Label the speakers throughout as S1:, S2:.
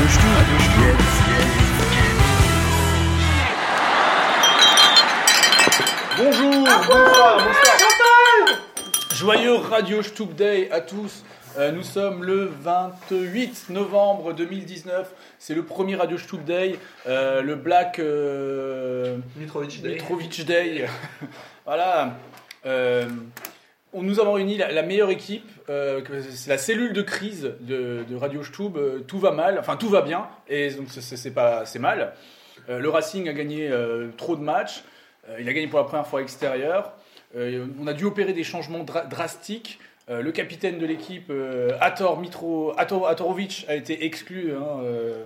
S1: durch du.
S2: Bonjour, bonsoir, bonsoir. Joyeux Radio Stub Day à tous. Euh, nous sommes le 28 novembre 2019. C'est le premier Radio Stub Day, euh, le Black euh,
S3: Mitrovic Day.
S2: Mitrovic Day. voilà. Euh, on nous avons réuni la, la meilleure équipe. euh, que- c'est la cellule de crise de, de Radio Stub. Euh, tout va mal. Enfin, tout va bien. Et donc, c'est- c'est c'est pas, c'est mal. Euh, le Racing a gagné euh, trop de matchs. Euh, il a gagné pour la première fois extérieur. Euh, on a dû opérer des changements dra- drastiques. Euh, le capitaine de l'équipe, euh, Ator Mitro, Ator- Atorovic, a été exclu hein, euh,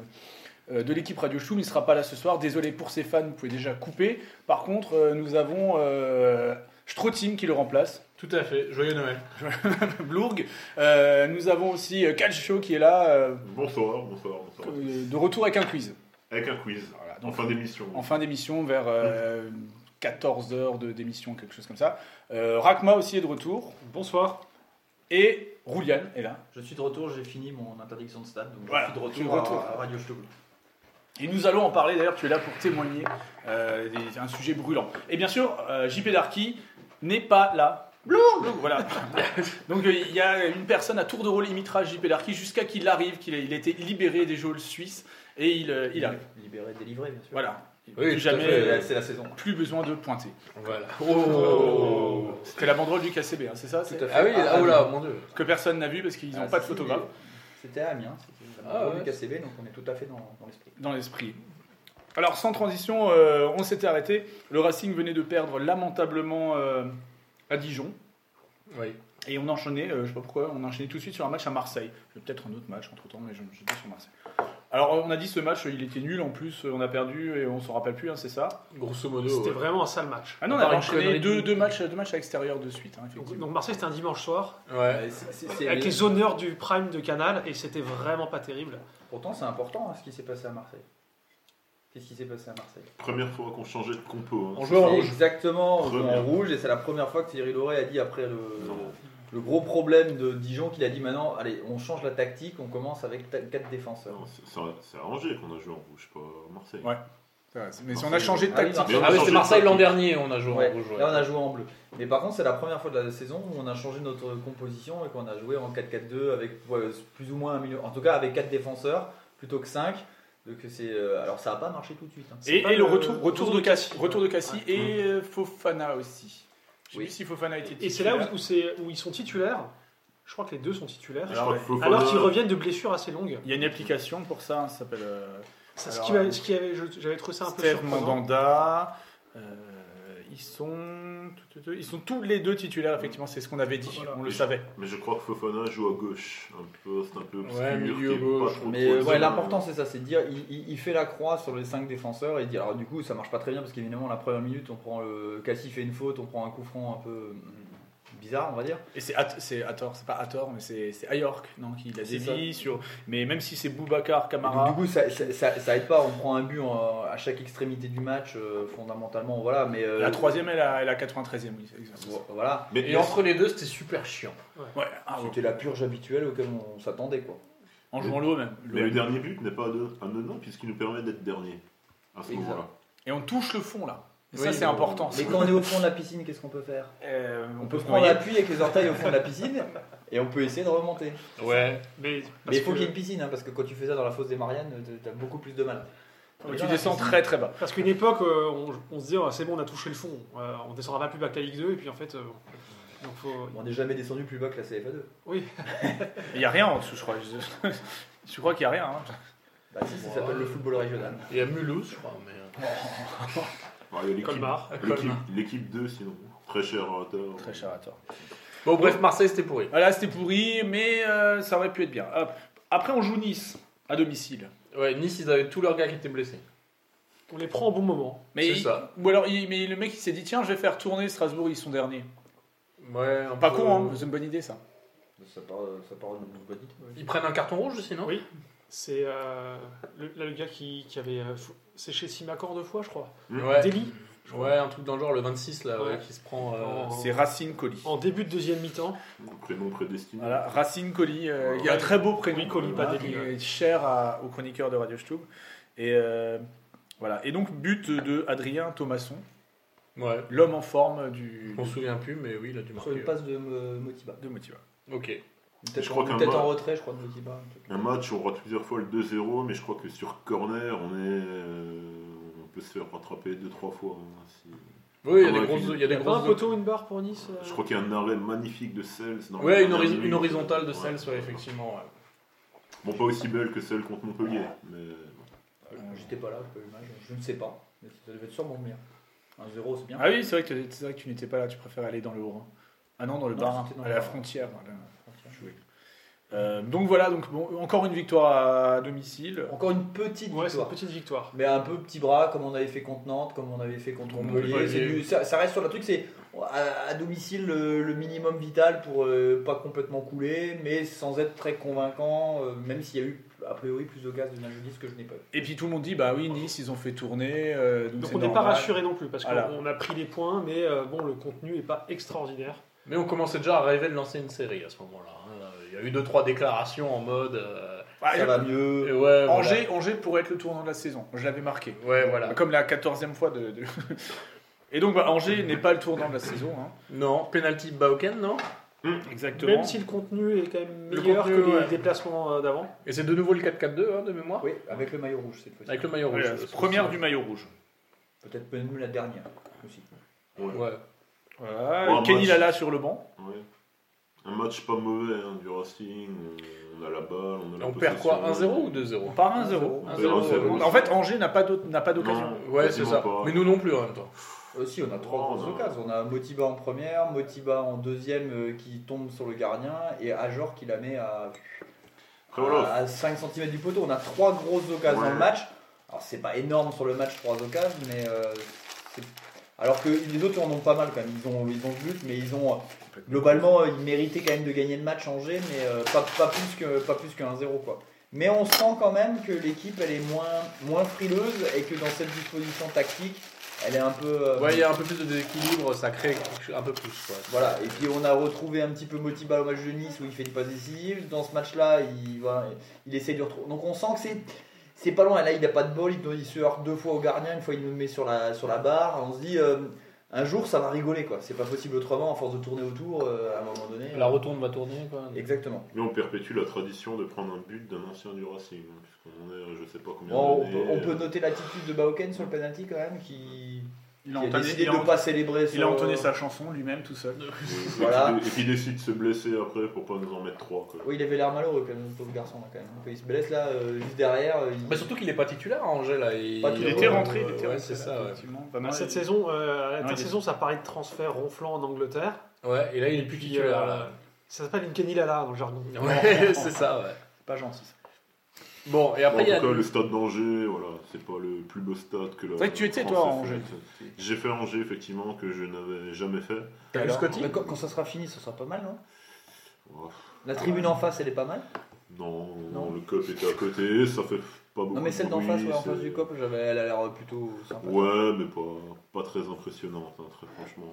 S2: euh, de l'équipe Radio Choum. Il ne sera pas là ce soir. Désolé pour ses fans, vous pouvez déjà couper. Par contre, euh, nous avons euh, Strotin qui le remplace.
S3: Tout à fait, joyeux Noël.
S2: Blourg. Euh, nous avons aussi euh, Calcio qui est là, euh,
S4: Bonsoir, bonsoir, bonsoir.
S2: euh, de retour avec un quiz.
S4: Avec un quiz,
S2: Voilà, donc-
S4: en fin d'émission.
S2: en fin d'émission vers 14h de d'émission, quelque chose comme ça. Euh, Rakma aussi est de retour.
S3: Bonsoir.
S2: Et Roulian est là.
S5: Je suis de retour, j'ai fini mon interdiction de stade, donc
S2: Voilà,
S5: je suis de
S2: tu es de
S5: retour,
S2: retour.
S5: À, à Radio Stub.
S2: Et nous allons en parler d'ailleurs, tu es là pour témoigner. euh, des- un sujet brûlant. Et bien sûr, euh, JP Darky n'est pas là. Donc, voilà. Donc euh, il y a une personne à tour de rôle imitera JP Darky jusqu'à qu'il arrive, qu'il ait, il ait été libéré des geôles suisses et il, euh, il arrive.
S5: Libéré, délivré, bien sûr.
S2: Voilà. plus
S3: Oui, tout à
S2: jamais,
S3: fait.
S2: euh,
S5: C'est la saison.
S2: plus besoin de pointer.
S3: Voilà.
S2: C'était la banderole du KCB, hein, c'est ça c'est-
S3: Ah oui, ah, oh là, mon dieu.
S2: Que personne n'a vu parce qu'ils n'ont
S5: Ah,
S2: pas de
S5: si,
S2: photographe
S5: C'était à Amiens, c'était
S3: Ah,
S5: ah,
S3: ouais.
S5: du KCB, donc on est tout à fait dans, dans l'esprit.
S2: dans l'esprit. Alors sans transition, euh, on s'était arrêté. Le Racing venait de perdre lamentablement euh, à Dijon.
S3: Oui.
S2: Et on enchaînait, euh, je sais pas pourquoi, on enchaînait tout de suite sur un match à Marseille. Peut-être un autre match entre temps, mais je me suis dit sur Marseille. Alors euh, on a dit ce match, euh, il était nul en plus, euh, on a perdu et on s'en rappelle plus, hein, c'est ça
S3: Grosso modo.
S6: C'était
S3: ouais.
S6: vraiment un sale match.
S2: Ah non, on
S6: Par
S2: avait
S6: une
S2: enchaîné
S6: connerie.
S2: deux, deux matchs, deux matchs à l'extérieur de suite, hein,
S6: Donc,
S2: effectivement.
S6: donc Marseille, c'était un dimanche soir,
S3: Ouais.
S5: Euh, c'est- c'est- c'est-
S6: avec les honneurs du prime de Canal, et c'était vraiment pas terrible.
S5: Pourtant, c'est important hein, ce qui s'est passé à Marseille. Qu'est-ce qui s'est passé à Marseille
S4: Première fois qu'on changeait de compo. hein.
S2: On jouait en
S5: C'est
S2: rouge.
S5: Exactement, on joue en
S4: Première.
S5: rouge, et c'est la première fois que Thierry Loret a dit après le,
S4: Non.
S5: le gros problème de Dijon qu'il a dit maintenant, allez, on change la tactique, on commence avec ta- quatre défenseurs.
S4: Non, c'est- c'est à- C'est arrangé qu'on a joué en rouge, pas à Marseille.
S2: Ouais. C'est vrai, c'est- Mais si on a changé de
S5: Ah oui,
S2: tactique.
S4: Mais on a
S3: Ah oui,
S4: changé
S3: c'est
S4: de
S3: Marseille l'an
S4: tactique.
S3: dernier, on a joué.
S5: Ouais,
S3: en rouge, ouais.
S5: Là, on a joué en bleu. Mais par contre, c'est la première fois de la saison où on a changé notre composition et qu'on a joué en 4-4-2 avec ouais, plus ou moins un milieu. En tout cas, avec 4 défenseurs plutôt que 5. Donc, c'est, euh, alors, ça n'a pas marché tout de suite. hein.
S2: Et,
S6: pas
S2: et le
S6: le-
S2: retour, retour de
S6: retour de
S2: Cassie,
S6: Cassie.
S2: retour de Cassie
S6: Ouais.
S2: et euh, Fofana aussi. Je sais
S5: Oui.
S2: plus si Fofana était
S6: Et c'est là où, où c'est- où ils sont titulaires. Je crois que les deux sont titulaires.
S4: Je
S2: Alors,
S4: crois
S2: ouais.
S4: que Fofana-
S6: Alors qu'ils reviennent de blessures assez longues.
S2: il y a une application pour ça, hein, ça s'appelle euh,
S6: Ça,
S2: Alors,
S6: ce qui m'a- ce qui avait, je- j'avais trouvé ça un peu
S2: Steve
S6: surprenant.
S2: Mandanda. Euh, ils sont tout, tout, tout, ils sont tous les deux titulaires effectivement, c'est ce qu'on avait dit,
S6: Voilà.
S2: on le savait.
S4: Mais je crois que Fofana joue à gauche. Un peu, c'est un peu obscur.
S3: Ouais, milieu
S4: qui est
S3: gauche.
S4: Pas trop
S5: Mais
S4: trop
S5: euh, ouais,
S4: zone.
S5: l'important, c'est ça c'est de dire, il, il- il fait la croix sur les 5 défenseurs et il dit, alors du coup, ça marche pas très bien parce qu'évidemment, la première minute, on prend le. Cassie fait une faute, on prend un coup franc un peu euh, bizarre, on va dire.
S2: Et c'est At- c'est Ator, c'est pas Ator mais c'est c'est Ayork non qui la
S5: C'est
S2: dévie sur mais même si c'est Boubacar
S5: Et donc,
S2: Camara
S5: du coup, ça, ça, ça- ça aide pas. On prend un but en- à chaque extrémité du match, euh, fondamentalement. Voilà, mais euh,
S2: la troisième elle a, elle a 93e oui, c'est exactement ça.
S5: vo- Voilà.
S4: Mais,
S3: Et entre les deux, c'était super chiant.
S2: Ouais, ah, ouais.
S5: C'était la purge habituelle auquel on s'attendait, quoi.
S2: en jouant l'eau même.
S4: mais le dernier but n'est pas un un honneur puisqu'il nous permet d'être dernier. À ce
S5: Exact.
S4: moment-là.
S2: Et on touche le fond là. Et
S3: Oui,
S2: ça c'est
S3: bon.
S2: important.
S5: Mais quand on est au fond de la piscine, qu'est-ce qu'on peut faire
S2: Euh,
S5: On,
S2: on
S5: peut
S2: peut se
S5: prendre
S2: noyer.
S5: appui avec les orteils au fond de la piscine et on peut essayer de remonter.
S3: Ouais.
S6: Mais,
S5: Mais
S6: parce
S5: il faut
S6: que-
S5: qu'il y ait une piscine, hein, parce que quand tu fais ça dans la fosse des Mariannes, euh, t'as beaucoup plus de mal.
S2: Ouais, Tu descends très très bas.
S6: Parce qu'une époque, euh, on, on se disait, Ah, c'est bon, on a touché le fond, Euh, on descendra pas plus bas que la Ligue 2, et puis en fait, euh, donc faut-
S5: On n'est jamais descendu plus bas que la CFA2.
S2: Il y a rien en dessous je crois. Je, je crois qu'il y a rien. hein.
S5: Bah si, ça s'appelle le football régional.
S3: Il y a Mulhouse, je crois. Mais... euh.
S4: Bah, il y a l'équipe-
S6: Colmar.
S4: l'équipe- L'équipe 2, sinon. Très cher à Ator.
S2: Très cher Ator.
S3: Bon, bref, Marseille, c'était pourri.
S2: Voilà, c'était pourri, mais euh, ça aurait pu être bien. Hop. Après, on joue Nice à domicile.
S3: Ouais, Nice, ils avaient tous leurs gars qui étaient blessés.
S6: on les prend au bon moment.
S2: Mais
S3: C'est
S2: il-
S3: ça.
S2: Ou alors, il- mais le mec, il s'est dit tiens, je vais faire tourner Strasbourg, ils sont derniers.
S3: Ouais, un
S2: Pas
S3: peu-
S2: con, hein C'est une bonne idée, ça.
S5: Ça part, euh, ça part de bonne idée.
S3: Ils prennent un carton rouge aussi, non
S6: Oui. C'est euh, le, là, le gars qui, qui avait euh, fou- séché Simacan deux fois, je crois.
S4: Mm.
S3: Ouais.
S6: Délit.
S2: je crois.
S3: Ouais, un truc dans le genre, le 26 là, ouais,
S6: Ouais.
S3: qui se prend.
S6: En-
S3: euh,
S2: C'est Racine Colli.
S6: En début de deuxième mi-temps,
S4: Prénom prédestiné.
S2: Voilà, Racine Colli, euh, il y a un très beau prénom.
S6: Oui, Colli, pas
S2: voilà,
S6: Deli,
S2: qui
S6: ouais.
S2: est cher à- aux chroniqueurs de Radio Stube. Et euh, voilà. Et donc, but de Adrien Thomasson,
S3: Ouais,
S2: l'homme en forme du,
S3: je m'en souviens plus, mais oui, il a dû
S5: Sur
S3: marquer.
S5: une passe de euh, Motiba.
S2: de Motiva.
S3: Ok.
S5: Peut-être
S4: Je crois
S5: en,
S4: qu'un
S5: peut-être
S4: bas-
S5: en retrait, je crois, de Motiba. un truc.
S4: Un match, on rate plusieurs fois le 2-0, mais je crois que sur corner, on est. euh, on peut se faire rattraper 2-3 fois. hein, si-
S3: Oui, il y
S4: Ouais,
S3: a des
S4: puis-
S3: grosses. Il y a
S6: il y
S3: des
S6: a pas un
S3: grosses.
S6: poteau, une barre pour Nice euh,
S4: Je crois qu'il y a un arrêt magnifique de Sels. dans la
S3: Ouais, une,
S4: dernière
S3: hori-
S4: minute.
S3: une horizontale de
S4: Ouais.
S3: celle, ouais, effectivement. ouais.
S4: Bon, pas aussi belle que celle contre Montpellier, mais.
S5: Euh, J'étais pas là, j'ai pas eu le match, je ne sais pas. Mais Ça devait être sûrement venir. Un 0 c'est bien.
S2: Ah oui, c'est vrai, que t'es- c'est vrai que tu n'étais pas là, tu préfères aller dans le Haut-Rhin. Ah non, dans le
S5: Non,
S2: Bas-Rhin,
S5: c'était dans
S2: à
S5: le
S2: la
S5: Bas-Rhin.
S2: frontière. voilà.
S5: Frontière.
S2: Euh, donc voilà, donc bon, encore une victoire à domicile.
S5: Encore une petite
S6: Ouais, c'est une
S5: victoire.
S6: petite victoire.
S5: Mais un peu petit bras, comme on avait fait contre Nantes, comme on avait fait contre Montpellier.
S3: Montpellier.
S5: C'est du- ça, ça reste sur le truc, c'est à, à domicile le, le minimum vital pour euh, pas complètement couler, mais sans être très convaincant, euh, même s'il y a eu a priori plus de gaz de Najoli, ce que je n'ai pas vu.
S2: Et puis tout le monde dit, bah oui, Nice, ils ont fait tourner. euh, donc
S6: Donc
S2: c'est
S6: on n'est pas
S2: normal.
S6: rassuré non plus parce
S2: Voilà.
S6: qu'on a pris les points, mais euh, bon, le contenu n'est pas extraordinaire.
S3: Mais on commençait déjà à rêver de lancer une série à ce moment-là. hein. Il y a eu deux trois déclarations en mode. euh,
S2: Ah,
S5: Ça va
S3: et
S5: mieux.
S3: ouais, voilà.
S2: Angers, Angers pourrait être le tournant de la saison, je l'avais marqué.
S3: Ouais, voilà.
S2: Comme la 14e fois de. de- Et donc bah, Angers n'est pas le tournant de la saison. hein.
S3: Non, penalty de Bauken, non
S2: Exactement.
S6: Même si le contenu est quand même
S3: Le
S6: meilleur
S3: contenu,
S6: que les
S3: ouais.
S6: déplacements euh, d'avant.
S3: Et c'est de nouveau le 4-4-2 hein, de mémoire
S5: Oui, avec le maillot rouge cette fois-ci.
S3: Avec le maillot rouge.
S2: Voilà,
S3: euh,
S2: première
S3: c'est-
S2: du maillot rouge.
S5: Peut-être même la dernière aussi.
S3: Ouais.
S2: Voilà,
S4: Bon,
S2: et Kenny
S4: match.
S2: Lala sur le banc.
S4: Ouais. Un match pas mauvais hein, du Racing, euh, on- on a la balle, on a
S3: Et
S4: la
S3: On perd quoi 1-0 ou 2-0
S2: On part 1-0.
S3: 1-0.
S2: En fait, Angers n'a pas d'au- n'a pas d'occasion.
S4: Non,
S3: Ouais, c'est
S4: quasiment
S3: ça.
S4: pas.
S3: Mais nous non plus en même temps.
S5: Euh, si, on a trois
S4: Oh,
S5: grosses
S4: non.
S5: occasions. On a Motiba en première, Motiba en deuxième euh, qui tombe sur le gardien et Ajor qui la met à,
S4: Après, voilà,
S5: à- à 5 cm du poteau. On a trois grosses occasions
S4: Ouais.
S5: dans le match. Alors c'est pas énorme sur le match, trois occasions, mais euh, c'est- alors que les autres en ont pas mal quand même. Ils ont, ils ont le but, mais ils ont euh, globalement euh, ils méritaient quand même de gagner le match en G, mais euh, pas, pas plus que pas plus qu'un 0 quoi. Mais on sent quand même que l'équipe elle est moins moins frileuse et que dans cette disposition tactique, elle est un peu euh,
S3: Ouais, il y a un peu plus de déséquilibre, ça crée quelque chose- un peu plus. ouais.
S5: voilà, et puis on a retrouvé un petit peu Motiba au match de Nice où il fait une passe décisive. Dans ce match-là, il, voilà, il essaie de retrouver. Donc on sent que c'est. C'est pas loin, là il n'a pas de bol, il, doit- il se heurte deux fois au gardien, une fois il nous met sur la, sur la barre. On se dit, euh, un jour ça va rigoler quoi, c'est pas possible autrement, à force de tourner autour, euh, à un moment donné.
S3: La retourne va tourner quoi.
S5: Exactement.
S4: mais on perpétue la tradition de prendre un but d'un ancien du Racing, hein, puisqu'on en est, à je sais pas combien.
S3: Oh,
S5: Bon, on, peut,
S4: d'années,
S5: on peut
S4: euh,
S5: noter l'attitude de Baoken sur le penalty quand même, qui,
S2: Il
S5: qui
S2: a
S5: a
S2: entonné,
S5: décidé
S2: il a
S5: de
S2: ent-
S5: pas célébrer
S2: il a entonné sa chanson lui-même tout seul.
S4: et- et
S5: Voilà.
S4: qui- Et qui décide de se blesser après pour pas nous en mettre 3. Quoi.
S5: Oui, il avait l'air malheureux quand même, le pauvre garçon là, quand même. Il se blesse là, euh, juste derrière. euh, il-
S3: Mais surtout qu'il est pas titulaire, hein, Angers là.
S5: Pas tout-
S2: Il était
S5: Ouais,
S2: rentré, il était
S3: Ouais,
S2: rentré.
S3: c'est
S2: là,
S3: ça. Ouais.
S2: effectivement. Pas mal.
S6: Cette saison, euh,
S2: il est-
S6: l'intersaison, ça parlait de transfert ronflant en Angleterre.
S3: Ouais, et là il est plus
S6: Puis,
S3: titulaire
S6: euh,
S3: là.
S6: Ça s'appelle une Kenilala dans le jargon.
S3: Ouais, c'est ça, ouais.
S2: Pas gentil. ça.
S3: Bon, et
S4: Bon,
S3: après
S4: en
S3: il y a.
S4: tout cas, le stade d'Angers, voilà, c'est pas le plus beau stade que la.
S2: C'est vrai que tu étais,
S4: France
S2: toi, à
S4: ait
S2: Angers.
S4: fait. J'ai fait Angers, effectivement, que je n'avais jamais fait.
S5: T'as
S3: vu
S5: alors-
S3: Scotty
S5: Mais quand, quand ça sera fini, ça sera pas mal, non
S4: Oh,
S5: La tribune en face, elle est pas mal.
S4: Non,
S5: Non.
S4: le COP était à côté, ça fait pas beaucoup
S5: Non, mais celle
S4: de
S5: d'en
S4: bruit,
S5: face, ouais, en
S4: c'est-
S5: face du cop, j'avais, elle a l'air plutôt sympa.
S4: Ouais, mais pas, pas très impressionnante, hein, très franchement.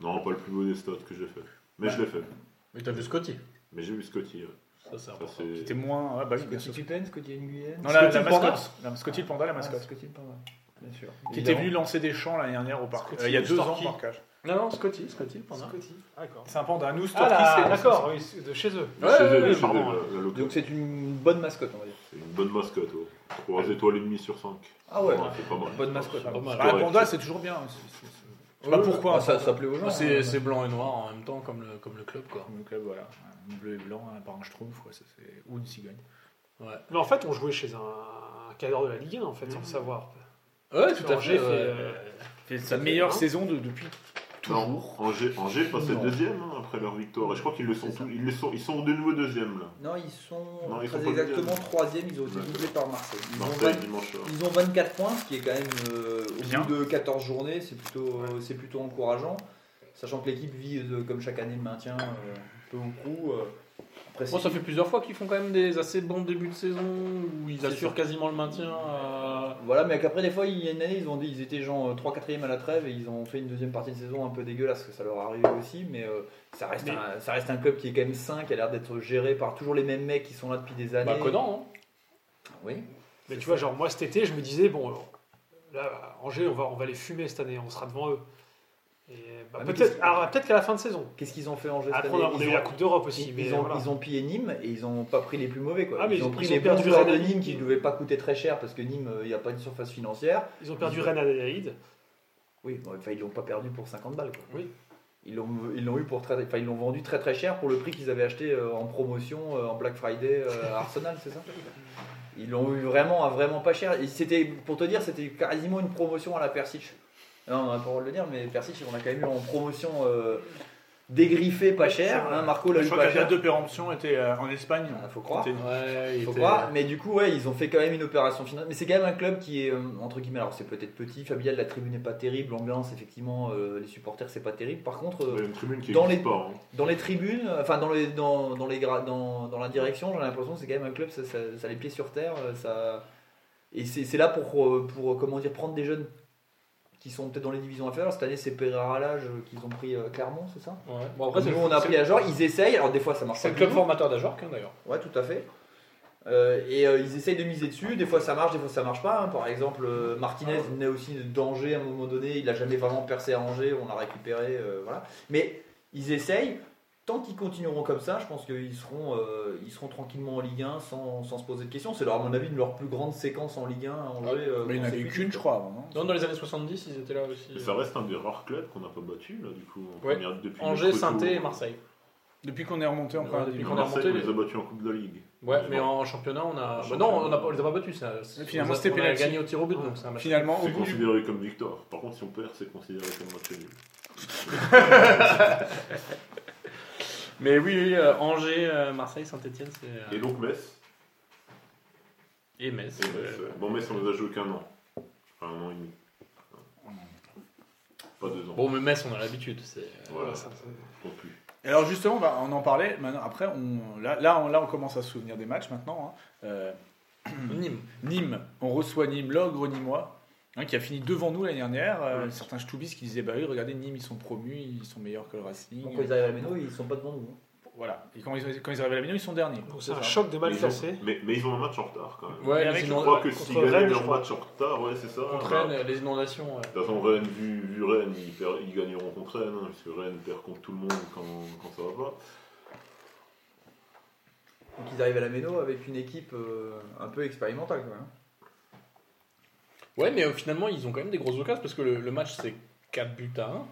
S4: Non, pas le plus beau des stats que j'ai fait. Mais je l'ai fait.
S3: Mais t'as vu Scotty
S4: Mais j'ai vu Scotty. ouais.
S3: Ça, c'est
S4: Ça,
S3: important.
S4: c'est-
S2: Qui était moins. Ah bah oui, bien
S5: Scotty
S2: sûr.
S5: Pippen, Scotty Nguyen.
S2: Non, la, la
S3: Scotty le panda.
S2: mascotte. La Scotty le panda, la
S5: Ah,
S2: mascotte.
S5: Scotty Pippen, bien sûr.
S2: qui était venu lancer des champs l'année dernière au parc.
S6: Scotty,
S2: Euh, il y a deux
S6: Storky.
S2: ans, par cage.
S3: Non, non, Scotty, Scotty, pendant.
S6: Scotty. D'accord.
S2: C'est un panda. Nous,
S6: Ah,
S2: Storky,
S6: là,
S2: c'est-
S6: d'accord, oui, c'est de chez eux.
S4: Chez eux,
S3: Ouais, ouais,
S4: chez
S3: ouais,
S4: eux,
S3: pardon.
S4: la- la locale.
S5: Donc c'est une bonne mascotte, on va dire.
S4: C'est une bonne mascotte. Ouais. 3 étoles et demie sur 5.
S5: Ah ouais,
S4: C'est pas mal.
S5: bonne mascotte.
S3: Pas mal.
S2: Ah, un panda, c'est toujours bien. C'est- c'est- Je sais pas pourquoi.
S5: Ah, ça, ça plaît aux gens.
S3: Ah,
S5: hein.
S3: C'est c'est blanc et noir en même temps, comme le, comme le club, quoi.
S2: Comme le club, euh, voilà. Un bleu et blanc, un par un schtroumpf, quoi, ça, c'est- ou une cigogne.
S3: Ouais,
S6: Mais en fait, on jouait chez un, un cadre de la Ligue 1, en fait, sans le savoir.
S3: ouais tout à
S6: Angers
S3: fait.
S6: fait,
S3: ouais.
S6: euh,
S2: C'est sa meilleure
S6: bien.
S2: saison de- depuis toujours.
S4: Angers, Angers passait
S5: Non.
S4: deuxième hein, après leur victoire. Et je crois qu'ils le sont,
S5: C'est ça.
S4: tous- ils le sont, ils sont de nouveau deuxième là.
S5: Non, ils sont
S4: Non, ils
S5: très
S4: sont pas
S5: exactement
S4: deuxième.
S5: troisième, ils ont été
S4: Ouais.
S5: doublés par Marseille. Ils ont,
S4: Marseille
S5: 20
S4: dimanche soir.
S5: ils ont 24 points, ce qui est quand même euh, au
S2: Bien.
S5: bout de 14 journées, c'est plutôt, euh, c'est plutôt encourageant. Sachant que l'équipe vit euh, comme chaque année le maintien, euh, peu ou prou. euh. Après,
S3: Bon,
S5: c'est-
S3: ça fait plusieurs fois qu'ils font quand même des assez bons débuts de saison où ils
S5: C'est
S3: assurent
S5: ça.
S3: quasiment le maintien. euh,
S5: Voilà, mais qu'après, des fois, il y a une année, ils ont dit ils étaient genre 3-4ème à la trêve et ils ont fait une deuxième partie de saison un peu dégueulasse, que ça leur arrive aussi, mais euh, ça, reste
S6: Mais-
S5: Un, ça reste un club qui est quand même sain, qui a l'air d'être géré par toujours les mêmes mecs qui sont là depuis des années.
S3: Bah, Conan, hein.
S5: Oui.
S6: Mais tu vois, genre moi cet été, je me disais, bon, euh, là, à Angers, on va, on va les fumer cette année, on sera devant eux. Et, bah,
S5: Ah, mais qu'est-ce
S6: peut-être
S5: que-
S6: alors, peut-être qu'à la fin de saison.
S5: Qu'est-ce qu'ils ont fait en geste
S6: Après, on a, on a eu la Coupe d'Europe aussi.
S5: Ils,
S6: mais
S5: ils ont,
S6: voilà.
S5: ils ont pillé Nîmes et ils ont pas pris les plus mauvais. Quoi.
S6: Ah, mais
S5: ils,
S6: ils-
S5: ont pris
S6: ils
S5: les
S6: ont
S5: bons
S6: perdu
S5: joueurs de
S6: Rennes à
S5: Nîmes
S6: Nîmes.
S5: qui ne devaient pas coûter très cher parce que Nîmes, euh, il n'y a pas une surface financière.
S6: Ils ont perdu Rennes à Adélaïde.
S5: Oui, bon, enfin, ils l'ont pas perdu pour 50 balles. Quoi.
S6: Oui.
S5: Ils l'ont ils l'ont eu pour très, enfin, ils l'ont vendu très très cher pour le prix qu'ils avaient acheté euh, en promotion euh, en Black Friday euh, à Arsenal, c'est ça Ils l'ont eu vraiment à vraiment pas cher. Et c'était pour te dire, c'était quasiment une promotion à la Persich. Non, on n'a pas le droit de le dire, mais Persich, on a quand même eu en promotion euh, dégriffé pas cher. hein, Marco l'a
S7: Je
S5: eu
S7: crois que
S5: pas
S7: la
S5: cher.
S7: date de péremption était euh, en Espagne.
S5: Ah, faut croire.
S3: hein.
S7: C'était-
S3: Ouais, il
S5: Faut
S3: était-
S5: pas, mais du coup, ouais, ils ont fait quand même une opération finale. Mais c'est quand même un club qui est, euh, entre guillemets, alors c'est peut-être petit, familial, la tribune n'est pas terrible, l'ambiance, effectivement, euh, les supporters, c'est pas terrible. Par contre, euh,
S4: une tribune qui
S5: Dans
S4: n'existe
S5: les-
S4: pas. hein.
S5: dans les tribunes, euh, enfin, dans, les, dans, dans, les gra- dans, dans la direction, j'ai l'impression que c'est quand même un club, ça, ça, ça a les pieds sur terre, euh, ça. Et c'est c'est là pour, euh, pour, comment dire, prendre des jeunes qui sont peut-être dans les divisions inférieures. Cette année, c'est Pereira Lage qu'ils ont pris euh, Clermont, c'est ça
S3: Ouais. Bon, après, c'est-
S5: Nous, on a
S3: c'est-
S5: pris à genre, ils essayent, alors des fois, ça marche
S3: C'est
S5: pas
S3: le
S5: du
S3: club
S5: tout.
S3: formateur d'Ajorc, hein, d'ailleurs.
S5: Ouais, tout à fait. Euh, et euh, ils essayent de miser dessus. Des fois ça marche, des fois ça marche pas. hein. Par exemple, euh, Martinez
S2: Ah.
S5: venait aussi d'Angers à un moment donné. Il n'a jamais vraiment percé à Angers. On l'a récupéré. euh, voilà. Mais ils essayent. Tant qu'ils continueront comme ça, je pense qu'ils seront, euh, ils seront tranquillement en Ligue 1 sans, sans se poser de questions. C'est leur, à mon avis, une de leurs plus grandes séquences en Ligue 1 à Angers. euh,
S2: Mais il n'y en avait eu
S5: consécutive,
S2: qu'une, je
S5: quoi.
S2: crois. avant, hein.
S3: Non, dans les années 70, ils étaient là aussi.
S4: Mais ça reste un des rares clubs qu'on n'a pas battu, là, du coup. en
S3: Ouais.
S4: première- depuis
S3: Angers,
S4: notre retour.
S3: Saint-Et et Marseille.
S2: Depuis qu'on est remonté en
S3: Ouais,
S2: première
S3: depuis
S4: Et
S2: division.
S3: qu'on est
S4: Marseille,
S3: remonté,
S4: on les a
S3: mais-
S4: battus en Coupe de la Ligue.
S3: Ouais,
S4: Je
S3: mais
S4: vois.
S3: en championnat, on a.
S4: En
S3: Bah non, on,
S4: championnat.
S3: a pas- on les a pas battus. Ça, c'est-
S2: finalement,
S3: on a-
S2: c'était
S3: on a
S2: penalty.
S3: gagné au tir au but,
S6: Ouais.
S3: donc c'est un match.
S2: Finalement, au
S4: C'est
S2: bout du-
S4: considéré comme victoire. Par contre, si on perd, c'est considéré comme match nul.
S3: Mais oui, oui, euh, Angers, euh, Marseille, Saint-Etienne, c'est.
S4: Et
S3: euh,
S4: donc Metz.
S3: Et Metz. Euh,
S4: et Metz,
S3: ouais.
S4: ouais. Bon, Metz, on les a joué qu'un an. Enfin, un an et demi. Pas deux ans.
S3: Bon, mais Metz, on a l'habitude. c'est-
S4: Voilà,
S6: Ça, c'est-
S4: non plus.
S2: Et Alors justement, bah, on en parlait. Maintenant, après, on, là, là, on, là, on commence à se souvenir des matchs maintenant. hein. Euh,
S3: Nîmes.
S2: Nîmes, on reçoit Nîmes, l'ogre nîmois, hein, qui a fini devant nous l'année dernière. Euh, Certains Stubis qui disaient, bah oui, regardez, Nîmes, ils sont promus, ils sont meilleurs que le Racing.
S5: Donc, quand ils arrivent à la Méno, ils sont pas devant nous. hein.
S2: Voilà. Et quand ils, quand ils arrivent à la Méno, ils sont derniers.
S6: Donc c'est
S5: ça.
S6: un choc de mal
S4: Mais ils ont-
S6: classé.
S4: mais, mais ils ont un match en retard quand même.
S3: Ouais,
S6: Mais
S3: les
S6: avec-
S4: Je
S3: Inno-
S4: crois que
S6: contre
S4: s'ils gagnaient
S6: Rennes, je
S4: leur
S6: crois.
S4: match en retard, ouais, c'est ça.
S3: contre
S4: Bah,
S3: Rennes, les inondations. ouais.
S4: De toute façon, Rennes, vu, vu Rennes, ils, per- ils gagneront contre Rennes, hein, puisque Rennes perd contre tout le monde quand, quand ça va pas.
S5: Donc, ils arrivent à la Méno avec une équipe euh, un peu expérimentale quand même.
S3: Ouais, mais euh, finalement, ils ont quand même des grosses occasions parce que le, le match, c'est 4 buts à 1.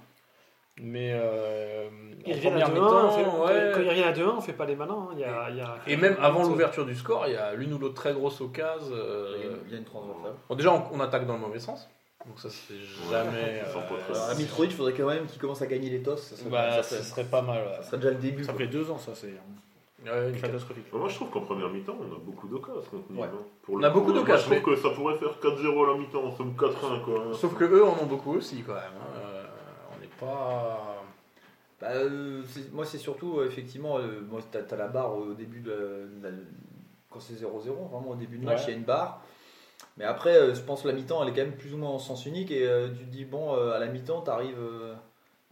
S3: Mais euh,
S6: Ils
S3: en
S6: reviennent à
S3: première
S6: 2-1,
S3: mi-temps,
S6: on fait-
S3: ouais.
S6: quand ils reviennent à 2-1, on fait pas les malins. hein. Il y a- il y a-
S3: Et même avant l'ouverture du score, il y a l'une ou l'autre très grosse occasion.
S5: Il y a
S3: euh,
S5: une- il y a une transversale.
S3: Bon, déjà, on, on attaque dans le mauvais sens. Donc ça, c'est jamais. euh,
S4: Ça sent pas très
S5: Alors, Euh, à
S3: c'est-
S5: Mitrovic, il faudrait quand même qu'il commence à gagner les tosses. Ça serait,
S3: bah,
S5: ça
S3: ce
S5: serait-
S3: serait pas mal. ouais.
S5: ça serait déjà le début.
S2: Ça
S5: quoi.
S2: fait deux ans, ça, c'est hein.
S3: Ouais, une cata-
S2: catastrophique.
S4: Moi, je trouve qu'en première mi-temps, on a beaucoup d'occasions contre Nîmes.
S5: Ouais.
S4: hein. Pour
S3: On
S4: le
S3: a
S4: coup,
S3: beaucoup
S4: moi,
S3: d'occasions,
S4: Je trouve que ça pourrait faire 4-0 à la mi-temps, en somme 4-1. Quoi, hein.
S3: Sauf que eux en ont beaucoup aussi, quand même. hein. Euh, on n'est pas.
S5: Bah, euh, c'est- moi, c'est surtout, euh, effectivement, euh, moi, t'as t'as la barre au début de la- de la- quand c'est 0-0, vraiment au début de match, il
S3: Ouais.
S5: y a une barre. Mais après, euh, je pense que la mi-temps, elle est quand même plus ou moins en sens unique. Et euh, tu te dis, bon, euh, à la mi-temps, t'arrives euh,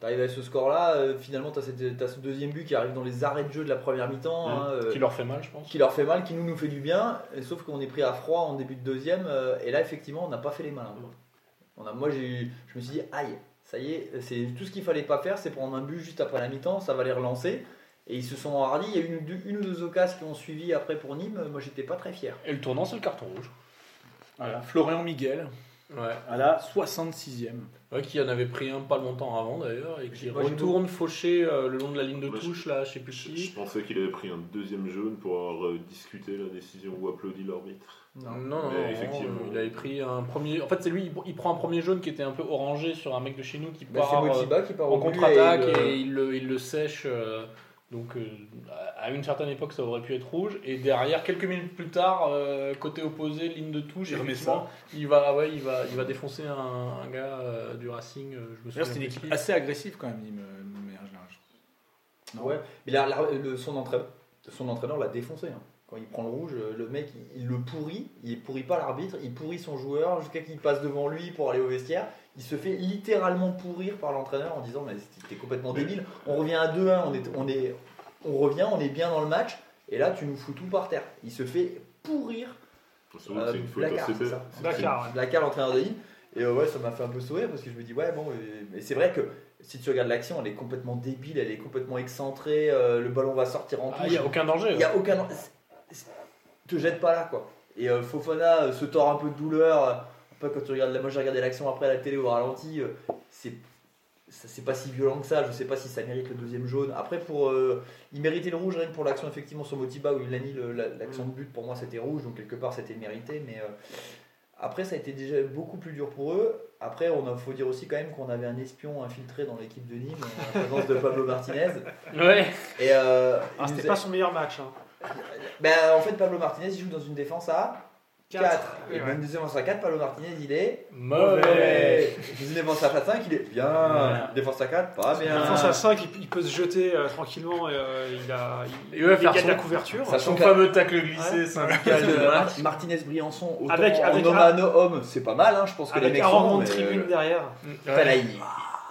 S5: t'arrives à ce score-là. euh, finalement, t'as cette- t'as ce deuxième but qui arrive dans les arrêts de jeu de la première mi-temps.
S4: Mhm.
S5: hein, euh,
S3: Qui leur fait mal, je pense.
S5: qui leur fait mal, qui nous nous fait du bien, et sauf qu'on est pris à froid en début de deuxième, euh, et là effectivement on n'a pas fait les malins. quoi. On a, moi j'ai, eu- je me suis dit aïe, ça y est, c'est tout ce qu'il fallait pas faire, c'est prendre un but juste après la mi-temps, ça va les relancer, et ils se sont enhardis. Il y a eu une, ou deux- une ou deux occasions qui ont suivi après pour Nîmes, moi j'étais pas très fier.
S3: Et le tournant, c'est le carton rouge.
S2: Voilà. Florian Miguel,
S3: Ouais.
S2: à la 66e.
S3: Ouais, qui en avait pris un pas longtemps avant d'ailleurs, et qui
S5: Moi, j'ai
S3: retourne faucher euh, le long de la ligne de
S2: Bah,
S4: Moi, je-
S3: touche, là, je sais plus
S4: Je,
S3: qui.
S4: je pensais qu'il avait pris un deuxième jaune pour avoir euh, discuté la décision ou applaudi l'arbitre.
S3: Non,
S5: Non.
S3: non,
S4: Mais
S3: non,
S4: effectivement.
S3: il avait pris un premier. En fait, c'est lui, il- il prend un premier jaune qui était un peu orangé sur un mec de chez nous qui
S5: Bah, c'est
S3: part euh,
S5: Motiba qui part au
S3: en
S5: but et
S3: contre-attaque
S5: il, euh,
S3: et il le, il le sèche. euh, donc euh, à une certaine époque, ça aurait pu être rouge. Et derrière, quelques minutes plus tard, euh, côté opposé, ligne de touche,
S2: Il remet
S3: effectivement, Il va, ouais, il va, il va défoncer un, un gars euh, du Racing. euh, je me souviens
S2: D'ailleurs, c'est une
S3: plus
S2: équipe
S3: qui.
S2: assez agressive quand même, Nîmes, euh, de manière générale.
S5: Ouais, mais la- la- le- son entraîneur, son entraîneur l'a défoncé. hein. quand il prend le rouge, euh, le mec il, il le pourrit, il pourrit pas l'arbitre, il pourrit son joueur jusqu'à qu'il passe devant lui pour aller au vestiaire. Il se fait littéralement pourrir par l'entraîneur en disant mais t'es complètement débile. On revient à 2-1, on est, on est, on revient, on est bien dans le match et là tu nous fous tout par terre. Il se fait pourrir
S4: Faut savoir que c'est une faute
S5: Blackard,
S4: assez
S5: c'est
S4: belle.
S5: ça.
S6: Dakar, ouais.
S5: Blackard, l'entraîneur de Lille. Et euh, ouais, ça m'a fait un peu sourire parce que je me dis, ouais, bon, euh, mais c'est vrai que si tu regardes l'action, elle est complètement débile, elle est complètement excentrée, euh, le ballon va sortir en
S3: Ah,
S5: touche.
S3: il n'y a aucun danger.
S5: Il n'y a aucun. c'est- c'est- Te jette pas là, quoi. Et euh, Fofana euh, se tord un peu de douleur. euh, Pas quand tu regardes. Moi, j'ai regardé l'action après à la télé au ralenti. euh, c'est ça- c'est pas si violent que ça. Je sais pas si ça mérite le deuxième jaune. Après, pour euh, il méritait le rouge rien que pour l'action effectivement sur Motiba où il a mis le- la- l'action de but. Pour moi, c'était rouge, donc quelque part c'était mérité. Mais euh, après, ça a été déjà beaucoup plus dur pour eux. Après, on a, faut dire aussi quand même qu'on avait un espion infiltré dans l'équipe de Nîmes en la présence de Pablo Martinez.
S3: Ouais.
S5: Et euh,
S6: Ah,
S5: il
S6: c'était
S5: nous a-
S6: pas son meilleur match. Hein.
S5: ben, en fait, Pablo Martinez, il joue dans une défense à 4.
S6: Ouais,
S5: Et
S6: ouais.
S5: dans une défense à 4, Pablo Martinez, il est.
S3: Mauvais.
S5: Dans une défense à 5, il est bien.
S3: Voilà.
S5: Défense à 4, pas bien.
S6: La France à 5, il, il peut se jeter euh, tranquillement. Et, euh, il a, il,
S2: Et ouais,
S6: il
S2: faire
S6: gagne
S2: son-
S6: la couverture.
S5: Ça- Sachant
S3: Son
S5: que-
S3: fameux tacle glissé, syndical de
S5: Mar- Martinez Briançon, autant
S6: Avec- avec
S5: en homme
S6: un-
S5: à no- homme, c'est pas mal, hein, je pense que les
S6: Avec
S5: mecs
S6: un
S5: sont bons,
S6: rendement de
S5: mais,
S6: tribune
S5: euh,
S6: derrière.
S5: putain, là, ils,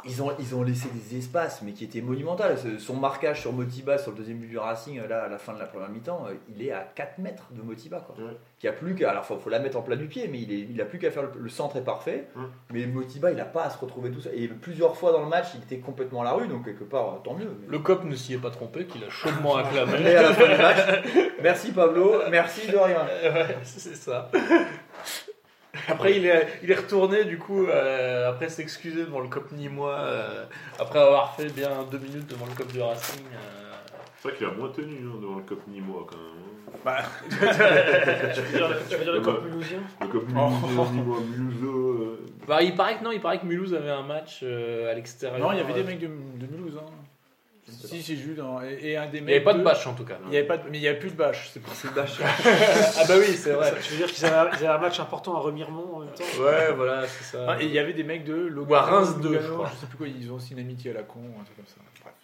S5: ils ont, ils ont laissé des espaces, mais qui étaient monumentaux. Ce- Son marquage sur Motiba sur le deuxième but du Racing, là, à la fin de la première mi-temps, euh, il est à 4 mètres de Motiba. Quoi.
S4: Ouais.
S5: Qui a plus qu'à. Alors, faut, faut la mettre en plat du pied, mais il, est, il a plus qu'à faire le, le centre est parfait.
S4: Ouais.
S5: Mais Motiba, il n'a pas à se retrouver tout seul. Et plusieurs fois dans le match, il était complètement à la rue, donc quelque part, euh, tant mieux. mais-
S3: Le cop ne s'y est pas trompé, qu'il a chaudement
S5: Et
S3: acclamé.
S5: à la fin du match, merci Pablo, merci de rien.
S3: Ouais, c'est ça. Après, il est, il est retourné, du coup, euh, après s'excuser devant le cop ni moi, euh, après avoir fait bien deux minutes devant le cop du Racing. euh,
S4: C'est vrai qu'il a moins tenu hein, devant le Cop Nîmois quand même. hein.
S6: Tu veux dire, tu veux dire le
S4: Bah,
S6: corps mulhousien
S4: Le Cop
S2: Oh.
S4: Nîmois, Nîmois, Mulhouse, euh,
S3: Bah, il paraît que non, il paraît que Mulhouse avait un match euh, à l'extérieur.
S2: Non, il y avait des
S3: Euh,
S2: mecs de, de Mulhouse. hein. Si, j'ai vu. dans- Et, et un des mecs.
S3: Il n'y avait pas de
S2: de-
S3: bâche en tout cas.
S2: Il y avait pas de- Mais il n'y avait plus de bâche. C'est pour ça.
S3: Ah, bah oui, c'est vrai.
S6: Tu veux dire qu'ils avaient, ils avaient un match important à Remiremont en même temps
S3: Ouais, voilà, c'est ça.
S2: Ah, et il y avait des mecs de Lugano,
S3: Ou à Reims deux,
S2: Lugano,
S3: je crois.
S2: sais plus quoi, ils ont aussi une amitié à la con, un truc comme ça. Bref.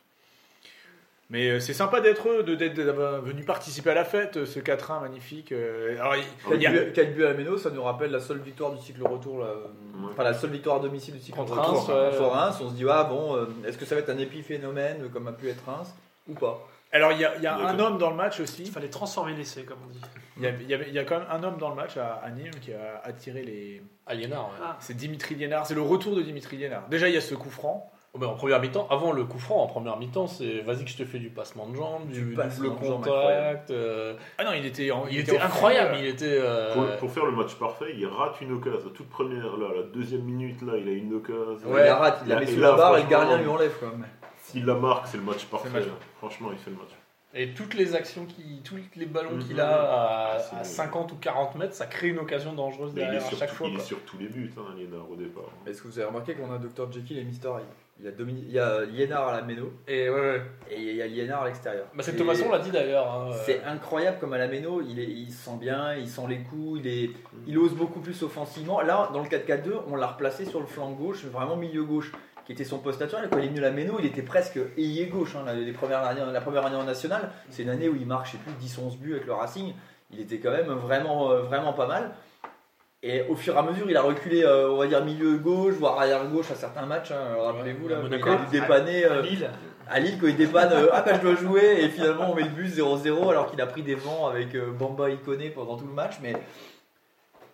S2: Mais euh, c'est sympa d'être eux, de- d'être d'avoir venu participer à la fête, euh, ce 4-1 magnifique. euh, alors, il- il y a-
S5: 4 buts à la Méno, ça nous rappelle la seule victoire du cycle retour, là, euh,
S4: Ouais.
S5: enfin la seule victoire à domicile du cycle
S3: Contre
S5: retour
S3: Reims,
S5: hein,
S3: ouais.
S5: contre Reims. On se dit, ah bon, euh, est-ce que ça va être un épiphénomène euh, comme a pu être Reims ou pas
S2: alors, il y a, il y a
S4: Il y a
S2: un
S4: deux.
S2: homme dans le match aussi.
S6: Il fallait transformer l'essai, comme on dit.
S2: Il y, a, il y avait- il y a quand même un homme dans le match à, à Nîmes qui a attiré les.
S3: Aliénard, ouais.
S6: Ah,
S2: C'est Dimitri Liénard, c'est le retour de Dimitri Liénard. Déjà, il y a ce coup franc.
S3: Oh, mais en première mi-temps, avant le coup franc, en première mi-temps, c'est vas-y que je te fais du passement de jambe,
S5: Du
S3: du, double
S5: passement de jambes,
S3: contact. euh,
S2: Ah non, il était, en-
S3: il,
S2: en
S3: était
S2: feu.
S3: incroyable, il était. euh,
S4: Pour, pour faire le match parfait, il rate une occasion. La toute première, là, la deuxième minute, là, il a une occasion.
S5: Il la rate, il la
S4: Là,
S5: met
S4: et
S5: sous
S4: là,
S5: la barre et le
S4: franchement,
S5: gardien lui enlève quand même.
S4: S'il la marque, c'est le match parfait.
S2: match.
S4: hein. Franchement, il fait le match.
S3: Et toutes les actions, qui, tous les ballons
S4: Mhm.
S3: qu'il a
S4: Ah,
S3: à,
S4: c'est
S3: à
S4: bon.
S3: 50 ou 40 mètres, ça crée une occasion dangereuse
S4: Mais il est,
S3: derrière à
S4: sur,
S3: chaque
S4: tout-
S3: fois.
S4: il est
S3: quoi.
S4: sur tous les buts, hein, Liénard, au départ.
S5: Est-ce que vous avez remarqué qu'on a Dr Jekyll et Mr Hyde Il y a, Domini- il y a Liénard à la Méno
S3: Et ouais, ouais.
S5: et il y a Liénard à l'extérieur.
S3: Bah,
S5: Et-
S3: c'est Thomason l'a dit d'ailleurs. hein, euh,
S5: C'est incroyable comme à la Méno, il, est, il se sent bien, il sent les coups, il, est, il ose beaucoup plus offensivement. Là, dans le 4-4-2, on l'a replacé sur le flanc gauche, vraiment milieu gauche, qui était son poste naturel. Quand il est venu à la Méno, il était presque ailier gauche. hein, la, les premières années- la première année en nationale, c'est une année où il marque, je sais plus, 10-11 buts avec le Racing. Il était quand même vraiment, euh, vraiment pas mal. Et au fur et à mesure, il a reculé, euh, on va dire, milieu gauche, voire arrière gauche à certains matchs. hein. Rappelez-vous, là,
S3: à
S5: quand il
S3: Monaco.
S5: a dû dépanner. euh,
S6: Lille.
S5: à Lille, quand il dépanne, euh, ah bah je dois jouer, et finalement on met le bus 0-0 alors qu'il a pris des vents avec euh, Bamba Iconé pendant tout le match. Mais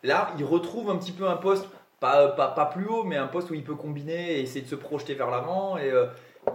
S5: là, il retrouve un petit peu un poste, pas, pas, pas plus haut, mais un poste où il peut combiner et essayer de se projeter vers l'avant. Et euh,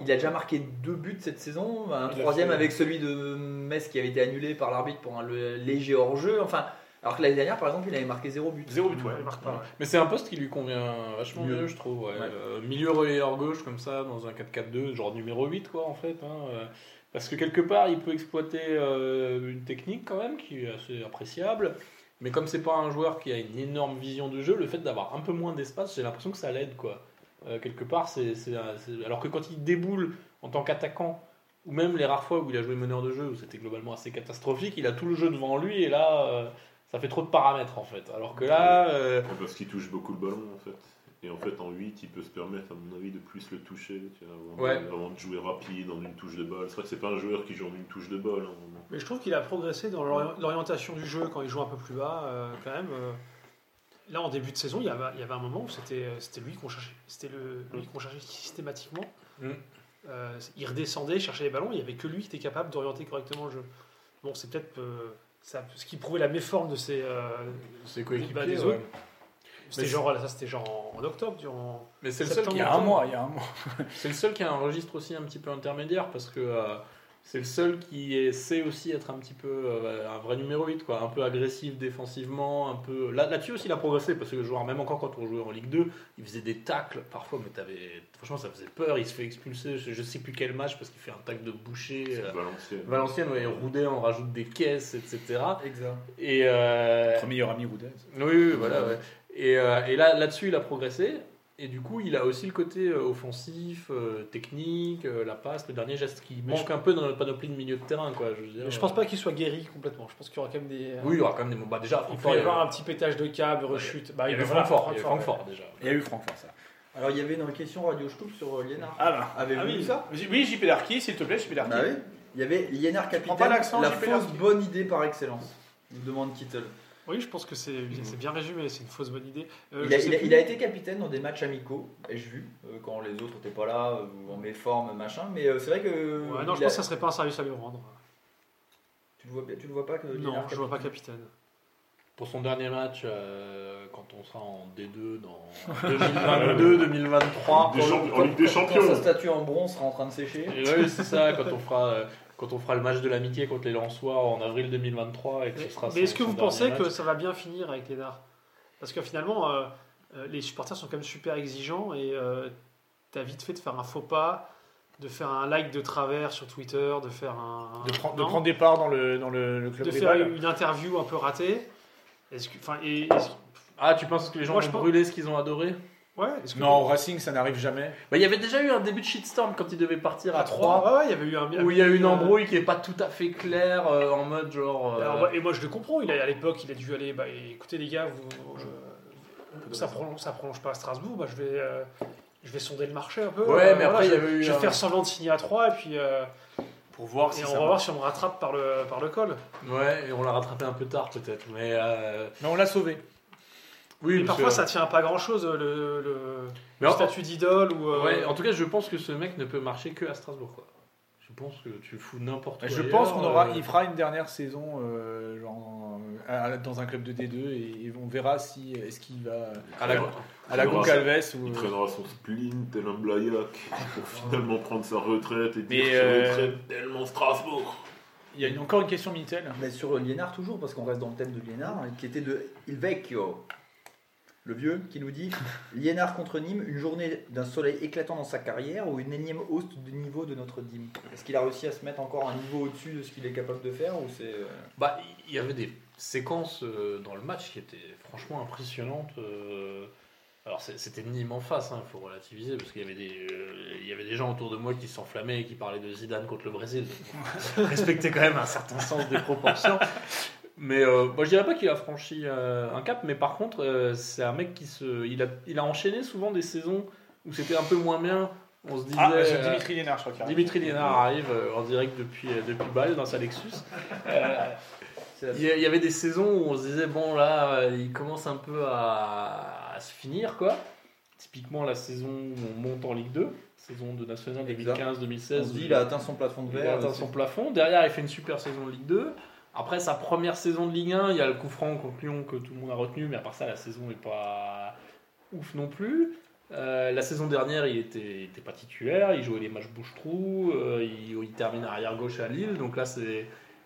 S5: il a déjà marqué deux buts cette saison, un
S3: Il a
S5: troisième
S3: fait-
S5: avec celui de Metz qui avait été annulé par l'arbitre pour un le- léger hors-jeu. Enfin, alors que l'année dernière, par exemple, il avait marqué zéro but.
S2: Zéro but,
S6: Ouais, il marque pas.
S3: Mais c'est un poste qui lui convient vachement
S5: Mieux.
S3: mieux, je trouve. ouais.
S5: Ouais.
S3: Euh, milieu relayeur gauche, comme ça, dans un 4-4-2, genre numéro 8, quoi, en fait. hein, euh, Parce que quelque part, il peut exploiter euh, une technique, quand même, qui est assez appréciable. Mais comme c'est pas un joueur qui a une énorme vision de jeu, le fait d'avoir un peu moins d'espace, j'ai l'impression que ça l'aide, quoi. Euh, quelque part, c'est. c'est un- c'est- Alors que quand il déboule en tant qu'attaquant, ou même les rares fois où il a joué meneur de jeu, où c'était globalement assez catastrophique, il a tout le jeu devant lui, et là, euh, ça fait trop de paramètres, en fait. Alors que là. euh,
S4: hein. Parce qu'il touche beaucoup le ballon, en fait. Et en fait, en 8, il peut se permettre, à mon avis, de plus le toucher, tu vois, avant,
S3: Ouais.
S4: de, avant de jouer rapide, en une touche de balle. C'est vrai que c'est pas un joueur qui joue en une touche de balle. hein.
S6: Mais je trouve qu'il a progressé dans l'ori- l'orientation du jeu quand il joue un peu plus bas, euh, quand même. euh. Là, en début de saison, il y avait, il y avait un moment où c'était euh, c'était lui qu'on cherchait, c'était le lui qu'on cherchait systématiquement.
S3: Mm.
S6: Euh, il redescendait, cherchait les ballons, il y avait que lui qui était capable d'orienter correctement le jeu. Bon, c'est peut-être euh, ça, ce qui prouvait la méforme de ses. euh,
S3: C'est
S6: Bah,
S3: coéquipier.
S6: des
S3: ouais.
S6: autres. c'était
S3: Mais
S6: genre là, ça, c'était genre en, en octobre, durant.
S3: Mais c'est le seul
S6: Septembre,
S3: qui
S2: Il y
S3: a
S2: a un mois, il y a un mois.
S3: C'est le seul qui a un registre aussi un petit peu intermédiaire parce que euh, c'est le seul qui est- sait aussi être un petit peu euh, un vrai numéro 8, quoi, un peu agressif défensivement, un peu. Là- Là-dessus aussi, il a progressé parce que le joueur, même encore quand on jouait en Ligue 2, il faisait des tacles parfois, mais t'avais- franchement, ça faisait peur. Il se fait expulser, je je sais plus quel match parce qu'il fait un tacle de boucher. euh,
S4: C'est Valenciennes.
S3: Valenciennes, ouais, Roudet en rajoute des caisses, etc.
S5: Exact.
S3: Et euh,
S2: Notre meilleur ami Roudez.
S3: oui, oui, voilà. ouais. Et, euh, et là, là-dessus, il a progressé. Et du coup, il a aussi le côté euh, offensif, euh, technique, euh, la passe, le dernier geste qui
S6: Mais
S3: manque un peu dans notre panoplie de milieu de terrain, quoi. Je, veux dire. euh.
S6: Je pense pas qu'il soit guéri complètement. Je pense qu'il y aura quand même des. euh,
S3: Oui, il y aura quand même des moments. Bah, déjà,
S6: il
S3: Francfort,
S6: faut y avoir
S3: avait-
S6: un petit pétage de câble, rechute. Bah,
S3: il y avait
S6: va falloir
S3: Francfort, il y avait
S6: Francfort, ouais.
S3: Francfort, déjà.
S2: Il y a eu Francfort, ça.
S5: Alors il y avait une question Radio Stoup sur euh, Liénard.
S2: Ah bah.
S5: Avez-vous
S8: Ah
S5: vu
S8: oui,
S5: ça
S8: J- Oui, JP Darky, s'il te plaît, JP Darky.
S5: Bah oui. Il y avait Liénard capitaine,
S8: pas l'accent,
S5: la
S8: JP
S5: fausse
S8: Larky.
S5: bonne idée par excellence. Nous demande Kittle.
S6: Oui, je pense que c'est c'est bien résumé, c'est une fausse bonne idée. Euh,
S5: Il
S6: je
S5: a,
S6: sais
S5: il a-
S6: plus.
S5: il a été capitaine dans des matchs amicaux, ai-je vu, euh, quand les autres n'étaient pas là, euh, ou en méforme, machin. Mais euh, c'est vrai que. euh,
S6: Ouais, non, je
S5: il a-
S6: pense que ça serait pas un service à lui rendre.
S5: Tu le vois, bien- tu le vois pas que.
S6: Non,
S5: Liénard
S6: je vois pas capitaine.
S3: Pour son dernier match, euh, quand on sera en D2 dans 2022-2023.
S4: Des champ- en Ligue des
S5: Quand- quand
S4: Champions.
S5: Sa statue en bronze sera en train de sécher.
S3: Et oui, c'est ça, quand on fera. euh, quand on fera le match de l'amitié contre les Lensois en avril 2023 et que ce
S6: Mais,
S3: sera
S6: mais
S3: son-
S6: est-ce que
S3: son
S6: vous pensez
S3: dernier
S6: que
S3: match.
S6: ça va bien finir avec Lénard Parce que finalement, euh, euh, les supporters sont quand même super exigeants et euh, t'as vite fait de faire un faux pas, de faire un like de travers sur Twitter, de faire un.
S2: De, prendre- de
S6: Non
S2: prendre des parts dans le, dans le, le club
S6: de
S2: des
S6: faire
S2: balles.
S6: une interview un peu ratée. Est-ce que, enfin, et- est-ce-
S3: Ah, tu penses que les gens
S6: Moi,
S3: vont
S6: je pense-
S3: brûler ce qu'ils ont adoré
S6: ouais, est-ce que-
S2: Non, au Racing, ça n'arrive jamais.
S3: Bah, il y avait déjà eu un début de shitstorm quand il devait partir à
S6: à
S3: 3,
S6: 3, ouais, ouais, il y avait eu un.
S3: où il y a eu une
S6: euh,
S3: embrouille qui est pas tout à fait claire, euh, en mode genre. euh,
S6: Alors, bah, et moi je le comprends, il a, à l'époque il a dû aller, bah, écoutez les gars, vous, euh, ça, prolonge, ça prolonge pas à Strasbourg, bah, je, vais, euh, je vais sonder le marché un peu.
S3: Ouais, mais
S6: euh,
S3: après,
S6: voilà,
S3: il y
S6: je,
S3: avait eu.
S6: je
S3: un-
S6: vais faire semblant de signer à 3 et puis euh,
S3: Pour voir si
S6: et on
S3: ça
S6: va voir si on me rattrape par le, par le col.
S3: Ouais, et on l'a rattrapé un peu tard peut-être, mais. euh,
S2: Mais on l'a sauvé.
S3: Oui,
S6: et
S3: parce
S6: parfois
S3: que-
S6: ça tient à pas grand chose le, le-
S3: Mais
S6: le
S3: en-
S6: statut d'idole ou. euh,
S3: Ouais, en tout cas, je pense que ce mec ne peut marcher que à Strasbourg, quoi. Je pense que tu le fous n'importe où.
S2: je
S3: ailleurs,
S2: pense qu'on aura,
S3: euh,
S2: il fera une dernière saison euh, genre, euh, dans un club de D2 et, et on verra si est-ce qu'il va
S3: euh, À la...
S2: à la
S4: Il traînera-
S2: Goncalves ou. euh,
S4: Il traînera son spleen tel un Blaillac pour finalement prendre sa retraite et dire
S2: Mais,
S4: je
S2: euh,
S4: retraite tellement Strasbourg.
S2: Il y a une- encore une question Minitel.
S5: Mais sur Liénard toujours, parce qu'on reste dans le thème de Liénard, hein, qui était de Il Vecchio. Le vieux qui nous dit Liénard contre Nîmes, une journée d'un soleil éclatant dans sa carrière ou une énième hausse de niveau de notre dîme Est-ce qu'il a réussi à se mettre encore un niveau au-dessus de ce qu'il est capable de faire ou c'est euh,
S3: Bah, il y avait des séquences euh, dans le match qui étaient franchement impressionnantes. euh, Alors c'est- c'était Nîmes en face, il faut relativiser parce qu'il y avait des euh, il y avait des gens autour de moi qui s'enflammaient et qui parlaient de Zidane contre le Brésil. Donc, Respectez quand même un certain sens des proportions. Mais euh, moi je dirais pas qu'il a franchi euh, un cap, mais par contre euh, c'est un mec qui se il a il a enchaîné souvent des saisons où c'était un peu moins bien. On se disait
S8: Ah, c'est
S3: euh,
S8: Dimitri Lénard, je crois. qu'il arrive.
S3: Dimitri Lénard arrive euh, en direct depuis euh, depuis Bâle dans sa Lexus. Euh,
S5: c'est la-
S3: il y a- il y avait des saisons où on se disait, bon, là, euh, il commence un peu à, à se finir, quoi. Typiquement, la saison où on monte en Ligue 2, saison de National
S5: Exact. on
S3: 2015-2016.
S5: se dit, il a atteint son plafond de
S3: il a
S5: verre.
S3: atteint son plafond. Derrière, il fait une super saison de Ligue 2. Après, sa première saison de Ligue 1, il y a le coup franc contre Lyon que tout le monde a retenu, mais à part ça, la saison n'est pas ouf non plus. Euh, la saison dernière, il était, il était pas titulaire, il jouait les matchs bouche-trou, euh, il, il termine arrière-gauche à Lille, donc là, c'est.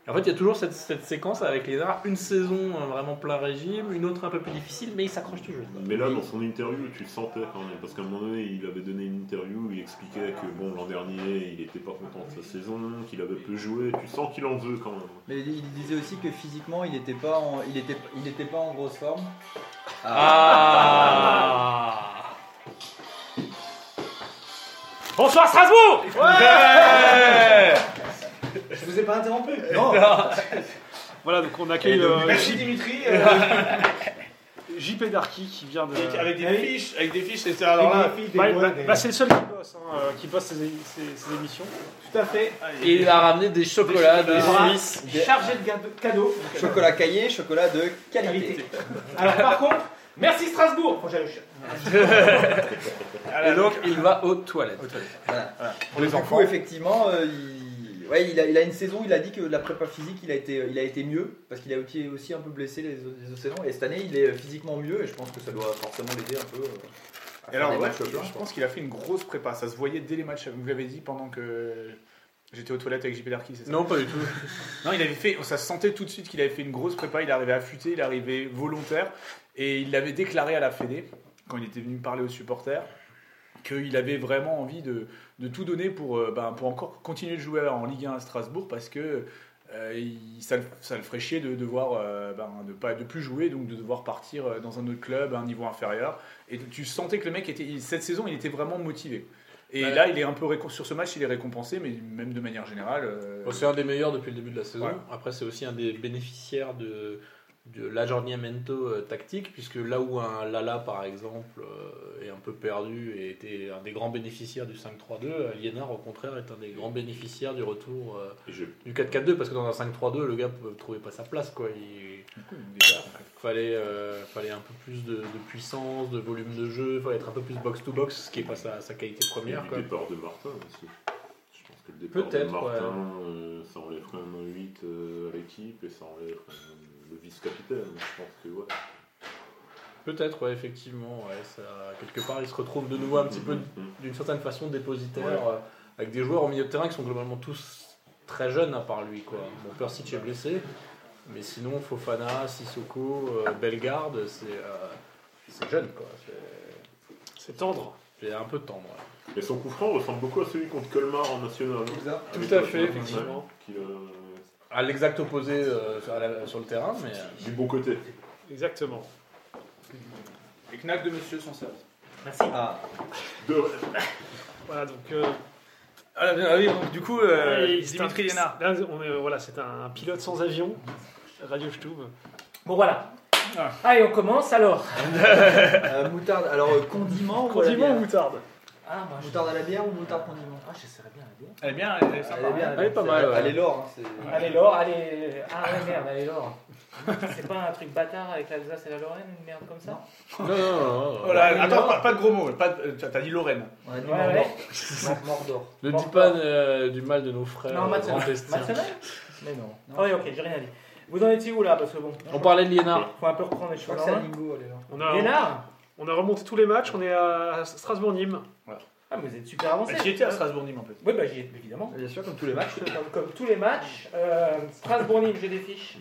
S3: En fait, il y a toujours cette, cette séquence avec les Arts, une saison euh, vraiment plein régime, une autre un peu plus difficile, mais il s'accroche toujours.
S4: Bah, Mais là, dans son interview, tu le sentais quand même, parce qu'à un moment donné, il avait donné une interview où il expliquait que bon, l'an dernier, il n'était pas content de sa saison, qu'il avait peu joué. Tu sens qu'il en veut quand même.
S5: Mais il disait aussi que physiquement, il n'était pas, en- il était, il était pas en grosse forme.
S3: Ah
S6: Bonsoir Strasbourg
S5: Je vous ai pas interrompu
S6: Voilà, donc on
S5: Et
S6: accueille.
S5: donc,
S6: euh,
S8: Merci Dimitri.
S6: JP Darky qui vient de.
S2: Avec, avec des
S9: oui.
S2: fiches, avec des fiches, c'est alors là.
S9: Des filles, des
S6: Bah,
S9: bois,
S6: bah,
S9: des-
S6: bah, c'est le seul qui bosse, hein, euh, qui bosse ses, ses- ses émissions.
S9: Tout à fait.
S3: Et il a ramené des chocolats
S9: Des
S3: de
S9: bras
S3: Suisse.
S9: Chargé de gado- cadeaux.
S5: Chocolat caillé, chocolat de qualité.
S9: Qualité. Alors par contre, merci Strasbourg. Faut que j'aille au chat.
S3: Et Ah, donc il va aux toilettes.
S5: Pour les enfants. effectivement, euh, il... ouais, il, a, il a une saison, il a dit que la prépa physique, il a été, il a été mieux, parce qu'il a été aussi un peu blessé les, autres- les autres saisons. Et cette année, il est physiquement mieux, et je pense que ça doit forcément l'aider un peu. euh, à
S2: Et
S5: faire
S2: alors,
S5: des
S2: ouais,
S5: matchs
S2: je,
S5: pleins,
S2: je
S5: quoi.
S2: pense qu'il a fait une grosse prépa. Ça se voyait dès les matchs. Vous l'avez dit pendant que j'étais aux toilettes avec JP Darky, c'est ça
S3: Non, pas du tout.
S2: Non, il avait fait, ça se sentait tout de suite qu'il avait fait une grosse prépa. Il arrivait affûté, il arrivait volontaire. Et il l'avait déclaré à la Fédé, quand il était venu parler aux supporters, qu'il avait vraiment envie de, de tout donner pour, euh, ben, pour encore continuer de jouer en Ligue 1 à Strasbourg parce que euh, il- ça, le- ça le ferait chier de devoir euh, ben, de pas de plus jouer, donc de devoir partir euh, dans un autre club à un niveau inférieur. Et tu sentais que le mec, était, il- cette saison, il était vraiment motivé. Et
S3: Ouais.
S2: là, il est un peu récom- sur ce match, il est récompensé, mais même de manière générale. euh,
S3: Bon, c'est un des meilleurs depuis le début de la saison.
S2: Ouais.
S3: Après, c'est aussi un des bénéficiaires de, de l'aggiornamento euh, tactique, puisque là où un Lala, par exemple, euh, est un peu perdu et était un des grands bénéficiaires du 5-3-2, euh, Liénard, au contraire, est un des grands bénéficiaires du retour euh,
S4: Et j'ai-
S3: du 4-4-2, parce que dans un 5-3-2, le gars ne trouvait pas sa place. Quoi. Il fallait, euh, fallait un peu plus de, de puissance, de volume de jeu, il fallait être un peu plus box-to-box, ce qui n'est pas sa, sa qualité
S4: Il y a
S3: première.
S4: du
S3: quoi.
S4: départ de Martin aussi. Je pense que le départ
S3: Peut-être,
S4: de Martin, euh, ça enlève quand même un 8 euh, à l'équipe et ça enlève quand même le vice-capitaine. Je pense que ouais.
S3: Peut-être, ouais, effectivement. ouais, ça- quelque part, il se retrouve de nouveau un petit peu
S4: Mm,
S3: d'une certaine façon dépositaire euh, avec des joueurs au milieu de terrain qui sont globalement tous très jeunes à part lui quoi. Bon Persic est blessé, mais sinon Fofana, Sissoko, euh, Bellegarde, c'est euh, c'est jeune quoi. C'est-
S6: C'est tendre.
S3: C'est un peu tendre. ouais.
S4: mm. Et son coup franc ressemble beaucoup à celui contre Colmar en national. hein.
S5: Bizarre.
S4: Avec
S3: Tout à
S4: le-
S3: fait,
S4: ouais,
S3: effectivement.
S4: qu'il a- euh,
S3: À l'exact opposé euh, sur, la- sur le terrain, mais euh,
S4: Du bon côté.
S6: Exactement.
S10: Les knacks de monsieur sont servis.
S9: Merci.
S5: Ah,
S4: De-
S6: Voilà, donc. euh,
S10: Ah, ah oui, donc, du coup, euh,
S6: et Ah c'est
S10: Dimitri
S6: un-
S10: Lénard.
S6: Là, on est, euh, voilà, c'est un, pilote sans avion. Radio Stube.
S9: Bon voilà.
S10: Ah.
S9: Allez, on commence alors.
S5: euh, moutarde, alors euh, condiment, ou à la
S6: Condiment
S5: bière
S6: ou moutarde
S9: Ah, moi,
S5: Moutarde à la bière ou moutarde condiment
S9: Ah, j'essaierais bien la bière.
S10: Elle est bien, elle est sympa. hein.
S5: Elle est bien,
S3: Elle est pas mal, ouais.
S5: Elle est l'or. hein, c'est-
S9: Allez, l'or, allez. Ah, ouais, merde, allez, l'or. C'est pas un truc bâtard avec l'Alsace et la Lorraine, une merde comme ça
S3: non, non, non, non,
S10: Oh là,
S9: Elle est
S10: attends,
S9: noire.
S10: pas, pas de gros mots. Pas de- euh, T'as dit Lorraine.
S5: On a dit
S9: Ouais,
S5: Mordor.
S9: ouais. Mordor.
S3: Ne dis
S9: Mordor.
S3: pas euh, du mal de nos frères
S9: Non,
S3: euh,
S9: Mathieu.
S3: clandestins.
S9: Mathieu,
S5: Mais non.
S9: Ah oui, ok, j'ai rien dit. Vous en étiez où là Parce que bon,
S3: On parlait de Liénard.
S9: faut un peu reprendre les
S5: Je crois
S9: choses
S5: que
S9: en
S5: c'est un
S9: main.
S5: lingo, elle est l'or.
S6: On a,
S9: Lénard
S6: on a remonté tous les matchs, on est à Strasbourg-Nîmes.
S9: Ah, mais vous êtes super avancé.
S2: Bah,
S10: J'y étais à Strasbourg-Nîmes en fait.
S9: Oui, bah j'y ai, évidemment.
S5: Bien sûr, comme tous les matchs.
S9: Comme, comme tous les matchs, euh, Strasbourg-Nîmes, j'ai des fiches.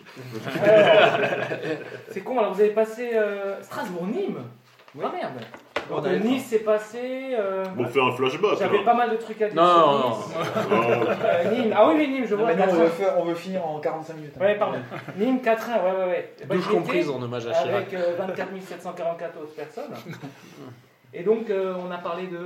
S9: Euh, c'est con, alors vous avez passé euh, Strasbourg-Nîmes Ah merde
S5: On
S9: Donc,
S5: a les
S9: Nice s'est passé. euh,
S4: On fait un flashback.
S9: J'avais
S4: hein.
S9: pas mal de trucs à dire.
S3: Non,
S9: sur
S3: non, non.
S9: Nice.
S4: Oh,
S9: Euh, Nîmes. Ah oui, oui, Nîmes, je
S5: Non,
S9: vois.
S5: mais non, euh, on, veut
S9: 4-1.
S5: faire- on veut finir en 45 minutes.
S9: Ouais, pardon. Nîmes 4-1, ouais, ouais, ouais. Bah,
S3: Douche
S9: j'y étais.
S3: comprise en hommage à Chirac.
S9: avec euh, 24 744 autres personnes. Et donc, euh, on a parlé de.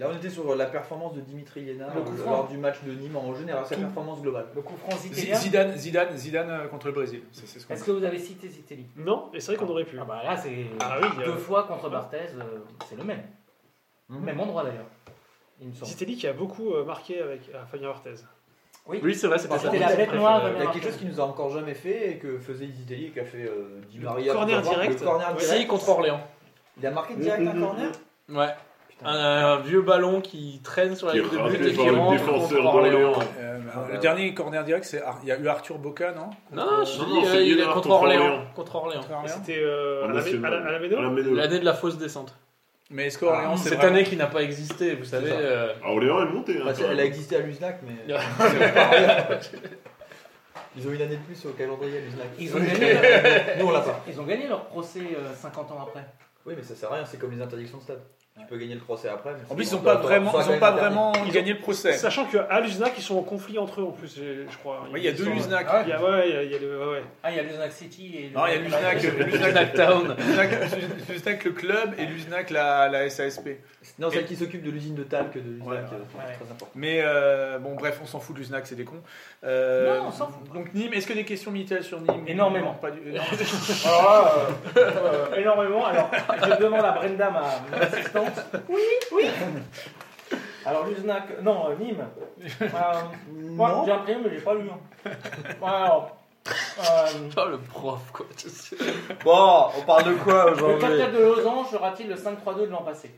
S5: Là, on était sur la performance de Dimitri Lénard
S9: Le coup franc.
S5: lors du match de Nîmes en général, sa performance globale.
S9: Le coup franc
S10: Zi-
S9: zitélien.
S10: Zidane, Zidane, Zidane euh, contre le Brésil. C'est c'est ce qu'on
S9: Est-ce que vous avez cité Zitelli
S6: Non, et c'est vrai qu'on aurait pu.
S9: Ah bah là, c'est.
S6: Ah oui,
S9: Deux
S6: euh,
S9: fois contre Barthez, euh, c'est le même.
S5: Mhm.
S9: Même endroit d'ailleurs. Il me semble.
S6: Zitelli qui a beaucoup euh, marqué avec euh, Fabien Orthez.
S3: Oui, c'est vrai, c'était
S9: C'était
S3: sa
S9: la
S3: prise
S9: bête
S3: préférée.
S9: noire
S5: Il y
S9: de
S5: a quelque chose qu'il nous a encore jamais fait et que faisait Zitelli et qu'a fait euh, Di
S6: Le
S5: Maria.
S6: corner
S5: tout à l'heure.
S6: direct.
S5: Le corner
S3: Si,
S5: direct.
S3: contre Orléans.
S5: Il a marqué direct un corner
S3: Ouais.
S5: Putain.
S3: Un, un vieux ballon qui traîne sur la
S4: Qui est
S3: ligne de but
S4: raté
S3: et qui
S4: par le
S3: rentre contre
S4: défenseur
S3: Orléans.
S4: d'Orléans.
S10: Euh,
S5: Ah,
S10: le
S5: ouais.
S10: dernier corner direct, c'est Ar- il y a eu Arthur Boca, non
S3: Non, non, je te
S4: Non,
S3: dis,
S4: non, c'est
S3: euh, il est
S4: Liénard
S3: contre
S4: contre
S3: Orléans.
S4: Orléans.
S3: Contre Orléans.
S10: Contrairement.
S6: Et C'était euh,
S4: En
S6: à la- à
S4: national.
S6: la- à la
S4: À
S6: Méno
S4: la Méno.
S3: L'année de la fausse descente.
S10: Mais est-ce qu'Orléans, c'est
S3: Ah, Cette
S10: vraiment-
S3: année qui n'a pas existé, vous savez.
S5: ça.
S3: euh,
S4: Ah, Orléans est monté. hein,
S5: Bah, c'est-
S4: quand
S5: Elle a
S4: même.
S5: existé à Luznac, mais. Ils ont une année de plus au calendrier à Luznac.
S9: Ils ont gagné,
S5: Nous, on l'a pas.
S9: ils ont gagné leur procès euh, 50 ans après.
S5: Oui, mais ça sert à rien, c'est comme les interdictions de stade. Tu peux gagner le procès après. mais
S2: En plus, ils
S5: soit-
S2: n'ont pas
S5: soit-
S2: vraiment,
S5: soit
S2: ils ont
S5: gagner
S2: pas
S5: le dernier.
S2: vraiment gagné le procès.
S6: Sachant qu'à Luznac, ils sont en conflit entre eux en plus, j'ai- je crois.
S2: Ouais, Il y a
S6: Ils
S2: deux
S6: sont-
S2: Luznac.
S6: Il y a, ouais, ouais, il y a- il y a le- ouais, ouais.
S9: Ah, il y a Luznac City et. le-
S2: Non, il y a Luznac, Luznac Town, Luznac, Luznac le club et Luznac la, la SASP.
S5: Non, celle qui s'occupe de l'usine de talc de l'usine
S2: Ouais,
S5: talc,
S2: ouais.
S5: euh, très important.
S2: Mais euh, bon, bref, on s'en fout de Luznac, c'est des cons. Euh,
S9: Non, on s'en fout.
S2: Donc Nîmes, est-ce que des questions militaires sur Nîmes
S9: Énormément.
S2: Non, pas du- non.
S9: Alors là, euh, euh, énormément. Alors, je demande à Brenda, ma, mon assistante. Oui, oui. Alors, Luznac, non, euh, Nîmes. Euh, moi, j'ai imprimé, mais j'ai pas lu. hein. Alors, euh,
S3: Oh, le prof, quoi. tu sais.
S5: Bon, on parle de quoi
S9: le
S5: aujourd'hui
S9: 4 de Losange sera-t-il le 5-3-2 de l'an passé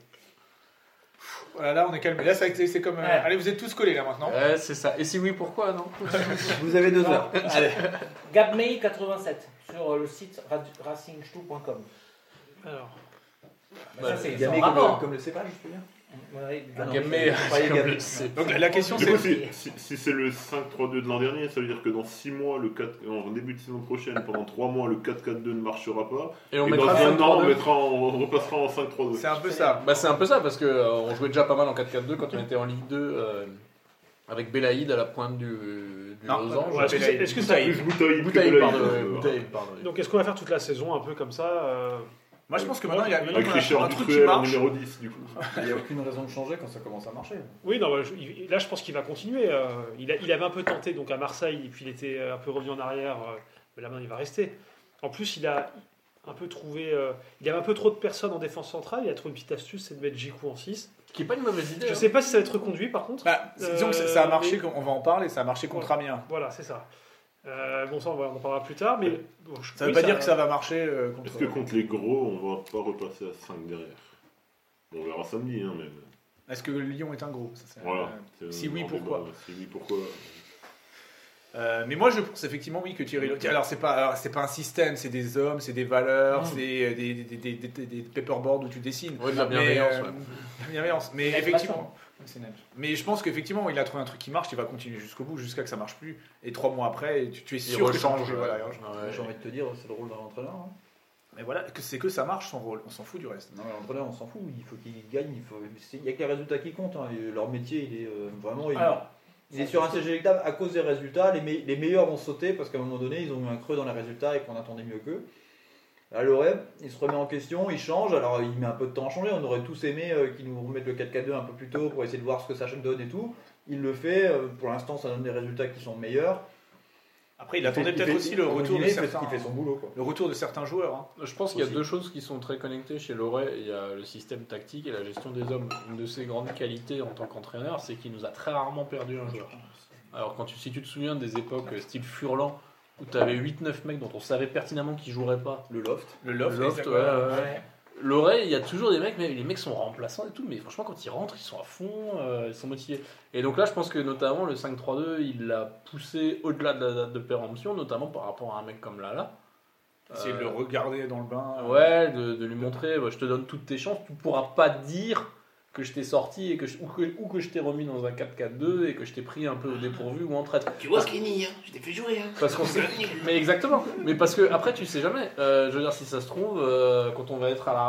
S2: Voilà, là, on est calme. Là, ça a été- c'est comme. euh,
S9: Ouais.
S2: Allez, vous êtes tous collés là maintenant.
S3: Ouais, c'est ça. Et si oui, pourquoi, non
S5: Vous avez deux
S9: Non.
S5: heures. Allez.
S9: Gabmei87 sur euh, le site rad- racingstu.com.
S6: Alors,
S9: Bah, ça, c'est
S5: Gamet
S9: sans
S5: comme le-
S9: rapport.
S5: euh, comme le cépage, je peux dire.
S9: Ouais,
S5: Ah non,
S3: Gamet,
S5: je croyais
S3: comme
S5: Gamet.
S3: le- euh, c'est-
S2: Donc la, la question,
S4: Du
S2: c'est.
S4: coup, si, si- si c'est le 5-3-2 de l'an dernier, ça veut dire que dans 6 mois, le 4, en début de saison prochaine, pendant 3 mois, le 4-4-2 ne marchera pas.
S3: Et
S4: Et
S3: on
S4: dans
S3: mettra
S4: un an, on,
S3: 5-3-2.
S4: mettra en- on repassera en 5-3-2.
S2: C'est un peu ça.
S3: Bah, c'est un peu ça, parce que euh, on jouait déjà pas mal en 4-4-2 quand on était en Ligue 2 euh, avec Belaïd à la pointe du, du
S2: Non,
S3: losange.
S2: ouais,
S6: est-ce que, c'est- est-ce que ça-
S2: Bouteille.
S4: Boutaï,
S3: Bouteille,
S4: Boutaï,
S3: pardon.
S4: Boutaï,
S3: euh, Bouteille, pardon.
S6: donc est-ce qu'on va faire toute la saison un peu comme ça euh,
S2: Moi, je pense que maintenant, il y a maintenant
S4: Avec
S2: qu'on a
S4: Richard
S2: un truc qui
S4: Ducruel en
S2: marche.
S4: numéro 10, du coup.
S5: Il n'y a aucune raison de changer quand ça commence à marcher.
S6: Oui, non, bah, je- il- là je pense qu'il va continuer. euh, il, a- il avait un peu tenté donc à Marseille, et puis il était euh, un peu revenu en arrière, euh, mais là maintenant il va rester. En plus, il a un peu trouvé. euh, il avait un peu trop de personnes en défense centrale, il a trouvé une petite astuce, c'est de mettre Jiku en 6.
S3: Qui est pas une mauvaise idée.
S6: Je
S3: hein.
S6: sais pas si ça va être reconduit par contre.
S2: Bah, disons que ça- ça a marché, on va en parler, ça a marché contre Amiens.
S6: Voilà, c'est ça. Euh, bon, ça on, va- on en parlera plus tard, mais. bon, je-
S2: Ça veut
S6: oui,
S2: pas dire que ça va marcher euh, contre.
S4: Est-ce que contre les gros, on va pas repasser à 5 derrière Bon, On verra samedi, hein, même.
S2: Est-ce que Lyon est un gros Ça, c'est-
S4: Voilà.
S2: euh,
S4: C'est
S2: Si
S4: un
S2: oui,
S4: grand
S2: pourquoi
S4: débat. Si oui, pourquoi
S2: Euh, mais moi, je pense effectivement oui que Thierry. Lotti- Alors c'est pas, alors, c'est pas un système, c'est des hommes, c'est des valeurs,
S9: Mm.
S2: c'est euh, des, des, des, des- des- des paperboards où tu dessines.
S3: Ouais, de la
S2: Mais,
S3: bienveillance.
S2: euh,
S3: ouais.
S2: la bienveillance. Mais
S9: La
S2: effectivement. Mais je pense qu'effectivement, il a trouvé un truc qui marche, il va continuer jusqu'au bout, jusqu'à que ça marche plus. Et trois mois après, tu, tu es
S3: Il
S2: sûr que ça
S3: rechange,
S2: marche.
S3: ouais.
S2: Voilà, il rechange.
S3: Ouais.
S5: J'ai envie de te dire, c'est le rôle d'un entraîneur. hein.
S2: Mais voilà, que c'est que ça marche son rôle, on s'en fout du reste.
S5: Non, mais l'entraîneur, on s'en fout. Il faut qu'il gagne. Il faut... c'est- il y a que les résultats qui comptent. hein. Et leur métier, il est euh, vraiment. il-
S9: Alors,
S5: Il est sur un siège électable à cause des résultats. Les, me- les meilleurs vont sauter parce qu'à un moment donné, ils ont eu un creux dans les résultats et qu'on attendait mieux qu'eux. À l'OREB, il se remet en question, il change. Alors, il met un peu de temps à changer. On aurait tous aimé euh, qu'il nous remette le 4-4-2 un peu plus tôt pour essayer de voir ce que ça donne et tout. Il le fait. euh, pour l'instant, ça donne des résultats qui sont meilleurs.
S2: Après, il,
S5: fait-
S2: attendait peut-être
S5: fait-
S2: aussi le
S5: entre
S2: retour, de
S5: guillemets, parce
S2: certains,
S5: qu'il fait son boulot. Quoi.
S2: le retour de certains joueurs. hein.
S3: Je pense qu'il y a
S5: Aussi.
S3: deux choses qui sont très connectées chez Loret. Il y a le système tactique et la gestion des hommes. Une de ses grandes qualités en tant qu'entraîneur, c'est qu'il nous a très rarement perdu un joueur. Alors, quand tu, si tu te souviens des époques euh, style Furlan, où tu avais 8-9 mecs dont on savait pertinemment qu'ils joueraient pas.
S5: Le loft.
S2: Le loft,
S3: Loft, ouais,
S2: exactement.
S3: ouais, ouais.
S9: ouais.
S3: Loret, il y a toujours des mecs, mais les mecs sont remplaçants et tout, mais franchement, quand ils rentrent, ils sont à fond, euh, ils sont motivés. Et donc là, je pense que notamment le 5-3-2, il l'a poussé au-delà de la date de péremption, notamment par rapport à un mec comme Lala.
S2: Essayer de le
S3: Euh,
S2: regarder dans le bain.
S3: Ah Ouais, de, de lui montrer, bah, je te donne toutes tes chances, tu pourras pas dire que je t'ai sorti et que je- ou, que, ou que je t'ai remis dans un 4-4-2 et que je t'ai pris un peu au dépourvu ou en traître.
S11: Tu vois, Kenny, hein, je t'ai fait jouer. Hein.
S3: Parce qu'on sait- Mais exactement, mais parce que après tu sais jamais. Euh, je veux dire, si ça se trouve, euh, quand on va être à la,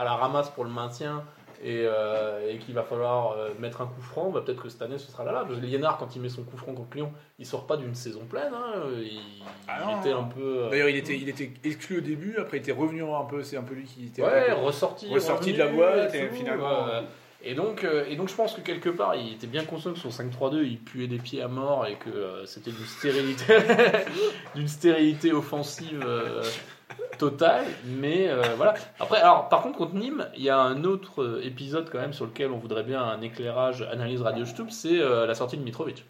S3: à la ramasse pour le maintien et, euh, et qu'il va falloir euh, mettre un coup franc, bah, peut-être que cette année ce sera là là. Parce que Liénard, quand il met son coup franc contre Lyon, il sort pas d'une saison pleine. hein, Il,
S2: Ah
S3: il
S2: non.
S3: était un peu. euh,
S2: D'ailleurs, il était, il était exclu au début, après il était revenu un peu, c'est un peu lui qui était.
S3: Ouais, ressorti,
S2: ressorti de la
S3: revenu,
S2: boîte, et
S3: tout,
S2: finalement-
S3: ouais. Et donc, euh, et donc, je pense que quelque part, il était bien conscient que son 5-3-2, il puait des pieds à mort et que euh, c'était d'une stérilité, d'une stérilité offensive euh, totale. Mais euh, voilà. Après, alors, par contre, contre Nîmes, il y a un autre euh, épisode quand même sur lequel on voudrait bien un éclairage, analyse radio Stub, c'est euh, la sortie de Mitrovic.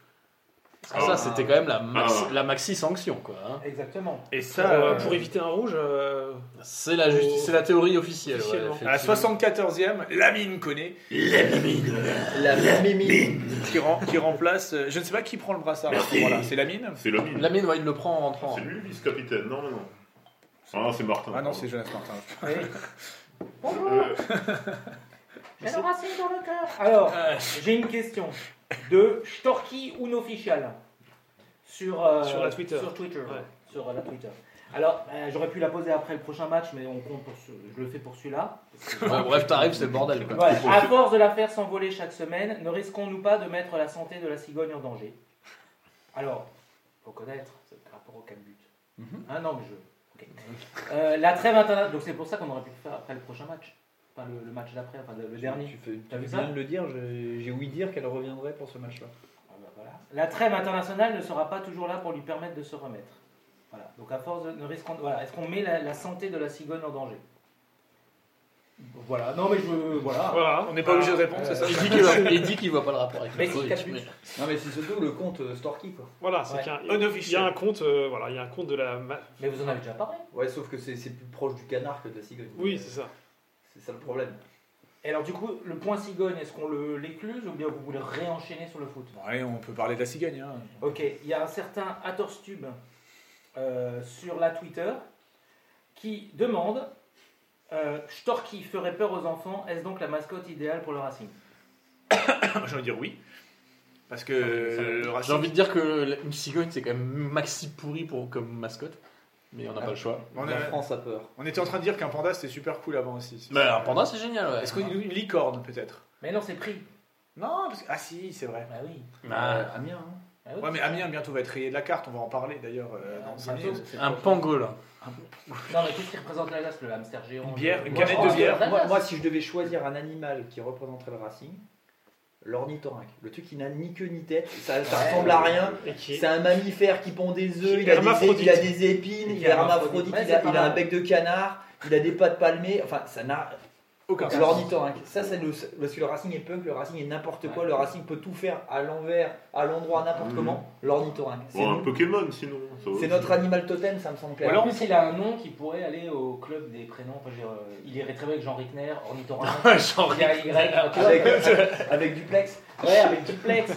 S3: Parce que
S4: Ah.
S3: ça, c'était quand même la, maxi,
S4: Ah.
S3: la maxi sanction, quoi. hein.
S9: Exactement.
S2: Et
S6: Pour,
S2: ça,
S6: euh,
S2: euh,
S6: pour éviter un rouge, euh,
S3: C'est la, justi- c'est la théorie officielle. ouais,
S6: Officiellement.
S4: Ah,
S2: à la
S3: effectivement.
S2: 74e, Lamine connaît,
S5: La mimi.
S2: qui, rem- qui remplace. euh, je ne sais pas qui prend le brassard. Voilà, c'est Lamine
S4: C'est la mine.
S3: La mine, ouais, il le prend en rentrant. hein.
S4: C'est lui, vice-capitaine. Non, non, non. Ah non, c'est Martin.
S2: Ah non,
S4: pardon.
S2: c'est Jonas Martin.
S9: Bonjour,
S4: Euh,
S9: j'ai le racine dans le cœur. Alors,
S6: Euh.
S9: j'ai une question de Storky Unofficial sur, euh,
S6: Sur la Twitter.
S9: Sur Twitter.
S6: Ouais.
S9: Sur euh, la Twitter. Alors, euh, j'aurais pu la poser après le prochain match, mais on compte pour ce- je le fais pour celui-là.
S3: Ouais, bref, t'arrives, c'est le bordel. Quoi.
S9: Voilà. À force de la faire s'envoler chaque semaine, ne risquons-nous pas de mettre la santé de la cigogne en danger Alors, faut connaître c'est par rapport au 4 buts. Ah non, mais je. ok. Euh, la trêve internationale. Donc c'est pour ça qu'on aurait pu le faire après le prochain match. Enfin, le, le match d'après, enfin le, le dernier.
S5: Tu fais,
S9: T'as vu
S5: tu
S9: ça
S5: viens de le dire, je- j'ai ouï dire qu'elle reviendrait pour ce match-là.
S9: Ah bah voilà. La trêve internationale ne sera pas toujours là pour lui permettre de se remettre. Voilà. Donc à force de ne risquons- voilà. Est-ce qu'on met la, la santé de la cigogne en danger Voilà. Non mais je euh,
S2: Ah,
S9: voilà.
S6: Voilà, on n'est pas obligé de répondre, c'est ça
S3: Il dit qu'il voit, il dit qu'il voit pas le rapport avec
S9: Mais
S3: le
S9: si,
S3: truc,
S9: quatre buts.
S3: mais-
S5: Non, mais c'est surtout le compte euh, Storky, quoi.
S6: Voilà, c'est
S9: Ouais.
S6: qu'un- il y
S2: Unofficiel.
S6: a un compte, euh, voilà, il y a un compte de la. ma-
S9: Mais vous en avez déjà parlé.
S5: Ouais, sauf que c'est c'est plus proche du canard que de la cigogne.
S6: Oui, c'est ça.
S5: C'est ça le problème.
S9: Et alors du coup, le point cigogne, est-ce qu'on le- l'écluse ou bien vous voulez réenchaîner sur le foot
S2: Bon, allez, on peut parler de la cigogne. hein.
S9: Ok, il y a un certain Atorstube euh, sur la Twitter qui demande euh, Storky ferait peur aux enfants, est-ce donc la mascotte idéale pour le Racing
S2: J'ai envie de dire oui. Parce que
S3: Ça,
S2: euh, le
S3: J'ai
S2: Racing.
S3: envie de dire que la- une cigogne, c'est quand même maxi pourri pour, comme mascotte. Mais on n'a
S5: Ah.
S3: pas le choix.
S2: On,
S5: la
S2: a-
S5: France a peur.
S2: on était en train de dire qu'un panda c'était super cool avant aussi.
S3: Mais un panda, c'est génial, ouais.
S2: Est-ce qu'on une licorne peut-être
S9: Mais non, c'est pris.
S2: Non, parce que- ah si, c'est vrai.
S9: Bah oui.
S3: Bah,
S5: Euh, Amiens, hein.
S9: Bah oui.
S2: Ouais, mais Amiens bientôt va être rayé de la carte, on va en parler d'ailleurs euh, dans
S9: Ah,
S2: 5
S9: bientôt.
S2: minutes.
S3: un pangolin.
S9: Non, mais qu'est-ce qui représente la glace, le hamster géant
S2: Une bière,
S9: le-
S2: une
S9: Moi,
S2: canette
S9: je pense
S2: de
S9: que la
S2: bière.
S9: glace.
S5: Moi, moi, si je devais choisir un animal qui représenterait le Racing, l'ornithorynque. Le truc qui n'a ni queue ni tête, ça, ça
S9: Ouais.
S5: ressemble à rien.
S6: Et qui est-
S5: C'est un mammifère qui pond des œufs,
S6: Qui
S5: il a
S6: est
S5: des,
S6: hermaphrodite.
S5: il a des épines,
S9: Et qui
S5: il
S9: est
S5: est hermaphrodite,
S9: hermaphrodite.
S5: il a,
S9: Ouais, c'est
S5: il
S9: pas
S5: a un
S9: mal.
S5: bec de canard, il a des pattes palmées, enfin ça n'a
S2: Aucun sens.
S5: l'ornithorynque. Ça c'est le parce que le Racing est punk, le Racing est n'importe quoi,
S9: Ouais.
S5: le Racing peut tout faire à l'envers, à l'endroit, n'importe
S4: Mhm.
S5: comment. L'ornithorynque, c'est
S4: Bon, un
S5: nous.
S4: Pokémon sinon. ça va.
S5: C'est notre animal totem, ça me semble clair.
S9: En plus, il a un nom qui pourrait aller au club des prénoms. Enfin, je veux dire, euh, il irait très bien avec Jean Rickner, ornithorynque.
S3: Genre,
S9: Il y a Y, tu vois,
S5: Avec, avec duplex,
S9: Ouais, avec duplex.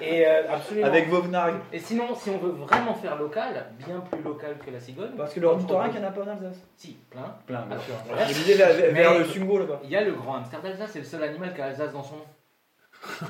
S9: Et euh, absolument.
S5: avec Vauvenargue.
S9: Et sinon, si on veut vraiment faire local, bien plus local que la cigogne.
S5: Parce que l'ornithorynque, il y en a pas en Alsace.
S9: Si, plein.
S5: Plein, bien
S9: Alors,
S5: sûr.
S9: voilà.
S5: Je disais vers, vers-
S9: Mais-
S5: vers le Sungo là-bas.
S9: Il y a le grand hamster d'Alsace, c'est le seul animal qui a Alsace dans son nom.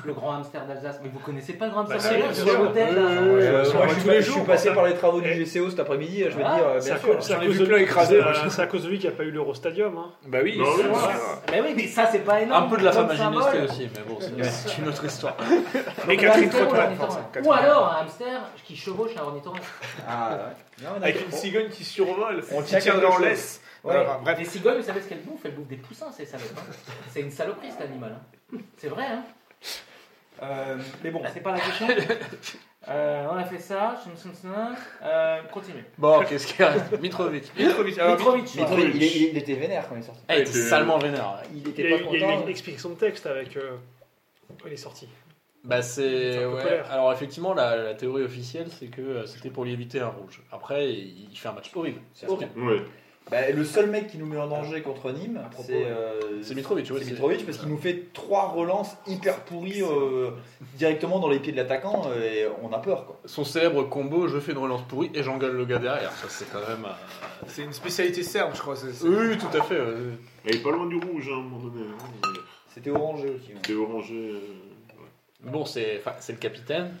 S9: Le grand hamster d'Alsace. Mais vous connaissez pas le grand hamster
S6: Bah, si,
S9: d'Alsace
S6: bien
S9: C'est
S6: sûr.
S9: l'hôtel, là.
S5: Euh,
S2: je
S5: moi,
S2: vois
S5: je, suis
S2: tous
S5: pas-
S2: les
S5: je suis
S2: jours,
S5: passé
S2: ça.
S5: par les travaux du GCO cet après-midi, je veux
S9: Ah,
S5: dire, euh,
S6: C'est
S5: bien
S6: à
S5: sûr.
S6: cause- c'est à
S2: J'en ai
S6: cause
S2: vu plein
S6: de-
S2: écrasé,
S6: c'est
S2: moi,
S6: à-
S2: je-
S6: c'est à cause de lui qu'il n'y a pas eu l'Eurostadium. hein.
S2: Bah oui,
S4: Bah
S2: c'est
S4: oui,
S2: vrai.
S4: voilà.
S9: Mais oui, mais ça, c'est pas énorme.
S3: Un peu de la
S9: Comme
S3: femme
S9: symbole.
S3: agéniste aussi, mais bon, c'est c'est une autre histoire.
S2: Et
S9: Le
S2: Catherine
S9: hamster ou
S2: Trottmann,
S9: l'ornithorynque.
S2: forcément.
S9: Ou
S2: Catherine.
S9: alors un hamster qui chevauche un ornithorynque.
S5: Ah, ouais. Non, on a-
S2: Avec une cigogne qui survole,
S5: On
S2: qui
S5: tient
S2: tient
S5: quelque
S2: dans
S5: chose.
S2: l'ess.
S5: Ouais.
S2: Alors, enfin,
S9: Les
S2: bref,
S9: cigognes, vous savez ce qu'elles bouffent Elles bouffent des poussins, ces salopes. hein. C'est une saloperie, cet animal. hein. C'est vrai, hein Euh, Mais bon, c'est pas la question. Euh, on a fait ça. chum, chum, chum. Euh, Continue.
S3: Bon, qu'est-ce qu'il reste Mitrovic.
S2: Mitrovic. alors,
S9: Mitrovic.
S5: Mais
S9: ouais.
S5: il, il- il- il était vénère quand il est sorti.
S3: Eh, il était salement vénère.
S5: Il
S6: Il y
S5: était
S6: a
S5: pas
S6: eu- il y a eu
S5: content.
S6: une explication de texte avec. euh, Il est sorti.
S3: Bah c'est
S6: C'est un peu
S3: ouais.
S6: colère.
S3: Alors effectivement la, la théorie officielle c'est que euh, c'était pour lui éviter un rouge. Après il il fait un match horrible. C'est horrible.
S4: Ouais.
S5: Bah, le seul mec qui nous met en danger contre Nîmes,
S3: propos,
S5: c'est euh,
S3: C'est Mitrovic, tu vois.
S5: c'est Mitrovic parce qu'il nous fait trois relances hyper pourries euh, directement dans les pieds de l'attaquant euh, et on a peur quoi.
S3: Son célèbre combo je fais une relance pourrie et j'engueule le gars derrière. Ça c'est quand même. euh,
S2: c'est une spécialité serbe, je crois. c'est- c'est-
S3: Oui, oui, tout à fait. euh,
S4: Elle est pas loin du rouge hein, à un moment donné. hein, mais
S5: C'était orangé aussi.
S4: C'était orangé. euh,
S3: Bon c'est enfin, c'est le capitaine.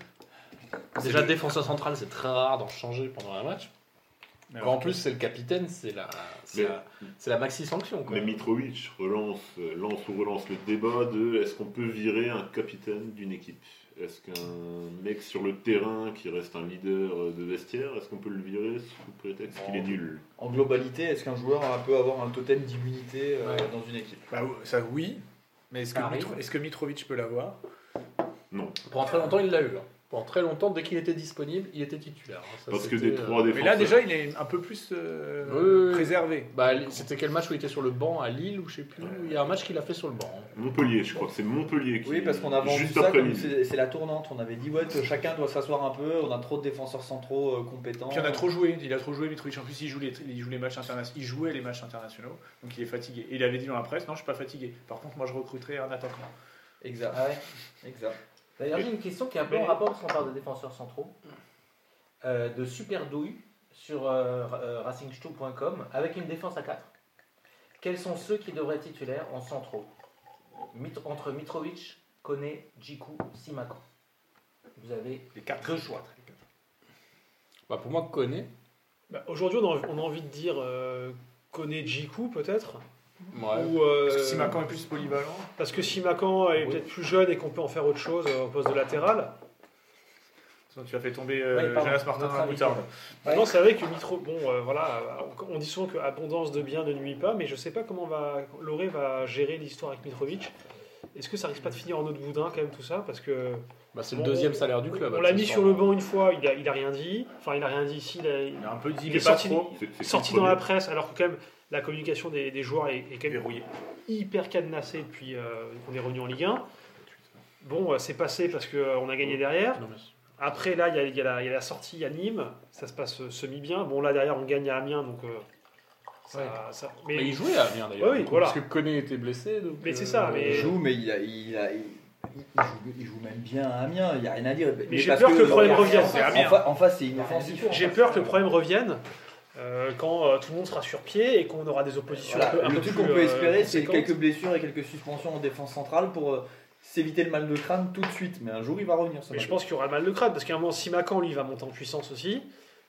S3: Déjà défenseur central c'est très rare d'en changer pendant un match.
S2: Mais
S3: Quand en plus c'est le capitaine c'est la c'est
S4: Mais-
S3: la, c'est la maxi sanction quoi.
S4: Mais Mitrovic relance, euh, lance ou relance le débat de est-ce qu'on peut virer un capitaine d'une équipe Est-ce qu'un mec sur le terrain qui reste un leader euh, de vestiaire, est-ce qu'on peut le virer sous prétexte qu'il est nul
S5: En globalité, est-ce qu'un joueur peut avoir un totem d'immunité euh, dans une équipe
S2: Bah, ça, oui. Mais est-ce que,
S9: Ça arrive.
S2: Mitro- est-ce que Mitrovic peut l'avoir
S4: Non.
S3: Pendant très longtemps il l'a eu. hein. Pendant très longtemps dès qu'il était disponible il était titulaire. hein. Ça,
S4: Parce que
S3: c'était,
S4: des
S3: euh,
S4: trois défenseurs.
S2: Mais là, déjà, il est un peu plus euh,
S3: Oui, oui, oui.
S2: préservé.
S3: Bah, c'était quel match où il était sur le banc à Lille ou je sais plus. Il y a un match qu'il a fait sur le banc.
S4: Montpellier, je crois que c'est Montpellier qui.
S5: Oui, parce qu'on a vendu
S4: juste
S5: ça
S4: après
S5: comme
S4: Lille.
S5: c'est c'est la tournante. On avait dit, ouais, que chacun doit s'asseoir un peu, on a trop de défenseurs centraux euh, compétents.
S2: Puis on a trop joué, il a trop joué Mitrovic. En plus, il joue les, il joue les matchs internationaux, il jouait les matchs internationaux, donc il est fatigué. Et il avait dit dans la presse, non, je suis pas fatigué. Par contre, moi, je recruterai un attaquant.
S5: Exact.
S9: Ah ouais.
S5: exact.
S9: D'ailleurs, j'ai une question qui est un peu en rapport, parce qu'on parle de défenseurs centraux, euh, de Super Douille sur euh, ra- euh, racingstoop.com, avec une défense à 4. Quels sont ceux qui devraient être titulaires en centraux Mit- Entre Mitrovic, Koné, Djikou, Simakan. Vous avez
S2: Les quatre.
S9: deux choix.
S3: Bah, pour moi, Koné,
S6: Bah, Aujourd'hui, on, a- on a envie de dire euh, Kone Jiku, peut-être.
S3: Ouais.
S6: Ou, euh,
S2: Parce que si Macan est plus polyvalent.
S6: parce que si Macan est
S3: Oui.
S6: peut-être plus jeune et qu'on peut en faire autre chose euh, au poste de latéral.
S2: Sinon, tu as fait tomber
S9: Ouais,
S2: euh,
S9: pardon,
S2: Jonas Martin
S9: notre
S2: dans la
S9: invité.
S2: moutarde.
S9: Ouais.
S6: Non, c'est vrai que Mitro, bon, euh, voilà, on, on dit souvent que abondance de biens ne nuit pas, mais je sais pas comment va Loré va gérer l'histoire avec Mitrovic. Est-ce que ça risque pas de finir en autre boudin quand même tout ça Parce que
S3: Bah, c'est
S6: On-
S3: le deuxième salaire du club.
S6: on l'a mis
S3: accessoirement.
S6: sur le banc une fois, il a, il a rien dit. Enfin, il a rien dit ici. il a- il-
S2: Il a un peu dit,
S6: Il
S2: mais
S6: est
S2: pas
S6: sorti-
S2: trop.
S4: C'est- c'est
S6: sorti
S4: qui le
S6: dans la
S4: premier
S6: presse, alors que quand même la communication des, des joueurs est, est quand même
S2: Verrouillé.
S6: hyper cadenassée depuis euh, qu'on est revenu en Ligue 1. Bon, euh, c'est passé parce qu'on a gagné derrière.
S3: Non, mais-
S6: Après, là, il y a, il y a la, il y a la sortie à Nîmes, ça se passe euh, semi-bien. Bon, là, derrière, on gagne à Amiens, donc. euh, ça-
S3: Ouais.
S6: ça-
S3: Mais,
S6: mais
S3: il jouait à bien d'ailleurs.
S6: Ouais, oui,
S3: du coup,
S6: voilà.
S3: Parce que Koné était blessé. donc,
S6: Mais c'est
S3: euh,
S6: ça, mais-
S5: Il joue, mais il, a- il, a- il- il joue, il joue même bien à Amiens, il n'y a rien à dire. Mais,
S6: j'ai
S5: parce
S6: peur que le
S5: en-
S6: problème
S5: en-
S6: revienne,
S5: en-
S2: c'est
S5: En,
S2: Amiens.
S5: fa- en face, c'est
S9: Il
S5: inoffensif.
S9: y a rien du tout.
S6: j'ai peur que le problème revienne euh, quand euh, tout le monde sera sur pied et qu'on aura des oppositions
S5: Voilà,
S6: un peu un
S5: le
S6: peu
S5: truc
S6: plus,
S5: qu'on peut
S6: euh,
S5: espérer, c'est
S6: conséquentes.
S5: quelques blessures et quelques suspensions en défense centrale pour euh, s'éviter le mal de crâne tout de suite. Mais un jour, il va revenir. ce
S6: Mais
S5: mal
S6: je
S5: de
S6: pense qu'il y aura mal de crâne, parce qu'à un moment, si Macan, lui, va monter en puissance aussi,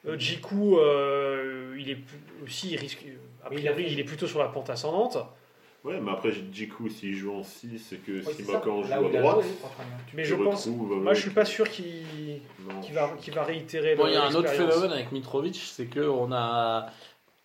S6: euh,
S5: Mm.
S6: Jiku, euh, il est plus- aussi, il risque. A
S9: Oui, il
S6: priori,
S9: a fait.
S6: il est plutôt sur la pente ascendante.
S4: Ouais, mais après, Jiku, s'il joue en 6 et que
S9: Ouais,
S4: si
S9: c'est ça.
S4: Macan joue
S9: Là
S4: à
S9: où il a
S4: droite,
S9: joué, contre Amiens.
S6: Mais
S4: tu
S6: je pense.
S4: retrouves, euh,
S6: Moi, je suis pas sûr qu'il
S4: non.
S6: qu'il va, qu'il va réitérer
S3: Bon,
S6: le-
S3: il y a un autre
S6: l'expérience.
S3: phénomène avec Mitrovic, c'est que on a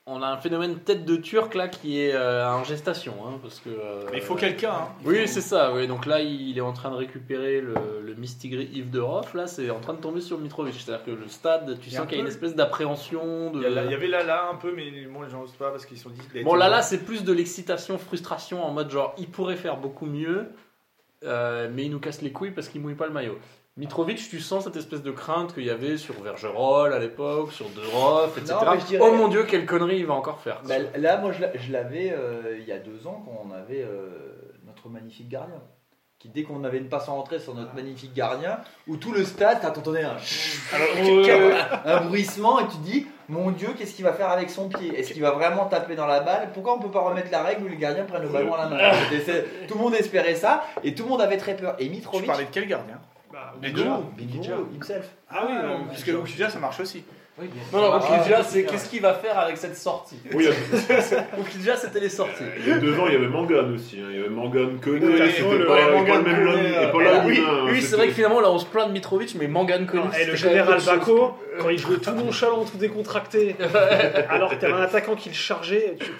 S3: on a un phénomène tête de turc là qui est euh, en gestation, hein, parce que. euh,
S2: Mais il faut quelqu'un. hein.
S3: Oui, c'est ça. Oui. Donc là, il est en train de récupérer le, le Mistigri Yves de Roff. Là, c'est en train de tomber sur Mitrovic. C'est-à-dire que le stade, tu
S2: Il y a
S3: sens
S2: un
S3: qu'il y a une
S2: peu-
S3: espèce d'appréhension. De...
S2: Il y, a la- il y avait Lala un peu, mais bon, les gens n'osent pas parce qu'ils se sont dit. qu'il a
S3: Bon,
S2: été-
S3: là, là, c'est plus de l'excitation, frustration en mode genre, il pourrait faire beaucoup mieux, euh, mais il nous casse les couilles parce qu'il mouille pas le maillot. Mitrovic, tu sens cette espèce de crainte qu'il y avait sur Vergerolles à l'époque, sur De Roff, etc.
S5: Non, mais je dirais-
S3: Oh mon dieu, quelle connerie il va encore faire.
S5: Bah, là, moi, je l'a- je l'avais euh, il y a deux ans quand on avait euh, notre magnifique gardien. Qui, dès qu'on avait une passe en rentrée sur notre magnifique gardien, où tout le stade, t'entendais un, chut, euh, un bruissement et tu te dis Mon Dieu, qu'est-ce qu'il va faire avec son pied Est-ce qu'il va vraiment taper dans la balle Pourquoi on peut pas remettre la règle où les gardiens prennent le ballon à la main C'était- c'est- Tout le monde espérait ça et tout le monde avait très peur. Et
S2: Tu
S5: Mitrovic,
S2: parlais de quel gardien
S6: Bah,
S2: Les
S5: Bingo,
S2: deux
S5: Bingo,
S2: Khedira.
S5: himself.
S2: Ah oui, non, puisque
S5: Khedira.
S2: Oukidja, ça marche aussi.
S3: Non, non,
S5: Ah,
S3: Oukidja, c'est qu'est-ce qu'il va faire avec cette sortie
S4: Oui, il y a-
S3: Oukidja, c'était les sorties.
S4: il y a deux ans, il y avait Mangan aussi. hein. Il y avait Mangan, Koné,
S2: Ouais,
S4: c'était
S2: ouais,
S4: pas,
S2: ouais,
S4: Mangan,
S2: Mangan,
S4: même l'homme,
S2: Koné,
S4: il est pas
S2: euh,
S4: là,
S3: ah, oui,
S4: l'humain, hein.
S3: oui, c'est
S4: C'était-
S3: vrai que finalement, là, on se plaint de Mitrovic, mais Mangan
S6: Non,
S3: connu.
S6: et le général Baco, quand il jouait tout nonchalant, tout décontracté, alors que t'avais un attaquant qui le chargeait, tu-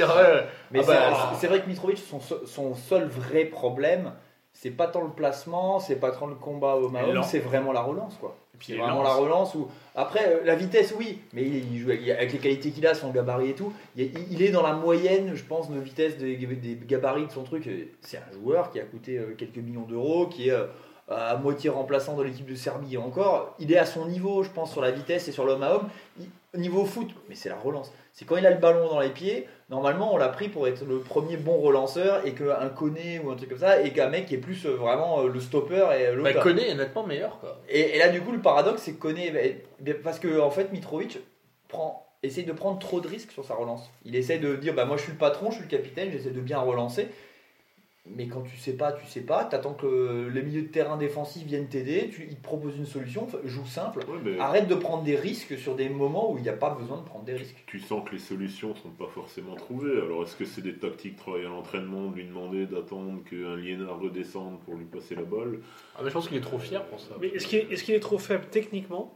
S5: Mais
S3: Ah bah,
S5: c'est-
S3: alors-
S5: c'est vrai que Mitrovic, son, se- son seul vrai problème, c'est pas tant le placement, c'est pas tant le combat au Mahom,
S2: lent.
S5: c'est vraiment la relance, quoi.
S2: Et puis
S5: C'est
S2: il
S5: vraiment la
S2: lance.
S5: relance où après euh, la vitesse, oui, mais il, il joue avec, avec les qualités qu'il a, son gabarit et tout. Il, est- il est dans la moyenne, je pense, de vitesse des, des gabarits de son truc. Et C'est un joueur qui a coûté euh, quelques millions d'euros, qui est euh, à moitié remplaçant de l'équipe de Serbie et encore. Il est à son niveau, je pense, sur la vitesse et sur l'homme à homme. Il- niveau foot, mais c'est la relance. C'est quand il a le ballon dans les pieds, normalement on l'a pris pour être le premier bon relanceur et qu'un Koné ou un truc comme ça, et qu'un mec qui est plus euh, vraiment euh, le stopper et l'autre.
S3: Bah, Koné est nettement meilleur, quoi.
S5: Et, et là, du coup, le paradoxe, c'est que Koné. bah, Parce que, en fait, Mitrovic prend, essaye de prendre trop de risques sur sa relance. Il essaye de dire bah, Moi, je suis le patron, je suis le capitaine, j'essaie de bien relancer. Mais quand tu sais pas, tu sais pas, t'attends que les milieux de terrain défensifs viennent t'aider, tu- ils te proposent une solution, enfin, joue simple.
S4: Ouais, mais
S5: Arrête de prendre des risques sur des moments où il n'y a pas besoin de prendre des risques.
S4: Tu sens que les solutions sont pas forcément trouvées. Alors, est-ce que c'est des tactiques travailler à l'entraînement, de lui demander d'attendre qu'un liénard redescende pour lui passer la balle
S3: Ah, mais je pense qu'il est trop fier pour ça.
S6: Mais est-ce qu'il est, est-ce qu'il est trop faible techniquement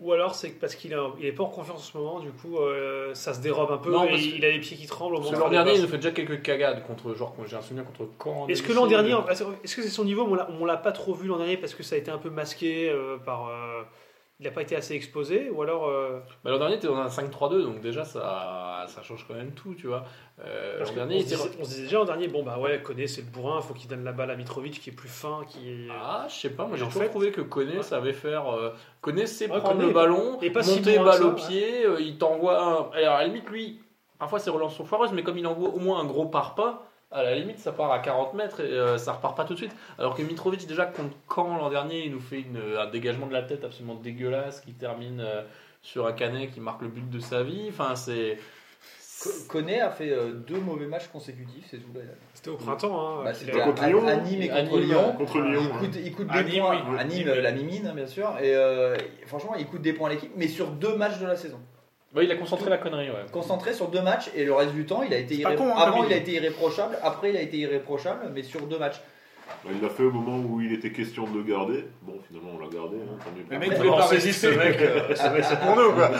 S6: ou alors c'est que parce qu'il n'est il est pas en confiance en ce moment, du coup euh, ça se dérobe un peu
S3: Non,
S6: et
S3: parce que-
S6: il a les pieds qui tremblent au moment
S3: Parce
S6: de
S3: que L'an
S6: faire des
S3: dernier,
S6: passes.
S3: il nous fait déjà quelques cagades contre, genre, moi, j'ai un souvenir contre Caen. en
S6: Est-ce que
S3: domicile.
S6: l'an dernier, est-ce que c'est son niveau On l'a- On l'a pas trop vu l'an dernier parce que ça a été un peu masqué euh, par. euh, il n'a pas été assez exposé ou alors. euh,
S3: Bah, L'an dernier, t'es dans un 5-3-2, donc déjà, ça, ça change quand même tout, tu vois. Euh,
S6: parce
S3: l'an
S6: que
S3: dernier,
S6: on,
S3: il
S6: se
S3: était-
S6: disait, on se disait déjà l'an dernier, bon bah ouais, connaît, c'est le bourrin, faut qu'il donne la balle à Mitrovic qui est plus fin, qui est.
S3: Ah, je sais pas, moi
S6: Et
S3: j'ai
S6: en
S3: toujours
S6: fait-
S3: trouvé que Koné savait faire. Euh, Koné sait
S6: Ouais,
S3: prendre
S6: Koné
S3: le
S6: est pas-
S3: ballon,
S6: est pas si
S3: monter
S6: bon que
S3: balle
S6: ça,
S3: au
S6: ouais.
S3: pied, euh, il t'envoie un. Alors à la limite, lui, parfois ses relances sont foireuses, mais comme il envoie au moins un gros par-pas, à la limite ça part à 40 mètres et euh, ça repart pas tout de suite. Alors que Mitrovic, déjà contre Caen l'an dernier, il nous fait une, un dégagement de la tête absolument dégueulasse qui termine euh, sur un canet qui marque le but de sa vie. Enfin, c'est.
S5: Ko- Koné a fait euh, deux mauvais matchs consécutifs, c'est tout. là.
S6: C'était au printemps. Hein,
S5: Bah,
S6: qu'il
S5: c'était
S6: a-
S5: à,
S4: contre
S5: à-
S4: Lyon.
S5: à Nîmes et
S3: À
S5: contre
S3: Nîmes,
S5: Lyon.
S4: Contre Lyon.
S5: Il
S4: hein.
S5: coûte, il coûte
S2: À
S5: des
S2: Nîmes,
S5: points.
S2: oui.
S5: À Nîmes, la mimine, hein, bien sûr. Et euh, franchement, il coûte des points à l'équipe, mais sur deux matchs de la saison.
S3: Ouais, il a concentré la connerie, ouais.
S5: Concentré sur deux matchs et le reste du temps, il a été
S2: pas
S5: irré-
S2: con, hein,
S5: avant
S2: comme
S5: il a
S2: idée.
S5: été irréprochable, après il a été irréprochable, mais sur deux matchs.
S4: Bah, il l'a fait au moment où il était question de le garder. Bon, finalement, on l'a gardé. hein, tant mieux pour
S2: Le
S4: lui.
S2: mec,
S5: Après,
S2: il est
S5: on
S2: pas
S5: s'est
S2: résisté, ce mec, euh, ce mec, c'est pour nous, quoi.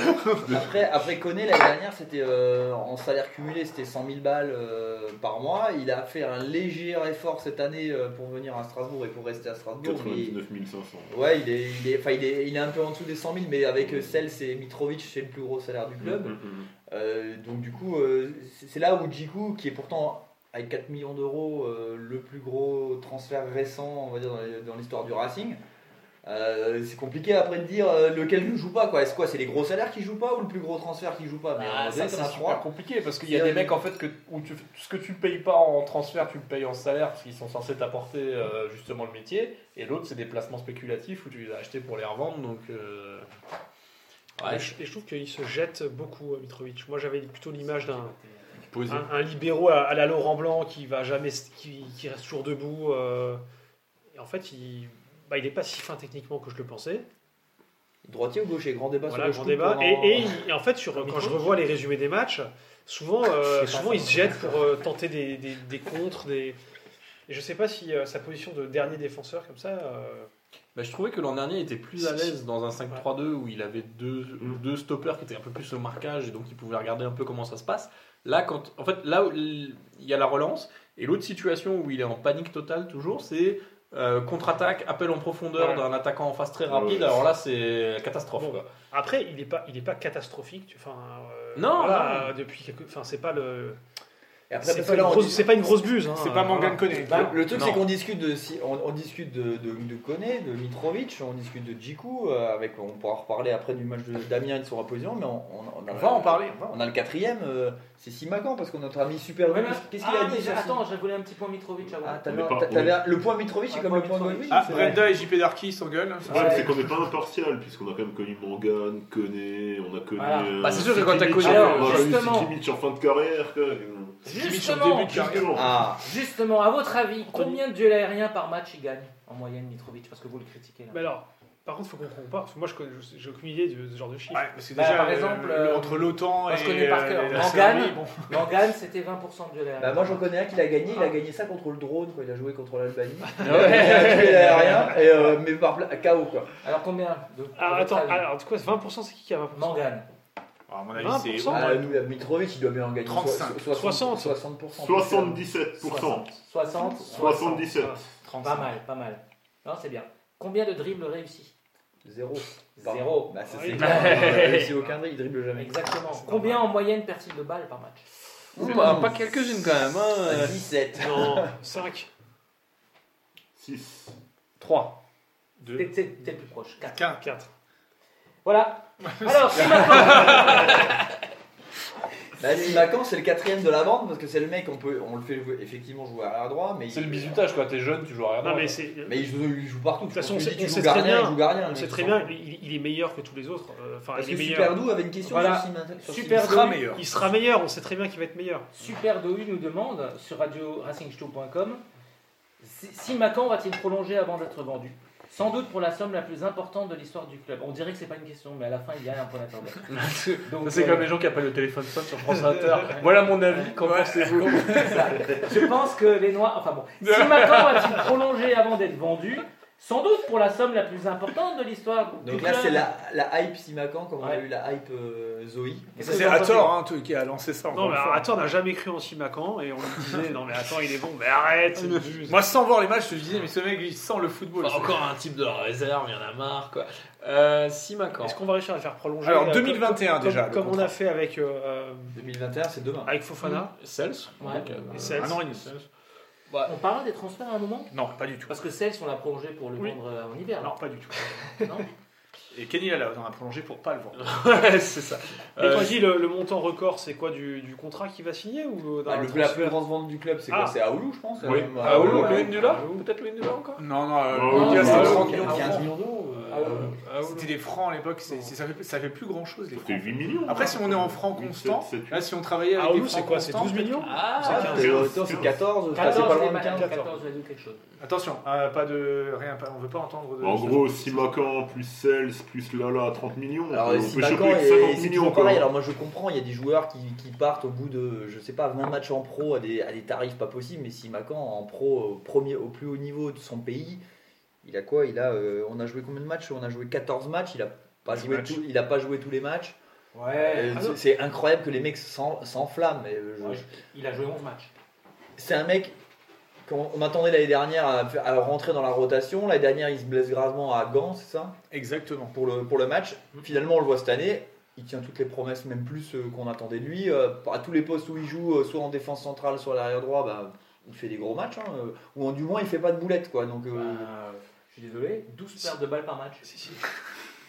S5: Après, après Koné l'année dernière, c'était euh, en salaire cumulé, c'était 100 000 balles euh, par mois. Il a fait un léger effort cette année euh, pour venir à Strasbourg et pour rester à Strasbourg. mais-
S4: 99 500.
S5: Ouais, il est, il, est, enfin, il, est, il est un peu en dessous des 100 000, mais avec euh, Sels et Mitrovic, c'est le plus gros salaire du club.
S4: Mm, mm, mm.
S5: Euh, donc du coup, euh, c'est c'est là où Djikou, qui est pourtant avec 4 millions d'euros euh, le plus gros transfert récent, on va dire, dans les- dans l'histoire du Racing, euh, c'est compliqué après de dire euh, lequel ne joue pas. quoi. Est-ce quoi C'est les gros salaires qui jouent pas ou le plus gros transfert qui joue pas Mais
S3: Ah,
S5: en
S3: ça,
S5: vrai,
S3: c'est
S5: t'en as
S3: super
S5: trois.
S3: compliqué parce qu'il y a
S5: C'est-
S3: des mecs en fait que où tu, ce que tu payes pas en transfert, tu le payes en salaire parce qu'ils sont censés t'apporter euh, justement le métier. Et l'autre, c'est des placements spéculatifs où tu les as achetés pour les revendre. Donc, euh,
S6: Et
S3: ouais,
S6: je, et je trouve qu'il se jette beaucoup, euh, Mitrovic. Moi, j'avais plutôt l'image d'un
S2: Posé.
S6: un, un libéraux à, à la Laurent Blanc qui va jamais, s- qui, qui reste toujours debout. euh, et en fait, il, bah, il est pas si fin techniquement que je le pensais.
S5: Droitier ou gaucher Grand débat
S6: Voilà,
S5: sur
S6: grand
S5: le
S6: débat.
S5: Schtroumpf
S6: Et,
S5: pendant-
S6: et il- et en fait, sur, quand je revois les résumés des matchs, souvent, euh,
S5: pas,
S6: souvent
S5: ça.
S6: il se jette pour euh, tenter des, des, des contres. Des... Et je sais pas si euh, sa position de dernier défenseur comme ça. euh,
S3: Bah, je trouvais que l'an dernier, il était plus à l'aise dans un 5-3-2 où il avait deux,
S4: Mm.
S3: deux stoppers qui étaient un peu plus au marquage et donc il pouvait regarder un peu comment ça se passe. Là, quand, en fait, là, où il y a la relance et l'autre situation où il est en panique totale toujours, c'est euh, contre-attaque, appel en profondeur
S6: Ouais.
S3: d'un attaquant en face très rapide.
S4: Ouais.
S3: Alors là, c'est catastrophe.
S6: Bon.
S3: quoi.
S6: Après, il n'est pas, il est pas catastrophique. tu- Enfin, euh,
S3: Non,
S6: voilà,
S3: non.
S6: euh, depuis quelque, enfin, c'est pas le,
S5: Et après,
S6: c'est
S5: parce
S6: pas,
S5: que
S6: une
S5: là, on
S6: grosse-
S5: dit-
S6: c'est pas une grosse buse. hein.
S2: C'est pas
S6: Voilà.
S2: Mangan Koné.
S5: Bah, le truc,
S3: Non.
S5: c'est qu'on discute de si on, on discute de de, de Koné, de Mitrovic, on discute de Djikou. euh, avec, on pourra reparler après du match de Damien et de son opposition, mais on, on- on a-
S2: On va en parler. on va en
S5: On a le quatrième, euh, c'est Simacan parce qu'on a notre ami Super.
S9: Ouais, mais-
S5: Qu'est-ce qu'il
S9: ah,
S5: a dit
S9: mais
S5: sur
S9: Attends, j'ai voulu un petit point Mitrovic
S5: Sim-
S9: avant.
S5: Ah, t'avais-
S4: On est pas-
S5: t'a- t'avais- le point Mitrovic, c'est
S9: Un
S5: comme
S9: point
S5: le point
S9: Mitrovic.
S5: Golovin.
S2: Ah,
S5: c'est vrai.
S2: Brenda et JP Darky s'engueulent.
S4: Le problème, c'est qu'on n'est pas impartial, puisqu'on a quand même connu Mangan, Koné, on a connu.
S9: Voilà.
S4: euh,
S3: Bah, c'est sûr que quand t'as
S4: Sikimic,
S3: connu-
S4: on a
S9: Alors,
S4: eu
S9: justement.
S4: Sikimic en fin de carrière. quoi.
S2: Justement.
S9: Justement,
S4: Justement.
S5: Ah,
S9: justement, à votre avis, combien de duels aériens par match il gagne en moyenne Mitrovic Parce que vous le critiquez là.
S2: Bah,
S6: Mais alors, par contre, faut qu'on compare. Parce que moi, je connais- je- j'ai aucune idée de ce genre de chiffre.
S2: Ouais, parce que
S9: Bah,
S2: déjà,
S9: par
S2: euh,
S9: exemple,
S2: le-
S9: euh,
S2: entre l'OTAN
S9: moi, je
S2: et
S9: connais par cœur.
S2: euh, la
S9: Mangan.
S2: Serbie, bon.
S9: Mangan, c'était 20% de duels aériens.
S5: bah moi j'en connais un qu'il a gagné, il a gagné ça contre le drone quand il a joué contre l'Albanie.
S2: Ah.
S5: Il
S3: Ouais.
S5: a tué l'aérien, et, euh, mais par pla- KO quoi.
S9: Alors combien de,
S2: Ah,
S6: Alors,
S9: à votre
S6: ah, attends,
S9: avis
S6: alors, du coup, 20%, c'est qui qui a 20%
S9: Mangan.
S2: Alors, à mon avis, c'est
S6: 20%.
S5: Ah, nous, la Mitrovic il doit bien en gagner
S2: 35,
S5: 60,
S6: 60.
S5: 60%.
S4: 77%.
S9: 60
S4: 77.
S9: Pas mal, pas mal. Non, c'est bien. Combien de dribbles réussis
S5: Zéro.
S9: Zéro. Ah
S5: Bah, ça,
S6: Oui.
S5: c'est clair. Il a réussi aucun dribble, il dribble jamais.
S9: Exactement. Combien en moyenne perd-il de balles par match
S5: Ouh,
S3: Bah, pas quelques-unes quand même.
S5: Euh,
S3: Hein.
S5: 17.
S6: Non, 5.
S4: 6.
S3: 3.
S9: T'es t'es- t'es le plus proche.
S2: euh,
S9: 4.
S6: 4.
S9: Voilà. Alors, si maintenant.
S5: Bah, Simacan, c'est le quatrième de la bande parce que c'est le mec, on, peut, on le fait jouer- effectivement jouer arrière droit, mais
S3: C'est le
S5: il-
S3: bisutage, quoi. T'es jeune, tu joues à
S2: Ah
S3: rien.
S6: Non, mais c'est.
S5: Mais il joue, il joue partout.
S6: De toute façon,
S5: Je pense que
S6: on
S5: lui, tu
S6: sait-
S5: joues
S6: on sait
S5: gardien,
S6: très bien-
S5: il joue gardien, le mec,
S6: C'est très
S5: il
S6: bien, il, il est meilleur que tous les autres. euh, Enfin,
S2: Ah,
S5: Parce
S6: il est
S5: que
S6: meilleur.
S5: Superdou avait une question
S9: Voilà.
S5: sur Simacan. sur
S9: Super
S5: Simacan.
S2: sera meilleur.
S6: Il sera meilleur, on sait très bien qu'il va être meilleur.
S9: Super Dohu nous demande sur radio racingstow.com si si Macan va-t-il prolonger avant d'être vendu Sans doute pour la somme la plus importante de l'histoire du club. On dirait que c'est pas une question, mais à la fin il y a un point d'interrogation.
S3: Ça,
S9: Donc,
S3: c'est
S9: euh,
S3: comme les gens qui appellent le téléphone sonne sur France Inter. voilà mon avis, qu'en pensez-vous
S9: Ça, Je pense que les Noirs. Enfin bon. Si Macan va-t-il prolonger avant d'être vendu Sans doute pour la somme la plus importante de l'histoire. du
S5: Donc là,
S9: club.
S5: c'est la, la hype Simacan, comme on a
S9: Ouais.
S5: eu la hype euh, Zoé.
S2: Et
S9: Qu'est-ce
S2: Ça,
S9: que
S2: c'est
S9: vous en
S2: Hathor hein, toi, qui a lancé ça. encore
S6: Non, mais
S2: une fois.
S6: attends, on n'a jamais cru en Simacan et on lui disait non, mais attends, il est bon, mais arrête, c'est une buse.
S2: Moi, sans voir les matchs, je me disais, mais ce mec, il sent le football.
S3: Enfin, encore un type de la réserve, il y en a marre quoi. Euh, Simacan.
S6: Est-ce qu'on va réussir à le faire prolonger
S2: Alors,
S6: euh,
S2: 2021
S6: comme-
S2: Ah, déjà,
S6: Comme,
S2: le
S6: comme on
S2: contrat.
S6: a fait avec, euh,
S5: 2021, c'est demain. Bah,
S6: avec Fofana.
S3: Sels
S9: Ouais.
S3: Donc, euh,
S6: Et Sels.
S2: un an et demi.
S3: bah,
S9: On parlera des transferts à un moment
S2: Non, pas du tout.
S9: Parce que celles on l'a prolongé pour le
S6: Oui.
S9: vendre euh, en hiver.
S6: Non, pas du tout.
S9: Non, non
S2: Et Kenny là, on a prolongé pour pas le vendre.
S3: ouais, c'est ça.
S6: Et
S3: Euh,
S6: quand je dis le, le montant record, c'est quoi du, du contrat qu'il va signer ou euh, d'un
S5: Ah, le, la
S6: transfert
S5: plus grosse vente du club, c'est quoi
S6: Ah.
S5: C'est Aoulou, je pense.
S3: oui.
S5: euh,
S3: Ah, Aoulou,
S5: ouais.
S3: Louis Ndoula Peut-être Louis Ndoula encore
S2: Non, non, euh,
S4: Oh,
S9: Ah,
S2: Lucas,
S4: ouais.
S2: c'est 30
S5: millions,
S2: millions.
S5: 15
S3: millions d'euros.
S5: euh.
S9: Euh,
S2: C'était des francs à l'époque, c'est- c'est- ça, fait, ça fait plus grand chose les
S4: Ça fait
S2: francs.
S4: 8 millions.
S2: Après, si on est en francs constants, Là, si on travaillait avec
S6: Ah,
S2: des
S6: nous,
S2: francs
S6: c'est quoi C'est
S2: constants,
S6: 12 millions
S9: Ah,
S4: quinze.
S5: C'est hauteur, c'est 14, enfin, c'est pas loin de 15.
S9: 14, quelque chose.
S2: Attention, euh, pas de rien, pas- on veut pas entendre de.
S4: En gros, Simacan plus Sels plus Lala 30 millions.
S5: Alors,
S4: on peut
S5: Simakan,
S4: choper que 50
S5: c'est
S4: millions
S5: toujours
S4: encore.
S5: pareil. Alors, moi, je comprends, il y a des joueurs qui, qui partent au bout de, je sais pas, 20 matchs en pro à des, à des tarifs pas possibles, mais Simakan, en pro, au, premier, au plus haut niveau de son pays, il a quoi il a, euh, On a joué combien de matchs On a joué 14 matchs, il a pas, joué, tout- il a pas joué tous les matchs.
S12: Ouais.
S5: Euh, c'est- c'est incroyable que les mecs s'en- s'enflamment. mais, euh, je-
S12: Ouais. Il a joué 11 matchs.
S5: C'est un mec qu'on on attendait l'année dernière à, à rentrer dans la rotation. L'année dernière, il se blesse gravement à Gand, c'est ça
S2: Exactement.
S5: pour le, pour le match. Finalement, on le voit cette année. Il tient toutes les promesses, même plus euh, qu'on attendait de lui. Euh, à tous les postes où il joue, euh, soit en défense centrale, soit à l'arrière droit, bah, il fait des gros matchs. hein, euh, ou en, du moins, il fait pas de boulettes. Quoi. Donc, euh,
S12: Euh, je suis désolé, 12 pertes de balles par match.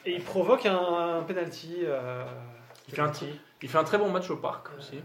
S6: Et il provoque un, un penalty. euh,
S3: Il fait un Il fait un très bon match au parc aussi.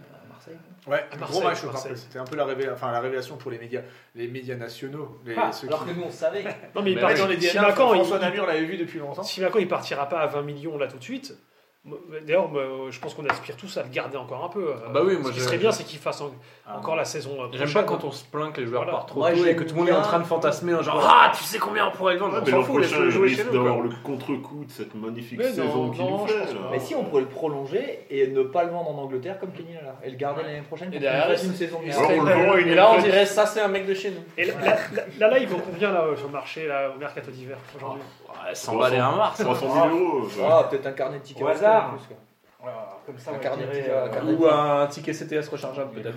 S2: Ouais,
S6: À
S2: gros
S6: Marseille,
S2: match au
S6: Marseille.
S2: Parc. C'était un peu la, révé- enfin, la révélation pour les médias, les médias nationaux. Les,
S12: Ah,
S2: Bah, ceux
S12: alors
S2: qui-
S12: que nous on savait.
S6: Non, mais il
S4: Mais
S6: part
S4: oui.
S6: dans les
S2: Si
S6: Simakan, il-
S2: François Namur l'avait vu depuis longtemps.
S6: Simakan, il partira pas à 20 millions là tout de suite. Moi, D'ailleurs, moi, je pense qu'on aspire tous à le garder encore un peu. euh,
S3: Ah bah oui, moi,
S6: Ce qui
S3: je-
S6: serait bien, c'est qu'il fasse en-
S2: Ah,
S6: encore la saison. euh,
S3: J'aime pas
S6: prochaine.
S3: quand on se plaint que les joueurs
S6: Voilà.
S3: partent trop
S5: Moi,
S3: tôt et
S5: j'aime
S3: que tout le monde est en
S5: bien-
S3: train de fantasmer un genre Ah, tu sais combien on pourrait le vendre
S4: Ah,
S3: On
S4: mais
S3: s'en
S4: l'an
S3: fout,
S4: prochain,
S3: laisse-le
S4: je
S3: jouer chez
S4: risque
S3: nous.
S4: d'avoir
S3: quoi.
S4: le contre-coup de cette magnifique
S6: Mais non,
S4: saison qu'il
S6: non,
S4: nous
S6: je
S4: fait.
S6: pense pas.
S4: là.
S5: mais si, on pourrait le prolonger et ne pas le vendre en Angleterre comme Kenny Lala. Et le garder l'année prochaine pour
S9: Et
S5: qu'il
S9: derrière,
S5: fasse
S9: il-
S5: une saison de
S4: Alors, on
S5: merde.
S4: le vend à une
S9: Et là, on
S4: retraite.
S9: dirait ça, c'est un mec de chez nous.
S6: Et là, là, là, là, il vaut combien là, euh, sur le marché là, au mercato d'hiver aujourd'hui
S3: Ouais, 100 balles et un mars.
S4: 300 000 euros. bah.
S5: Ah, peut-être un carnet de tickets.
S12: Au
S5: resto en
S12: hasard.
S5: plus, quoi.
S12: Voilà, comme ça,
S5: Un
S12: on
S5: carnet
S12: dirait,
S5: de tickets, un
S12: euh,
S5: carnet de
S3: Ou un ticket CTS rechargeable peut-être.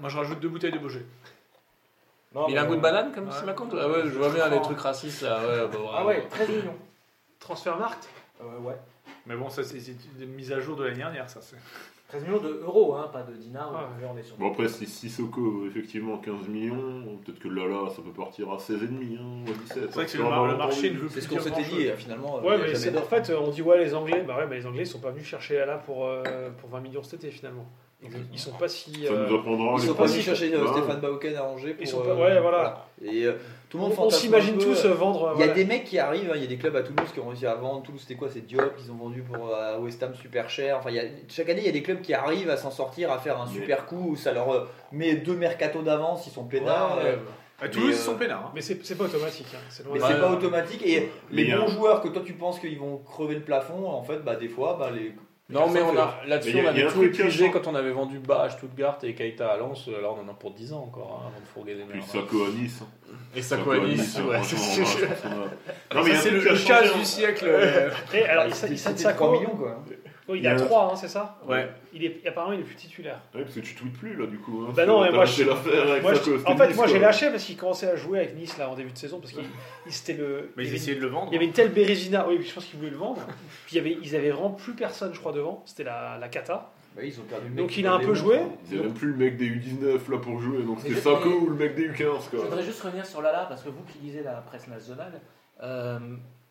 S2: Moi, je rajoute deux bouteilles de Beaujolais.
S12: non,
S3: Il a un
S12: mais-
S3: goût de banane comme
S2: Ouais.
S3: ça compte Ah ouais, je vois bien les trucs racistes là. Ouais, bah,
S12: Ah ouais, 13 millions.
S6: Transfermarkt
S12: Euh, ouais.
S2: Mais bon, ça, c'est c'est une mise à jour de l'année dernière, ça. c'est-
S12: 13 millions de euros, hein, pas de dinars.
S6: Ah,
S12: on est sur-
S4: Bon, après, c'est Sissoko, effectivement, 15 millions. Peut-être que Lala, ça peut partir à 16,5 hein, ou à 17.
S2: C'est vrai que c'est
S4: Ça
S2: le,
S4: va,
S2: mar- le
S4: on
S2: marché ne veut
S5: C'est
S2: plus
S5: ce qu'on
S2: dire
S5: s'était
S2: grand-chose.
S5: dit euh, finalement. euh,
S6: Ouais,
S5: il y a
S6: mais
S5: jamais
S6: c'est- en
S5: d'offre.
S6: fait, euh, on dit ouais, les Anglais, bah ouais, mais les Anglais, ils sont pas venus chercher Lala pour, euh, pour 20 millions cet été finalement. Donc, ils sont pas si.
S4: Ça
S6: euh,
S4: nous apprendra
S5: Ils
S4: Oh, les
S5: sont pas
S4: prix.
S5: venus chercher
S4: Ouais.
S5: euh, Stéphane Bauken à Angers. pour,
S6: Ils sont pas-
S5: euh,
S6: ouais, voilà.
S5: Et euh, tout le
S6: on
S5: monde
S6: on
S5: fantasme un
S6: s'imagine
S5: peu,
S6: tous
S5: euh,
S6: euh, vendre. euh,
S5: Il y a
S6: voilà.
S5: des mecs qui arrivent, hein. il y a des clubs à Toulouse qui ont réussi à vendre. Toulouse, c'était quoi C'est Diop, ils ont vendu pour euh, West Ham super cher. Enfin, il y a- chaque année, il y a des clubs qui arrivent à s'en sortir, à faire un
S4: Mais-
S5: super coup où ça leur euh, met deux mercato d'avance, ils sont peinards. euh,
S2: À Toulouse,
S5: Mais,
S2: ils sont
S5: euh,
S2: peinards. hein.
S6: Mais c'est c'est pas automatique. hein, C'est loin
S5: mais
S6: de-
S5: c'est pas automatique. Et
S4: Mais
S5: les
S4: il y a-
S5: bons joueurs que toi tu penses qu'ils vont crever le plafond, en fait, bah, des fois, bah, les.
S3: Non, mais on
S5: personne
S3: a là-dessus,
S4: Mais il y
S3: on
S4: a- il y a
S3: avait
S4: un
S3: tout
S4: truc
S3: épuisé
S4: qui a-
S3: quand on avait vendu Bas à Stuttgart et Keita à Lens. Euh, Là, on en a pour 10 ans encore hein, avant de fourguer des
S4: Puis
S3: merdes.
S4: Sako à Nice. hein.
S3: Et
S4: Sako à Nice, hein,
S3: ouais,
S4: franchement,
S3: c'est sûr.
S4: on va- Non, mais il y a
S2: Ça,
S4: un
S2: c'est
S4: truc
S2: le,
S4: qui a
S2: le
S4: changé,
S2: cash
S4: hein.
S2: du siècle. euh.
S6: Et alors, il,
S5: Bah,
S6: sa-
S5: c'était-
S6: il sa-
S5: c'était
S6: Sako,
S5: 3 millions, quoi. hein.
S6: oh, il
S4: Il y
S6: a
S4: a-
S6: 3, hein, c'est ça
S2: Ouais.
S6: il est, Apparemment, il est plus titulaire.
S4: Ouais, parce que tu tweets plus là du coup. Hein,
S6: Bah non, mais moi,
S4: j'ai
S6: je-
S4: l'affaire avec
S6: Moi, je-
S4: Sako.
S6: en fait, moi
S4: Nice,
S6: j'ai
S4: quoi.
S6: lâché parce qu'il commençait à jouer avec Nice là en début de saison parce qu'il il- c'était le.
S2: Mais
S6: il y
S2: ils
S6: avait-
S2: essayaient de le vendre.
S6: Il y avait une telle Bérésina, oui, je pense qu'ils voulaient le vendre. Puis il y avait, ils avaient vraiment plus personne, je crois, devant. C'était la, la cata.
S5: Bah, ils ont perdu le mec
S6: Donc
S5: qui
S6: il a un
S5: prenait
S6: peu
S5: les
S6: joué.
S4: Il y a même plus le mec des U19 là pour jouer, donc c'était
S9: Mais-
S4: Sako
S9: mais-
S4: ou le mec des U15
S9: Je
S4: quoi.
S9: voudrais juste revenir sur Lala, parce que vous qui lisez la presse nationale, euh,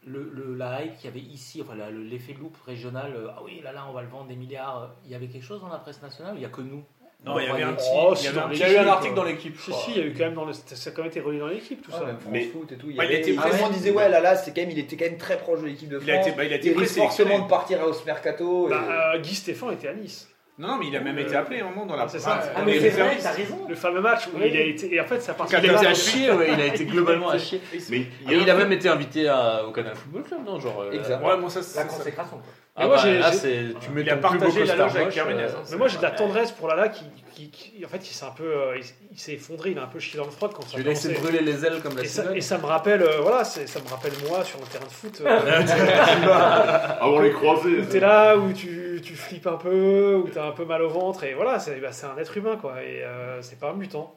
S9: le, le- la hype qu'il y avait ici, enfin la- le- l'effet loupe régional, euh, ah oui, Lala, on va le vendre des milliards, euh, il y avait quelque chose dans la presse nationale ou il n'y a que nous
S2: Non, il y avait un petit.
S6: Oh,
S2: il y
S6: si,
S2: avait un
S6: dans
S2: petit- euh,
S6: les-
S3: Il y a eu un article dans l'équipe. je
S6: Si,
S3: crois.
S6: si, il y a eu quand même dans le. Ça a quand même été relié dans l'équipe, tout
S5: Ouais,
S6: ça.
S5: même France
S4: Mais-
S5: Foot et tout. Il,
S2: Ouais, il
S5: avait-
S2: était
S5: tout le monde
S2: pressé.
S5: disait ouais là là c'est quand même il était quand même très proche de l'équipe de France.
S2: Il a été, bah, il a été
S5: il risque forcément
S2: présélectionné.
S5: de partir au mercato. et-
S6: Bah, euh, Guy Stéphane était à Nice.
S2: Non, non, mais il a même
S6: Euh,
S2: été appelé à un moment dans la.
S6: c'est ça.
S2: Ouais,
S6: Ah,
S2: dans
S6: mais
S2: les
S6: c'est
S2: réserves.
S9: t'as raison
S6: Le fameux match où
S9: Oui.
S6: il a été. Et en fait, ça part.
S2: Quand
S3: Il a été à chier, ouais, il a été globalement à chier.
S4: Mais
S3: Et il a même été invité à- au Canal Football Club, non Genre. euh,
S5: Exact.
S2: Ouais, moi ça,
S12: La
S2: c'est ça.
S12: consécration. quoi.
S3: Ah
S6: Mais moi,
S3: bah,
S6: j'ai-
S3: là,
S6: j'ai-
S3: c'est- tu mets
S2: Il a
S3: ton plus beau
S2: partagé la
S3: costard
S2: loge avec
S3: moche,
S2: Herménez,
S3: euh,
S2: hein.
S6: Mais moi, j'ai de la tendresse pour Lala qui, qui, qui- en fait, il s'est un peu, euh, il, s- il s'est effondré, il a un peu chié dans le froid quand
S3: Je
S6: ça a
S3: vais laisser
S6: commencé.
S3: brûler les ailes comme la
S6: Et ça,
S3: cigale.
S6: et ça me rappelle, euh, voilà, c'est- ça me rappelle moi sur un terrain de foot.
S3: Ah,
S6: euh,
S4: avant les croisés.
S6: où t'es là, où tu, tu flippes un peu, où t'as un peu mal au ventre, et voilà, c'est bah, c'est un être humain, quoi, et euh, c'est pas un mutant.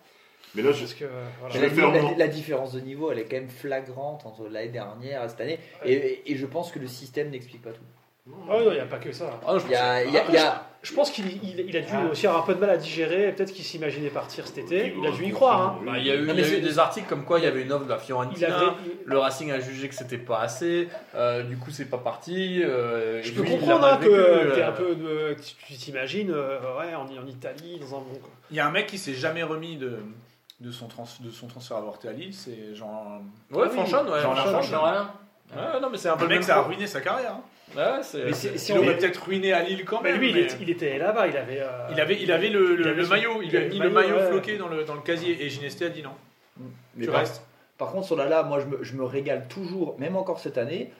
S4: Mais là, je,
S6: Parce que, euh, voilà.
S4: Je
S5: la,
S4: vais faire
S5: la-
S4: mon-
S5: la différence de niveau, elle est quand même flagrante entre l'année dernière et cette année. Et, et je pense que le système n'explique pas tout.
S6: Ah ouais, non, il n'y a pas que ça.
S3: Ah, je-
S5: Il y a, il y a- il y a-
S6: Je pense qu'il il, il a dû
S3: Ah.
S6: aussi avoir un peu de mal à digérer, et peut-être qu'il s'imaginait partir cet été, il a dû y croire. Hein.
S3: bah, Il y a eu,
S5: Non,
S3: il
S5: mais
S3: y a eu
S5: c'est-
S3: des articles comme quoi il y avait une offre de la
S6: Il
S3: Fiorentina.
S6: avait,
S3: Le Racing a jugé que c'était pas assez, euh, du coup c'est pas parti. euh,
S6: je
S3: et
S6: peux
S3: lui, il a
S6: comprendre
S3: mal
S6: hein, que
S3: vécu, euh,
S6: t'es un peu de- tu tu t'imagines, euh, ouais, en, en Italie, dans un bon. quoi.
S2: Il y a un mec qui s'est jamais remis de, de, son trans, de son transfert avorté à Lille, c'est Jean. Ah
S3: Ouais, Fanchon, ouais.
S2: Jean
S3: Fanchon.
S2: Lafranche.
S9: Jean-Alain
S3: Ouais, non, mais c'est un peu
S2: Le
S3: le
S2: mec,
S3: même
S2: ça a
S3: pro-
S2: ruiné sa carrière. hein.
S3: Ouais, c'est.
S6: Mais si, si
S2: Il
S6: on
S2: aurait peut-être ruiné à Lille quand
S6: Mais
S2: même.
S6: lui, il,
S2: mais-
S6: est- il était là-bas, il avait. euh,
S2: il avait, il avait le, le-
S6: il avait
S2: le
S6: son-
S2: maillot, il lui a mis le maillot
S6: ouais.
S2: floqué dans le, dans le casier et Ginesté a dit non.
S5: Mais
S2: Tu
S5: par,
S2: restes.
S5: par contre, sur la là, moi, je me, je me régale toujours, même encore cette année.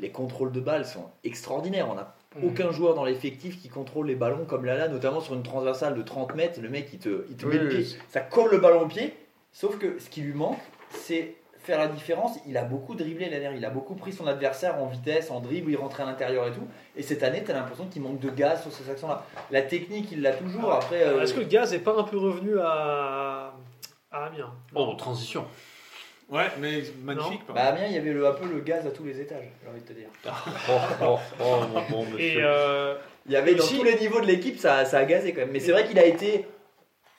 S5: Les contrôles de balles sont extraordinaires. On n'a
S6: Mhm.
S5: aucun joueur dans l'effectif qui contrôle les ballons comme Lala, notamment sur une transversale de 30 mètres. Le mec, il te, il te met le pied. Ça colle le ballon au pied. Sauf que ce qui lui manque, c'est faire la différence. Il a beaucoup dribblé l'année dernière. Il a beaucoup pris son adversaire en vitesse, en dribble. Il rentrait à l'intérieur et tout. Et cette année, tu as l'impression qu'il manque de gaz sur ces actions-là. La technique, il l'a toujours. Après, euh,
S6: Ah. Est-ce que le gaz n'est pas un peu revenu à, à Amiens
S5: Oh,
S3: En transition.
S2: Ouais, mais magnifique.
S5: bah, à Amiens, il y avait le, un peu le gaz à tous les étages, j'ai envie de te dire.
S3: Oh, oh, oh, mon bon
S6: Et
S3: monsieur.
S6: euh,
S5: Il y avait
S6: Et
S5: dans
S6: aussi-
S5: tous les niveaux de l'équipe, ça, ça a gazé quand même. Mais c'est vrai qu'il a été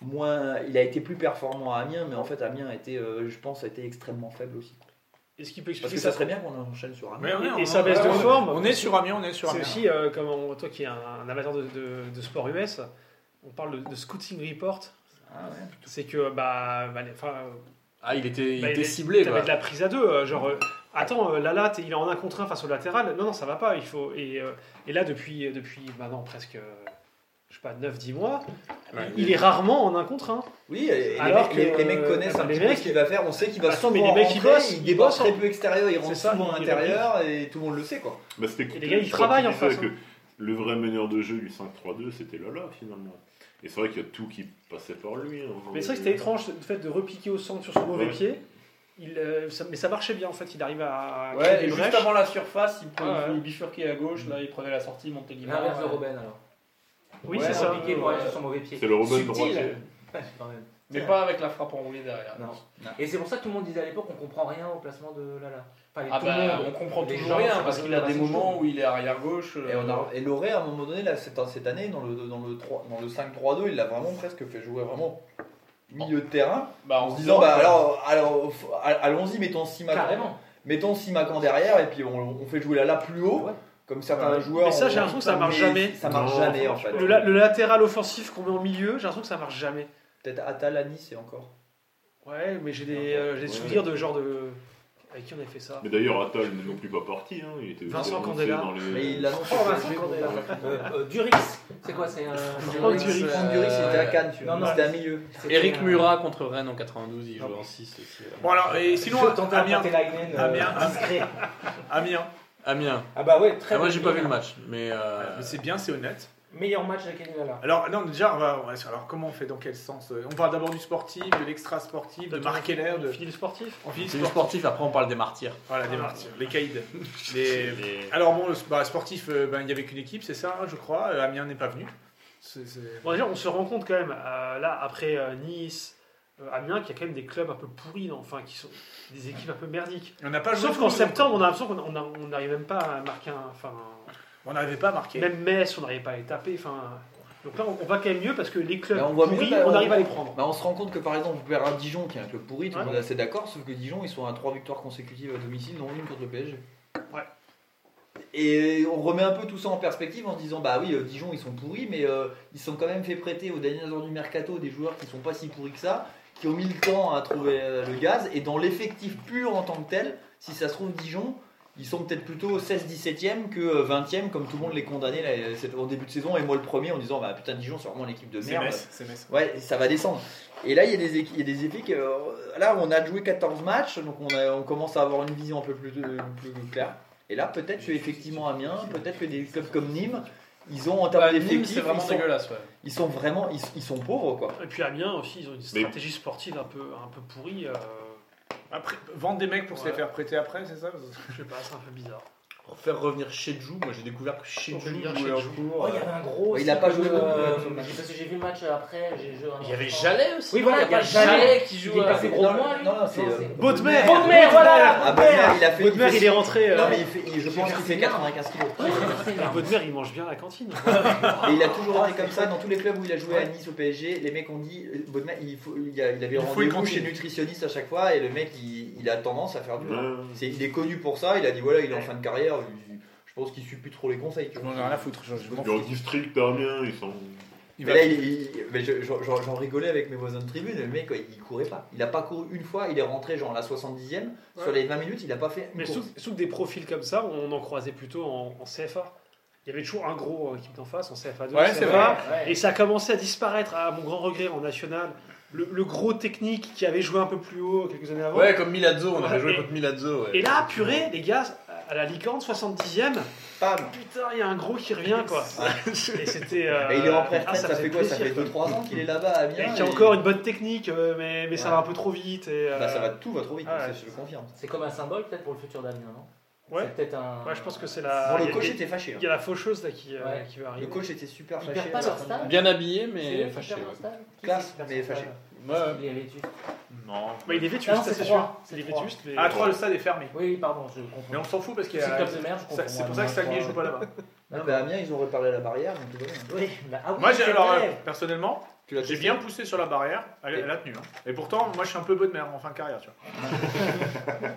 S5: moins, il a été plus performant à Amiens, mais en fait Amiens a été, euh, je pense, a été extrêmement faible aussi.
S6: est-ce qu'il peut
S5: Parce
S6: expliquer
S5: que ça
S6: ça
S5: serait bien qu'on enchaîne sur Amiens.
S2: Mais on est-
S6: Et
S2: on-
S6: sa baisse de
S2: on-
S6: forme
S2: On est sur Amiens, on est sur
S6: C'est
S2: Amiens.
S6: aussi, euh, comme on- toi qui es un, un amateur de, de- de sport US, on parle de, de scouting report.
S5: Ah
S6: C'est que, bah, bah, les- enfin,
S3: Ah, il était, il
S6: bah,
S3: était
S6: les-
S3: ciblé,
S6: t'avais
S3: quoi.
S6: de la prise à deux. euh, Genre, euh, attends, euh, Lala, t'es- il est en un contre un face au latéral. Non, non, ça va pas. Il faut, et, euh, et là, depuis, depuis maintenant presque, euh, je sais pas, 9-10 mois,
S3: Ouais.
S6: il est rarement en un contre un.
S5: Oui, et
S6: Alors
S5: les, mecs-
S6: que,
S5: les- les mecs
S6: euh,
S5: connaissent un
S6: les
S5: petit peu
S6: mecs-
S5: ce qu'il va faire. On sait qu'il va
S6: Attends,
S5: souvent
S6: mais les mecs, ils
S5: rentrer,
S6: bossent,
S5: il
S6: ils
S5: débosse
S6: bossent
S5: très
S6: en-
S5: peu extérieur, il rentre
S6: C'est ça,
S5: souvent à
S6: ils- ils-
S5: l'intérieur et tout le monde le sait quoi.
S4: Bah, c'était que-
S6: Et les gars, ils
S4: je crois
S6: travaillent
S4: qu'il
S6: en
S4: disait
S6: face, hein.
S4: que le vrai meneur de jeu du 5-3-2, c'était Lala finalement. Et c'est vrai qu'il y a tout qui passait par lui. hein.
S6: Mais c'est vrai que c'était étrange le fait de repiquer au centre sur son mauvais
S4: Ouais.
S6: pied. Il, euh, ça- mais ça marchait bien en fait, il arrive à. à créer
S1: Ouais,
S6: des
S1: et juste
S6: brèches.
S1: avant la surface, il, prenait-
S6: Ah ouais.
S1: il bifurquait à gauche, là il prenait la sortie, montait Guimard.
S13: L'inverse de Robben alors.
S6: Oui,
S1: Ouais,
S6: c'est ça.
S13: Piqué pour aller sur son mauvais pied.
S4: C'est le Robin
S1: Subtil.
S4: droitier.
S13: Quand même.
S1: Mais pas avec la frappe enroulée derrière.
S13: Non. Et c'est pour ça que tout le monde disait à l'époque qu'on comprend rien au placement de Lala. Enfin,
S1: Ah
S13: tout le
S1: bah,
S13: monde.
S1: on comprend
S13: Les
S1: toujours
S13: gens,
S1: rien
S13: c'est
S1: parce bah,
S13: pas
S1: qu'il a
S13: de
S1: des
S13: racisme.
S1: moments où il est arrière gauche. euh,
S5: Et, on a, et Loré, à un moment donné, là, cette, cette année, dans le, dans le, 3 dans le 5-3-2, il l'a vraiment presque fait jouer vraiment milieu de terrain. En se disant, bah alors, alors faut- allons-y, mettons
S9: Bah,
S5: Simacan
S13: Carrément.
S5: mettons Simacan derrière et puis on, on fait jouer Lala plus haut,
S13: Ouais.
S5: comme certains joueurs.
S6: Mais ça, j'ai
S5: ont-
S6: l'impression que ça marche
S5: mais
S6: jamais.
S5: Ça marche
S4: Non,
S5: jamais en fait.
S6: Le, la- le latéral offensif qu'on met en milieu, j'ai l'impression que ça marche jamais.
S5: Peut-être Atal à Nice et encore.
S6: Ouais, mais j'ai des, euh, j'ai des
S4: Ouais.
S6: souvenirs de genre de. Avec qui on a fait ça
S4: Mais d'ailleurs, Attal n'est non plus pas parti. hein. Il était
S6: Vincent
S4: annoncé
S6: Candela.
S4: dans les-
S5: Mais il annonce
S9: Oh, Vincent
S5: PSG.
S9: Candela.
S13: Euh, euh, Duris. C'est quoi C'est un.
S6: Franck Duris.
S13: euh,
S5: Franck Duris, c'était à Cannes, tu vois.
S9: Non, non,
S5: c'était à milieu.
S13: c'était
S3: Eric
S9: Euh,
S13: un-
S3: Murat contre Rennes en 92, il jouait en 6 aussi. euh.
S2: Bon, alors, et sinon,
S9: Je tentais
S2: Amiens.
S9: d'apporter Leinen, euh,
S2: Amiens.
S9: discret.
S2: Amiens.
S3: Amiens.
S9: Ah bah ouais, très
S3: Ah, moi,
S9: bonne
S3: j'ai pas
S9: ligne.
S3: vu le match, mais. euh,
S2: Mais C'est bien, c'est honnête.
S9: Meilleur match avec Lala.
S2: Alors, non, déjà, on va, on va- alors, comment on fait Dans quel sens Euh, On parle d'abord du sportif, de l'extra-sportif, de
S6: Attends,
S2: Marc Keller,
S6: On
S2: de.
S6: finit le sportif
S2: On finit
S3: C'est du sportif, après on parle des martyrs.
S2: Voilà, des martyrs, les caïds. Les- Alors, bon, le bah, sportif, euh, ben, il n'y avait qu'une équipe, c'est ça, hein, je crois. Euh, Amiens n'est pas venu. C'est- c'est-
S6: Bon, déjà, on se rend compte quand même, euh, là, après euh, Nice, euh, Amiens, qu'il y a quand même des clubs un peu pourris, non enfin, qui sont des équipes un peu merdiques.
S2: On n'a pas joué
S6: Sauf
S2: tous,
S6: qu'en
S2: donc.
S6: septembre, on a l'impression qu'on on a- on n'arrive même pas à marquer un. Enfin,
S2: On n'arrivait pas à marquer.
S6: même Metz, on n'arrivait pas à les taper. Enfin, donc là, on, on va quand même mieux parce que les clubs
S5: Là, on voit mieux,
S6: pourris,
S5: là,
S6: on
S5: on-
S6: arrive à les prendre.
S5: Bah, on se rend compte que par exemple, vous verrez Dijon qui est un club pourri, tout le
S6: Ouais.
S5: monde est assez d'accord, sauf que Dijon ils sont à 3 victoires consécutives à domicile, dont une contre le PSG.
S6: Ouais.
S5: Et on remet un peu tout ça en perspective en se disant bah oui, euh, Dijon ils sont pourris, mais euh, ils se sont quand même fait prêter aux derniers heures du mercato des joueurs qui sont pas si pourris que ça, qui ont mis le temps à trouver euh, le gaz, et dans l'effectif pur en tant que tel, si ça se trouve Dijon. Ils sont peut-être plutôt 16-17e que euh, 20e, comme tout le monde les condamnait là, cette- en début de saison, et moi le premier en disant bah putain, Dijon c'est vraiment l'équipe de
S2: C'est
S5: merde.
S2: Metz, c'est Metz.
S5: Ouais, ça va descendre. Et là, il y a des, équi- il y a des épiques. euh, Là, on a joué 14 matchs, donc on, a- on commence à avoir une vision un peu plus, euh, plus claire. Et là, peut-être que effectivement Amiens, peut-être que des clubs comme Nîmes, ils ont en termes
S1: Bah, Nîmes,
S5: d'effectifs,
S1: c'est vraiment
S5: ils, sont-
S1: dégueulasse. Ouais.
S5: ils sont vraiment, ils, ils sont pauvres quoi.
S6: Et puis Amiens aussi, ils ont une stratégie sportive un peu, un peu pourrie. euh,
S2: Après, vendre des mecs pour se
S6: Ouais.
S2: les faire prêter après, c'est ça
S6: je sais pas, c'est un peu bizarre.
S3: Pour faire revenir Shedju, moi j'ai découvert que Shedju
S6: Pour revenir
S3: jouait en
S6: Shedju.
S3: cours.
S9: Oh, il y avait un gros.
S5: Ouais, il a pas
S9: c'est
S5: joué
S9: que,
S5: beaucoup,
S9: euh,
S5: ouais,
S13: Je sais pas si j'ai vu le match après. j'ai joué un
S3: Il y avait
S13: enfant.
S3: Jalais aussi.
S13: Oui, voilà, il y a Jalais qui joue.
S5: Il est
S13: à-
S5: passé
S13: c'est gros
S5: euh, dans le-
S13: moins, lui
S5: non, non, c'est,
S13: Non,
S5: euh,
S13: c'est-
S6: Bodmer
S9: Bodmer, voilà
S5: Ah bah, il a fait.
S6: Bodmer,
S5: fait-
S6: il est rentré. euh,
S5: Non mais il fait- il- je pense qu'il fait
S13: bien.
S5: 95 kilos.
S13: C'est
S6: Ah,
S13: énorme.
S6: Bodmer, il mange bien à la cantine.
S5: Et
S6: Ah,
S5: il a toujours été comme ça dans tous les clubs où il a joué à Nice au PSG. Les mecs ont dit, euh, Bodmer, il, faut, il, a- il avait
S2: Il faut une
S5: rendez-vous
S2: cantine.
S5: chez nutritionniste à chaque fois, et le mec, il, il a tendance à faire du. mal.
S4: Ouais.
S5: C'est- il est connu pour ça, il a dit voilà, il est en fin de carrière, il- je pense qu'il suit plus trop les conseils. tu
S2: Je
S5: vois.
S2: m'en ai rien à foutre. je- je m'en
S4: Dans le
S2: fous.
S4: district d'Amiens, ils sont.
S2: Il
S5: mais
S2: va-
S5: là, il- il- mais je- j'en- j'en j'en rigolais avec mes voisins de tribune. Le mec, il courait pas. Il a pas couru une fois. Il est rentré genre à la 70e. Sur
S6: Ouais.
S5: les 20 minutes, il a pas fait une
S6: Mais
S5: course.
S6: sous, sous des profils comme ça, on en croisait plutôt en, en CFA. Il y avait toujours un gros euh, équipe d'en face en CFA 2.
S3: Ouais, c'est
S6: CFA,
S14: vrai, ouais.
S6: Et ça a commencé à disparaître, à mon grand regret, en national. Le, le gros technique qui avait joué un peu plus haut quelques années avant.
S3: Ouais, comme Milazzo, on avait
S6: Ouais,
S3: joué
S6: et-
S3: contre Milazzo. ouais.
S6: Et là, purée, les gars, à la Licorne, 70ème,
S5: Pam.
S6: putain, il y a un gros qui revient, quoi. Et c'était. euh,
S5: Et il est en pré
S6: ah,
S5: ça, fait
S6: faisait
S5: quoi Ça fait
S6: plaisir,
S5: 2-3 ans qu'il est là-bas à Amiens.
S6: Et qui a encore une bonne technique, euh, mais, mais ça
S5: Ouais.
S6: va un peu trop vite. Et, euh,
S5: Bah, ça va tout va trop vite,
S6: Ah,
S5: ça,
S6: ouais.
S5: je le confirme.
S9: C'est comme un symbole peut-être pour le futur d'Amiens, non
S6: Ouais.
S9: C'est peut-être un.
S6: ouais, je pense que c'est la.
S5: Bon,
S6: Ah, il y
S5: le
S6: a-
S5: coach
S6: il y a-
S5: était fâché. hein.
S6: Il y a la faucheuse là qui, euh,
S9: Ouais.
S6: qui va
S5: Le
S6: arriver.
S5: coach était super
S9: Ils
S5: fâché.
S9: perdent pas
S5: à la
S9: leur
S5: fin du-
S9: stade.
S3: Bien habillé,
S9: C'est eux
S3: mais
S9: qui
S3: fâché.
S9: perdent leur
S3: ouais.
S9: stade Qui
S5: Classe,
S9: c'est qui
S5: mais
S9: perd son
S5: fâché.
S9: stade
S3: Ouais.
S9: Il est vétuste.
S2: Non.
S6: Bah, il est vétuste,
S9: Ah non,
S6: ça,
S9: c'est
S6: c'est sûr.
S9: trois, c'est
S6: Il est
S9: trois.
S6: vétuste, mais.
S2: À 3, Ah, le stade est fermé.
S9: Oui, oui, pardon, je comprends.
S2: Mais on s'en fout parce qu'il y
S9: C'est
S2: a.
S9: club de merde, je comprends.
S2: Ça,
S9: hein,
S2: C'est pour ça que Saguier joue pas là-bas.
S5: Non, mais à Amiens, ils ont réparé la barrière. donc tout va bien.
S9: Oui, bah, ah oui,
S2: Moi, j'ai-
S9: c'est
S2: alors,
S9: vrai.
S2: euh, personnellement,
S5: Tu l'as
S2: j'ai
S5: testé
S2: bien poussé sur la barrière. Elle, elle a tenu. hein. Et pourtant, moi, je suis un peu bonne mère en fin de carrière, tu vois.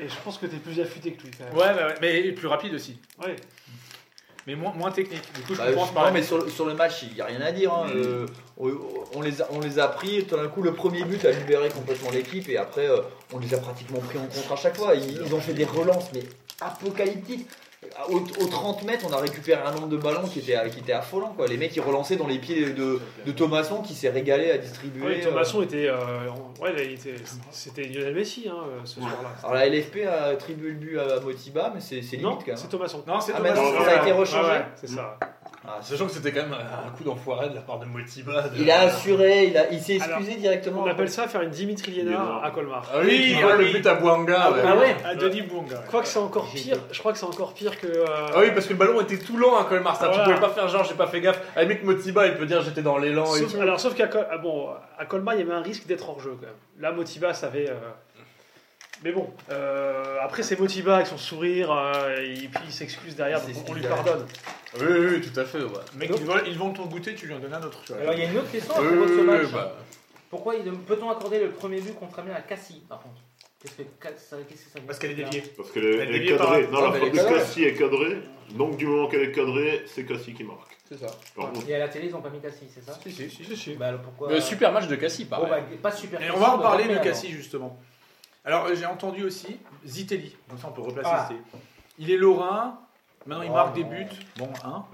S6: Et je pense que t'es plus affûté que lui quand même.
S2: Ouais, ouais, ouais, mais plus rapide aussi.
S6: Ouais.
S2: Mais moins, moins technique. Du coup, je
S5: Bah,
S2: comprends.
S5: je-
S2: par
S5: non, mais sur, le- sur le match, il n'y a rien à dire. hein. Euh, on, on les a, on les a pris, et tout d'un coup, le premier but a libéré complètement l'équipe, et après, euh, on les a pratiquement pris en contre à chaque fois. Ils, ils ont fait des relances, mais apocalyptiques. À- Au, au 30 mètres, on a récupéré un nombre de ballons qui était, qui était affolant. Quoi. Les mecs, ils relançaient dans les pieds de, de Thomasson, qui s'est régalé à distribuer.
S6: Ouais, Ah Thomasson était. euh, en- ouais, là, il était- c'était Lionel Messi hein, euh, ce soir-là.
S5: Euh, Alors, la LFP a attribué le but à, à Motiba, mais c'est c'est
S6: Non,
S5: limite quand
S6: c'est
S5: même.
S6: Thomasson.
S2: Non, c'est
S5: Ah,
S2: dommage.
S5: mais
S4: non,
S2: Ouais,
S5: ça a été
S2: ouais.
S5: rechangé.
S6: Ouais, ouais, c'est ça.
S5: Ah, c'est-
S3: Sachant que c'était quand même un coup d'enfoiré de la part de Motiba. de-
S5: il a assuré, il, a- il s'est
S6: Alors,
S5: excusé directement.
S6: On appelle ça faire une Dimitri Liénard à Colmar.
S3: Ah oui,
S2: Oui,
S3: ouais,
S2: ah
S3: le
S2: oui.
S3: but à Boanga. ouais.
S9: Ah ouais
S2: À Denis Bounga. ouais.
S6: Je crois que c'est encore pire. Je crois que c'est encore pire que. euh,
S3: Ah oui, parce que le ballon était tout lent hein, à Colmar, ça.
S6: Voilà.
S3: Tu pouvais pas faire genre, j'ai pas fait gaffe. À la limite, Motiba, il peut dire j'étais dans l'élan et
S6: sauf,
S3: tout.
S6: alors, sauf qu'à Col- ah bon, à Colmar, il y avait un risque d'être hors jeu quand même. Là, Motiba savait. euh, Mais bon, euh, après c'est Motiba avec son sourire, euh, et puis il s'excuse derrière,
S5: Il
S6: donc on
S5: s'excuse
S6: lui
S5: derrière.
S6: pardonne.
S3: Oui, oui, oui, tout à fait. ouais.
S2: Mec, ils volent, ils volent ton goûter, tu lui en donnes un autre. Tu vois.
S14: Alors, il y a une autre question à
S3: Oui,
S14: propos de ce
S3: oui,
S14: match.
S3: oui, bah.
S9: Pourquoi il- peut-on accorder le premier but contre Amiens à Cassie, par contre Qu'est-ce que, ça- qu'est-ce que ça veut
S2: Parce qu'elle est
S9: dire
S2: déviée.
S4: Parce qu'elle est,
S2: Elle
S4: elle est
S2: dévie par
S4: cadrée.
S2: la-
S4: Non,
S5: Ah,
S4: la
S5: mais
S4: frappe
S5: elle
S4: de
S5: est cadrée.
S4: Cassie est cadrée. Donc, du moment qu'elle est cadrée, c'est Cassie qui marque.
S5: C'est ça.
S4: Par contre,
S9: Et à la télé, ils ont pas mis Cassie, c'est ça Bah alors pourquoi
S3: Le Euh, super match de Cassie,
S9: Bon,
S3: pareil.
S9: bah, pas super.
S2: Et on va en
S9: Cassie,
S2: parler
S9: mais
S2: de
S9: alors.
S2: Cassie justement. Alors euh, j'ai entendu aussi Zitelli, comme ça on peut replacer
S14: Ah.
S2: Zitelli. Il est lorrain, maintenant il
S5: Oh
S2: marque des
S5: non.
S2: buts. Bon, un.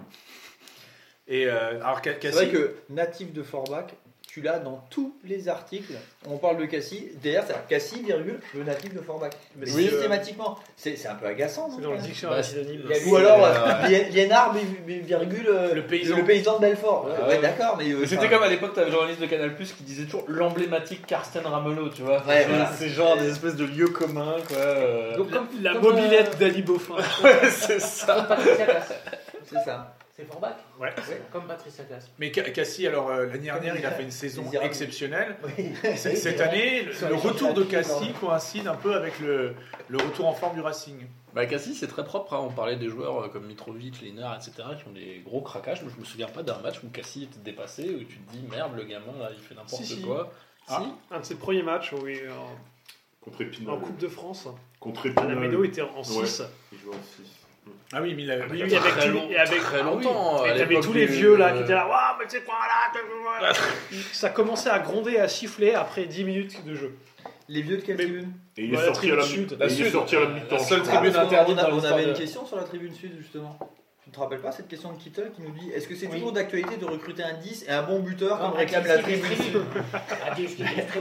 S2: Et euh, alors Ca-
S5: C'est
S2: Cassie,
S5: vrai que natif de Forbach, tu l'as dans tous les articles. On parle de Cassie. Derrière, c'est Cassie, virgule, le natif de Forbach. Mais
S3: Oui,
S5: systématiquement. C'est c'est un peu agaçant. non hein
S6: C'est dans le dictionnaire
S3: Bah,
S6: synonyme.
S9: il y a
S5: Ou alors,
S3: Euh,
S5: euh, Lien- Liénard, vi- vi- virgule, euh,
S2: Le paysan.
S5: de Belfort.
S3: Ouais,
S5: Ouais,
S3: ouais.
S5: d'accord, mais. euh,
S3: Mais C'était
S5: enfin,
S3: comme à l'époque, t'avais le journaliste de Canal Plus qui disait toujours l'emblématique Carsten Ramelow, tu vois.
S5: Ouais,
S3: C'est-
S5: voilà.
S3: C'est genre des espèces de lieux communs, quoi. euh.
S9: Donc, comme,
S6: La
S9: comme,
S6: mobilette
S9: euh,
S6: d'Ali Beaufin.
S3: Ouais, c'est ça.
S9: Comme Patricia Cass.
S5: C'est ça.
S9: C'est Forbach
S2: Ouais.
S9: Comme Patricia Cass.
S2: mais Ca- Cassie, alors euh, l'année dernière il a fait une saison exceptionnelle. C- Cette année, le,
S9: Sur
S2: le
S9: les
S2: retour de
S9: championnats de
S2: Cassie coïncide un peu avec le, le retour en forme du Racing.
S3: Bah, Cassie, c'est très propre. hein. On parlait des joueurs euh, comme Mitrovic, Lénard, etc., qui ont des gros craquages. Moi, je me souviens pas d'un match où Cassie était dépassé, où tu te dis merde, le gamin, là, il fait n'importe
S6: Si, si.
S3: quoi.
S2: Ah.
S3: Si.
S6: Un de ses premiers matchs, oui, en-
S4: contre
S6: en,
S4: Épinal.
S6: Coupe de France.
S4: Contre
S6: La
S4: Épinal.
S6: Méno était en 6.
S4: Il joue en 6.
S2: Ah oui, mais il a-
S6: Oui,
S2: il
S6: oui,
S2: a-
S6: avec
S3: Très
S6: tous-
S3: long-
S6: et avec-
S3: très
S6: ah oui.
S3: longtemps, à
S6: Et t'avais
S3: l'époque
S6: tous les
S3: du-
S6: vieux là qui étaient là, waouh, mais c'est quoi là blablabla. Ça commençait à gronder, à siffler après 10 minutes de jeu.
S5: Les vieux de quelle
S6: Mais-
S5: tribune
S4: Et il
S6: Voilà,
S4: est sorti à la
S6: tribune
S4: mi-temps.
S6: sud.
S3: La
S4: Et Il
S3: sud,
S4: est sorti à la
S3: euh,
S4: mi-temps.
S3: la seule
S4: je crois.
S3: tribune
S5: Ah, parce qu'on-
S3: interdite
S5: on a-
S3: dans
S5: On
S3: l'histoire
S5: avait
S3: de-
S5: une question sur la tribune sud, justement. Tu te rappelles pas cette question de Kittle qui nous dit est-ce que c'est
S14: Oui.
S5: toujours d'actualité de recruter un 10 et un bon buteur
S9: Non,
S5: comme réclame la tribune sud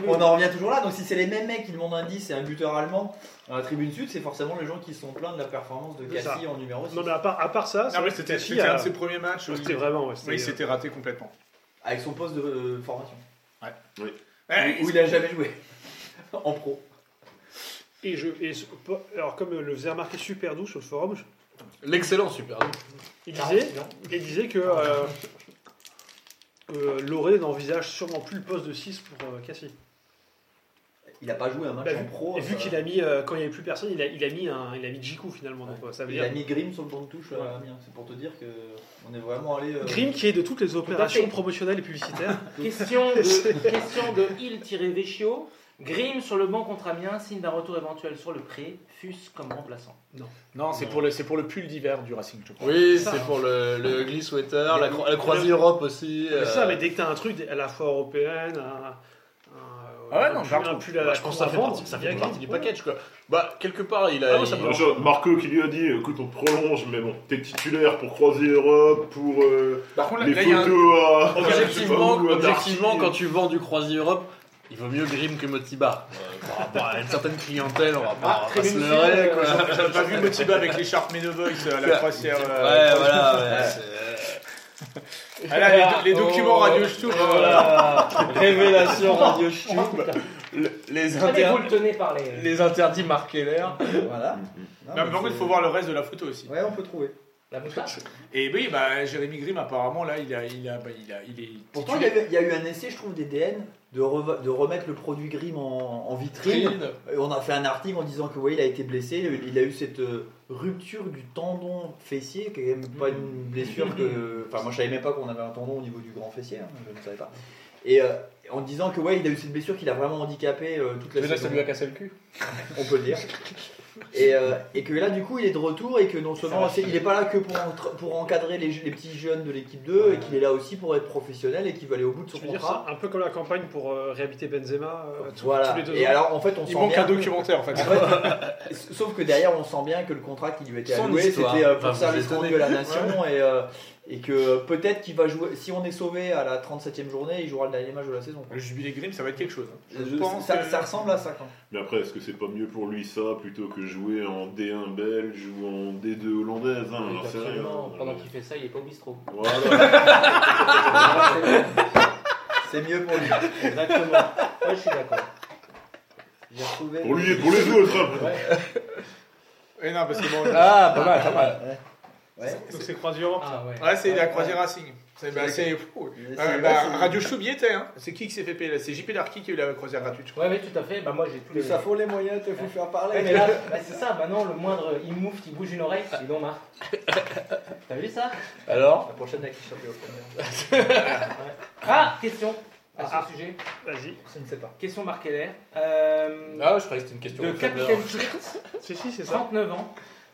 S5: On en revient toujours là, donc si c'est les mêmes mecs qui demandent un 10 et un buteur allemand dans la tribune sud, c'est forcément les gens qui se sont plaints de la performance de
S6: C'est ça.
S5: Cassie en numéro 6.
S6: Non, mais à part, à part ça,
S2: Ah ouais,
S6: c'était
S2: c'était
S6: si,
S2: c'était un
S6: euh,
S2: de ses premiers matchs. où
S6: c'était
S2: il-
S6: vraiment. ouais, c'était-
S2: Oui, il s'était raté complètement.
S5: Avec son poste de euh, formation.
S2: Eh,
S5: Où où il a jamais joué. en pro.
S6: euh, Et, je, et ce- pas- alors, comme le faisait remarquer Super Doux sur le forum, je-
S3: L'excellent Super League.
S6: il
S9: Ah.
S6: disait, il disait que, euh, que Loré n'envisage sûrement plus le poste de 6 pour euh, Cassie.
S5: Il a pas joué un match
S6: Bah,
S5: en pro.
S6: Et vu
S5: euh,
S6: qu'il a mis, euh, quand il n'y avait plus personne, il a, il a mis un, il a mis Jiku finalement. Donc, euh, ça veut
S5: il a
S6: dire
S5: mis Grimm sur le banc de touche. euh,
S6: Ouais.
S5: à Amiens. c'est pour te dire que on est vraiment allé. euh,
S6: Grimm qui est de toutes les
S9: Tout à
S6: opérations
S9: fait.
S6: promotionnelles et publicitaires.
S9: Question de, question de il-vecchio. Grimm sur le banc contre Amiens, signe d'un retour éventuel sur le pré, fût-ce comme remplaçant.
S2: Non, c'est pour, le- c'est pour le pull d'hiver du Racing, je crois.
S3: Oui,
S6: hein.
S3: c'est pour le, le Ugly Sweater, la, cro- la croisée Europe aussi.
S6: C'est
S3: euh,
S6: ça, mais dès que t'as un truc à la fois européenne, un. un-
S2: Ah ouais, non,
S6: un
S2: je
S6: pull-
S2: la
S6: un
S2: retrouve.
S6: pull à la
S3: bah, je pense que ça
S6: cour euh, à
S3: fait
S6: vendre,
S3: partie, ça
S6: il y a
S3: fait
S6: Grimm,
S3: partie du
S6: ouais.
S3: package quoi. Bah quelque part il a.
S6: Ah ouais, ça
S3: il-
S6: peut-
S4: Genre, Marco qui lui a dit écoute on te prolonge mais bon t'es titulaire pour croiser Europe pour euh,
S2: Par contre,
S4: les
S2: là, il y a un-
S4: photos à
S3: Objectivement,
S4: je sais pas où, à
S3: objectivement,
S4: Darcy.
S3: quand tu vends du Croisier Europe, il vaut mieux Grim que Motiba. Euh, par rapport à une certaine clientèle, on va
S2: Ah,
S3: pas, on va pas se
S6: euh,
S3: leurrer quoi. Ouais,
S2: J'avais pas vu Motiba avec l'écharpe Menovox à la croisière. euh,
S3: voilà, ouais. c'est-
S2: Ah là, les, do- les documents
S3: Oh,
S2: Radio Stube.
S3: Voilà, révélation Radio Stube. Le- Les,
S15: Allez,
S3: inter-
S15: vous le tenez par
S9: euh,
S15: les.
S3: les interdits marqués l'air.
S5: Voilà.
S2: Non,
S5: Non, mais
S2: mais par contre,
S5: c'est-
S2: il faut voir le reste de la photo aussi.
S5: Ouais, on peut trouver.
S9: La moustache
S2: Et oui, bah, Jérémy Grimm, apparemment, là, il, a, il, a, bah, il, a, il est.
S5: Pourtant, il y, avait- il y a eu un essai, je trouve, des DN de, reva- de remettre le produit Grimm en, en vitrine. Et on a fait un article en disant que ouais, il a été blessé. Il a eu cette euh, rupture du tendon fessier, qui est quand même pas une
S2: Mm.
S5: blessure que. Enfin, moi, je savais même pas qu'on avait un tendon au niveau du grand fessier. hein, je ne savais pas. Et euh, en disant que ouais, il a eu cette blessure qui l'a vraiment handicapé euh, toute la
S2: Déjà, ça
S5: saison.
S2: lui a cassé le cul.
S5: on peut le dire. Et, euh, et que là, du coup, il est de retour et que non seulement c'est- il n'est pas là que pour, entre- pour encadrer les, les petits jeunes de l'équipe 2, et qu'il est là aussi pour être professionnel et qu'il veut aller au bout de son
S6: Je veux dire,
S5: contrat.
S6: c'est un peu comme la campagne pour euh, réhabiliter Benzema euh, tous,
S5: Voilà.
S6: tous les deux
S5: Et
S6: ans.
S5: alors, en fait, on
S2: Il
S5: sent
S2: manque
S5: bien.
S2: un documentaire, en fait.
S5: en fait, sauf que derrière, on sent bien que le contrat qui lui était
S3: Son
S5: alloué,
S3: histoire
S5: c'était euh,
S3: va
S5: pour
S3: vous
S5: service
S3: étonner.
S5: rendu à la nation et, euh, et que peut-être qu'il va jouer. Si on est sauvé à la 37e journée, il jouera le dernier match de la saison. quoi.
S2: Le jubilé Grimm, ça va être quelque chose. hein.
S5: Je-
S2: pense
S5: ça,
S2: que-
S5: ça ressemble à ça. Quand.
S4: Mais après, est-ce que c'est pas mieux pour lui ça plutôt que jouer en D1 belge ou en D2 hollandaise hein,
S9: Oui,
S4: J'en sais rien.
S9: absolument. Pendant qu'il fait ça, il est pas au bistrot.
S4: Voilà.
S5: C'est mieux pour lui.
S9: Exactement. Ouais, je suis d'accord.
S5: J'ai retrouvé-
S4: pour lui et pour les autres. hein.
S2: Et non, parce que bon.
S3: Ah, pas mal, pas mal.
S5: Ouais.
S6: Donc c'est Croisé Europe.
S9: Ah ouais.
S2: Ouais, c'est la croisière Racing. C'est bah, c'est- fou.
S5: C'est-
S2: Ah,
S5: c'est-
S2: bah,
S5: c'est-
S2: Radio Choubi était, hein. C'est qui qui s'est fait payer là C'est JP Darky qui a eu la croisière gratuite, je crois.
S9: Ouais, ouais, tout à fait. Bah moi j'ai tous les.
S5: Plus ça faut les moyens, te faut faire
S15: Ouais,
S5: parler.
S15: mais là, bah, c'est ça, maintenant le moindre il mouffe, il bouge une oreille, dis donc Marc. T'as vu ça
S3: Alors
S5: La prochaine avec qui au premier.
S15: Ah, question à ce
S9: Ah.
S15: sujet,
S6: Vas-y.
S5: Je ne sais pas.
S15: question Marc Heller. Euh,
S3: Ah, je croyais que c'était une question.
S15: de Capitaine Fritz,
S6: Si, si, c'est
S2: Ah.
S6: ça.
S15: 39 ans.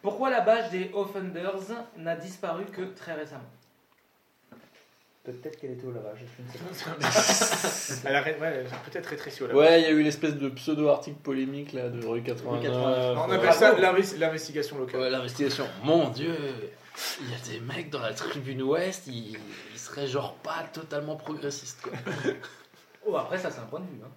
S15: Pourquoi la bâche des Offenders n'a disparu que très récemment
S5: Peut-être qu'elle était au lavage, je ne sais pas.
S2: Elle a ré- ouais, elle a peut-être rétréci au labeur.
S3: Ouais, il y a eu l'espèce de pseudo-article polémique là de rue 89.
S2: On appelle ça l'investi- l'investigation locale.
S16: Ouais, l'investigation. Mon dieu, il y a des mecs dans la tribune ouest, ils, ils seraient genre pas totalement progressistes. Quoi.
S9: Oh, après ça c'est un point de vue. Hein.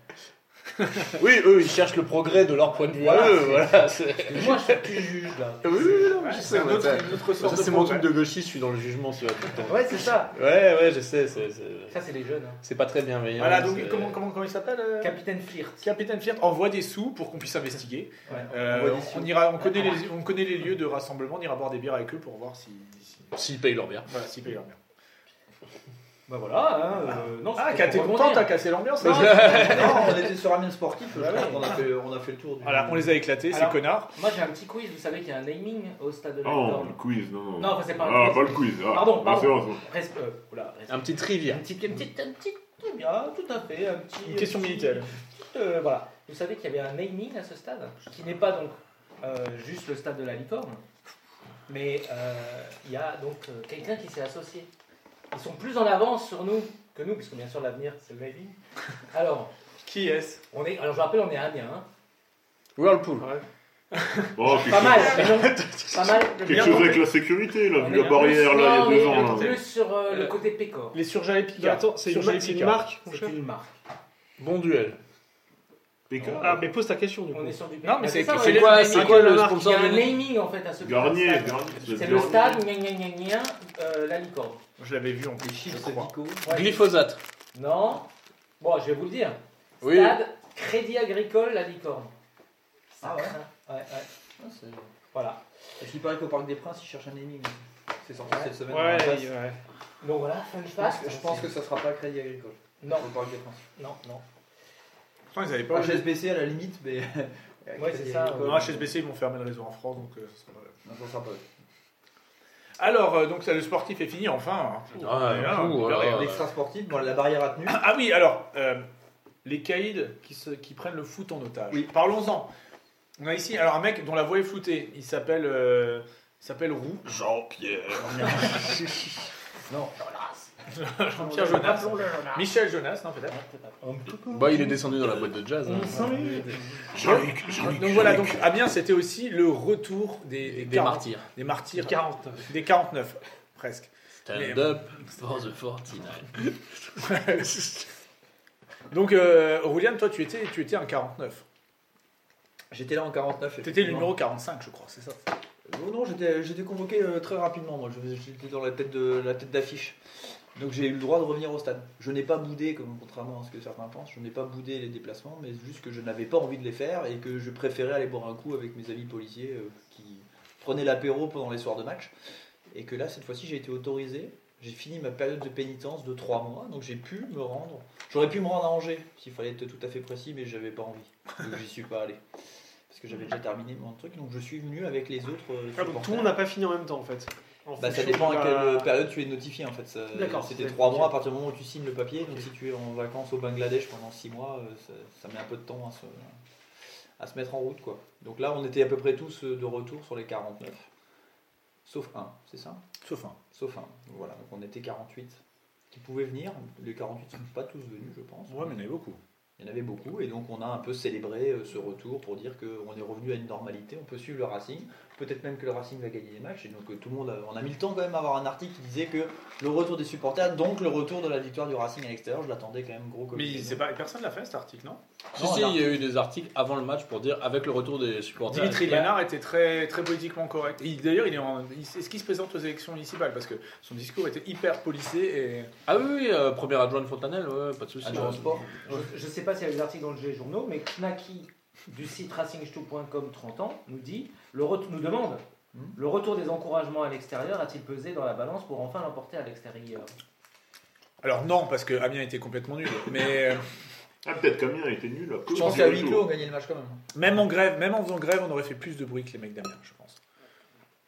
S3: Oui, eux, ils cherchent le progrès de leur point de vue. à
S9: Voilà,
S3: eux,
S9: c'est-
S3: voilà, c'est-
S9: Mais moi je suis plus juge là.
S3: Oui, oui, non, mais je
S2: Ouais,
S3: sais,
S2: C'est un
S3: ouais,
S2: autre,
S3: ça-
S2: une autre sorte
S3: ça,
S2: de
S3: c'est mon
S2: progrès.
S3: truc de gauchiste, je suis dans le jugement, tu vois, tout le temps.
S9: Ouais, c'est ça.
S3: Ouais, ouais, je sais, c'est, c'est,
S9: Ça c'est les jeunes. hein.
S3: c'est pas très bienveillant.
S2: Voilà, donc
S3: c'est-
S2: comment, comment, comment il s'appelle euh
S15: Capitaine Flirt.
S2: Capitaine Fiat envoie des sous pour qu'on puisse investiguer.
S15: Ouais.
S2: Euh,
S5: Envoie des sous.
S2: on, ira, on, connaît les, on connaît les lieux de rassemblement, on ira boire des bières avec eux pour voir si, si-
S3: S'ils payent leur bière.
S2: voilà, s'ils payent leur bière.
S15: Bah voilà, hein, euh, non,
S2: Ah,
S15: c'était
S2: t'es
S15: pour
S2: content,
S15: rebondir.
S2: t'as cassé l'ambiance.
S15: Non,
S2: hein.
S5: non, on était sur un même sportif, je
S15: Bah
S5: pense
S15: ouais.
S5: qu'on a fait, on a fait le tour du.
S2: Voilà, on les a éclatés, ces
S9: Alors-
S2: connards.
S9: Moi j'ai un petit quiz, vous savez qu'il y a un naming au stade de la
S4: Non,
S9: Licorne.
S4: Ah, le quiz, non, non.
S9: Non, enfin, c'est pas un
S4: Oh. Ah,
S9: quiz.
S4: pas le quiz. Ah,
S9: Pardon,
S4: bah,
S9: pardon.
S4: c'est vrai,
S9: Res- euh, oula, res-
S3: Un petit trivia.
S9: Une petite, une petite, une petite, tout bien, tout à fait, un petit.
S2: Une question
S9: un petit-
S2: militaire.
S9: petite, euh, voilà. Vous savez qu'il y avait un naming à ce stade, qui n'est pas donc euh, juste le stade de la licorne, mais euh, il y a donc euh, quelqu'un qui s'est associé. Ils sont plus en avance sur nous que nous, puisque bien sûr l'avenir c'est le naming. Alors,
S2: Qui est-ce
S9: on est, alors je rappelle, on est Amiens. hein.
S3: Whirlpool.
S4: c'est bon. Oh, quelque
S9: Pas mal,
S4: chose-
S9: mais non, pas mal.
S4: Quelque chose avec la sécurité, là,
S9: On
S4: vu
S9: est
S4: la
S9: un
S4: barrière,
S9: peu-
S4: là,
S9: non,
S4: il y a deux
S9: on est un
S4: ans.
S9: peu
S4: là.
S9: Plus sur euh, le côté Pécor.
S2: Les surjalets Picard.
S6: Attends, c'est une,
S2: Surgelés
S6: c'est une
S2: Picard.
S6: marque mon
S9: C'est
S6: cher
S9: une marque.
S3: Bon duel.
S4: Pékin.
S6: Ah, mais pose ta question du coup.
S9: On est sur du
S2: Non, mais
S9: Bah,
S2: c'est-
S9: ça,
S2: c'est
S9: ouais.
S3: quoi-
S9: Il y a
S3: c'est quoi
S9: une
S3: le
S9: marque,
S3: sponsor
S9: Il y a un
S3: du-
S9: naming en fait à ce
S4: Garnier,
S9: stade.
S4: Garnier,
S9: C'est
S4: Garnier.
S9: le stade, gna gna gna gna, euh, la licorne.
S2: Je l'avais vu en plus. je crois.
S9: Ouais.
S3: Glyphosate.
S9: Non. Bon, je vais vous le dire.
S3: Oui.
S9: Stade, crédit agricole, la licorne. Ça
S5: Ah ouais.
S9: craint. ouais, ouais.
S5: Ah, c'est-
S9: Voilà.
S5: Parce qu'il paraît qu'au Parc des Princes, ils cherchent un ennemi. C'est sorti cette semaine.
S6: Ouais,
S5: dans la presse.
S6: ouais.
S9: Donc voilà, fun
S5: Je pense,
S9: fact.
S5: que, je pense que ça sera pas Crédit Agricole
S9: Non,
S5: au Parc des Princes.
S9: non, non.
S2: Pourtant, ils avaient pas.
S5: HSBC à la limite, mais. euh,
S9: Ouais, c'est ça,
S2: Non, HSBC, ils vont fermer le réseau en France, donc euh, ça sera pas grave.
S5: Non, ça sera pas.
S2: Alors, euh, donc ça, le sportif est fini enfin. hein.
S3: Ah,
S2: Et là,
S3: fou,
S2: on peut
S3: alors.
S2: rien.
S3: Ouais.
S5: L'extra sportif, bon, la barrière a tenu.
S2: Ah oui, alors, euh, les caïds qui, se- qui prennent le foot en otage.
S5: Oui.
S2: Parlons-en. On a ici alors un mec dont la voix est floutée. Il s'appelle euh, il s'appelle Roux.
S4: Jean-Pierre.
S2: Non, Jean-Pierre Jonas. Michel Jonas, non peut-être.
S17: Bah, il est descendu dans la boîte de jazz. hein.
S6: Ah,
S4: Jean-Luc.
S2: Donc voilà, donc Amiens, c'était aussi le retour des, des,
S17: Des
S2: 40
S17: martyrs.
S2: des martyrs. Des 49, presque.
S17: Stand up for the 49.
S2: Donc, euh, Aurélien, toi, tu étais, tu étais un 49.
S5: J'étais là en 49.
S2: Tu étais le
S5: effectivement.
S2: numéro 45, je crois, c'est ça.
S5: Oh non, j'étais j'étais convoqué euh, très rapidement. Moi, Je- j'étais dans la tête de la tête d'affiche. Donc j'ai eu le droit de revenir au stade. Je n'ai pas boudé, comme contrairement à ce que certains pensent, je n'ai pas boudé les déplacements, mais juste que je n'avais pas envie de les faire et que je préférais aller boire un coup avec mes amis policiers euh, qui prenaient l'apéro pendant les soirs de match. Et que là, cette fois-ci, j'ai été autorisé. J'ai fini ma période de pénitence de 3 mois, donc j'ai pu me rendre. J'aurais pu me rendre à Angers, s'il fallait être tout à fait précis, mais j'avais pas envie. Donc j'y suis pas allé. Parce que j'avais déjà terminé mon truc, donc je suis venu avec les autres. euh,
S6: Ah, donc tout
S5: supporters.
S6: le monde n'a pas fini en même temps en fait. En
S5: Bah, ça
S6: fonction
S5: dépend à
S6: de la-
S5: quelle période tu es notifié en fait. Ça-
S6: D'accord,
S5: C'était
S6: c'est-
S5: trois
S6: ok.
S5: mois à partir du moment où tu signes le papier. Donc si tu es en vacances au Bangladesh pendant six mois, euh, ça, ça met un peu de temps à se, à se mettre en route quoi. Donc là, on était à peu près tous euh, de retour sur les 49. Sauf un, c'est ça
S2: Sauf un.
S5: Sauf un. Donc, Voilà, donc on était 48 qui pouvaient venir. Les 48 ne sont pas tous venus, je pense.
S2: Ouais, mais il y en avait beaucoup.
S5: Il y en avait beaucoup et donc on a un peu célébré euh, ce retour pour dire qu'on est revenu à une normalité, on peut suivre le Racing, peut-être même que le Racing va gagner des matchs et donc euh, tout le monde, a- on a mis le temps quand même à avoir un article qui disait que le retour des supporters, donc le retour de la victoire du Racing à l'extérieur, je l'attendais quand même gros comme
S2: Mais c'est pas, personne l'a fait, cet article, non
S17: Si, si, il y a eu des articles avant le match pour dire avec le retour des supporters.
S2: Dimitri Lénard était très, très politiquement correct. Et il- D'ailleurs, il est en- il- est-ce qu'il se présente aux élections municipales Parce que son discours était hyper policé
S17: Ah oui, oui, euh, premier adjoint de Fontanelle, ouais, pas de hein. soucis.
S5: Adjoint au sport.
S9: Je ne sais pas s'il y a des articles dans le G journaux, mais Knacky du site racingstoop.com 30 ans nous dit le ret- nous demande
S5: Hmm.
S9: le retour des encouragements à l'extérieur a-t-il pesé dans la balance pour enfin l'emporter à l'extérieur
S2: et... Alors non, parce que Amiens était complètement nul. Mais euh,
S4: Ah, peut-être qu'Amiens a été nul. à cause
S5: Je pense
S4: du
S5: qu'à huis
S4: retour.
S5: clos on gagnait le match quand même.
S2: même en grève, même en faisant grève, on aurait fait plus de bruit que les mecs d'Amiens, je pense.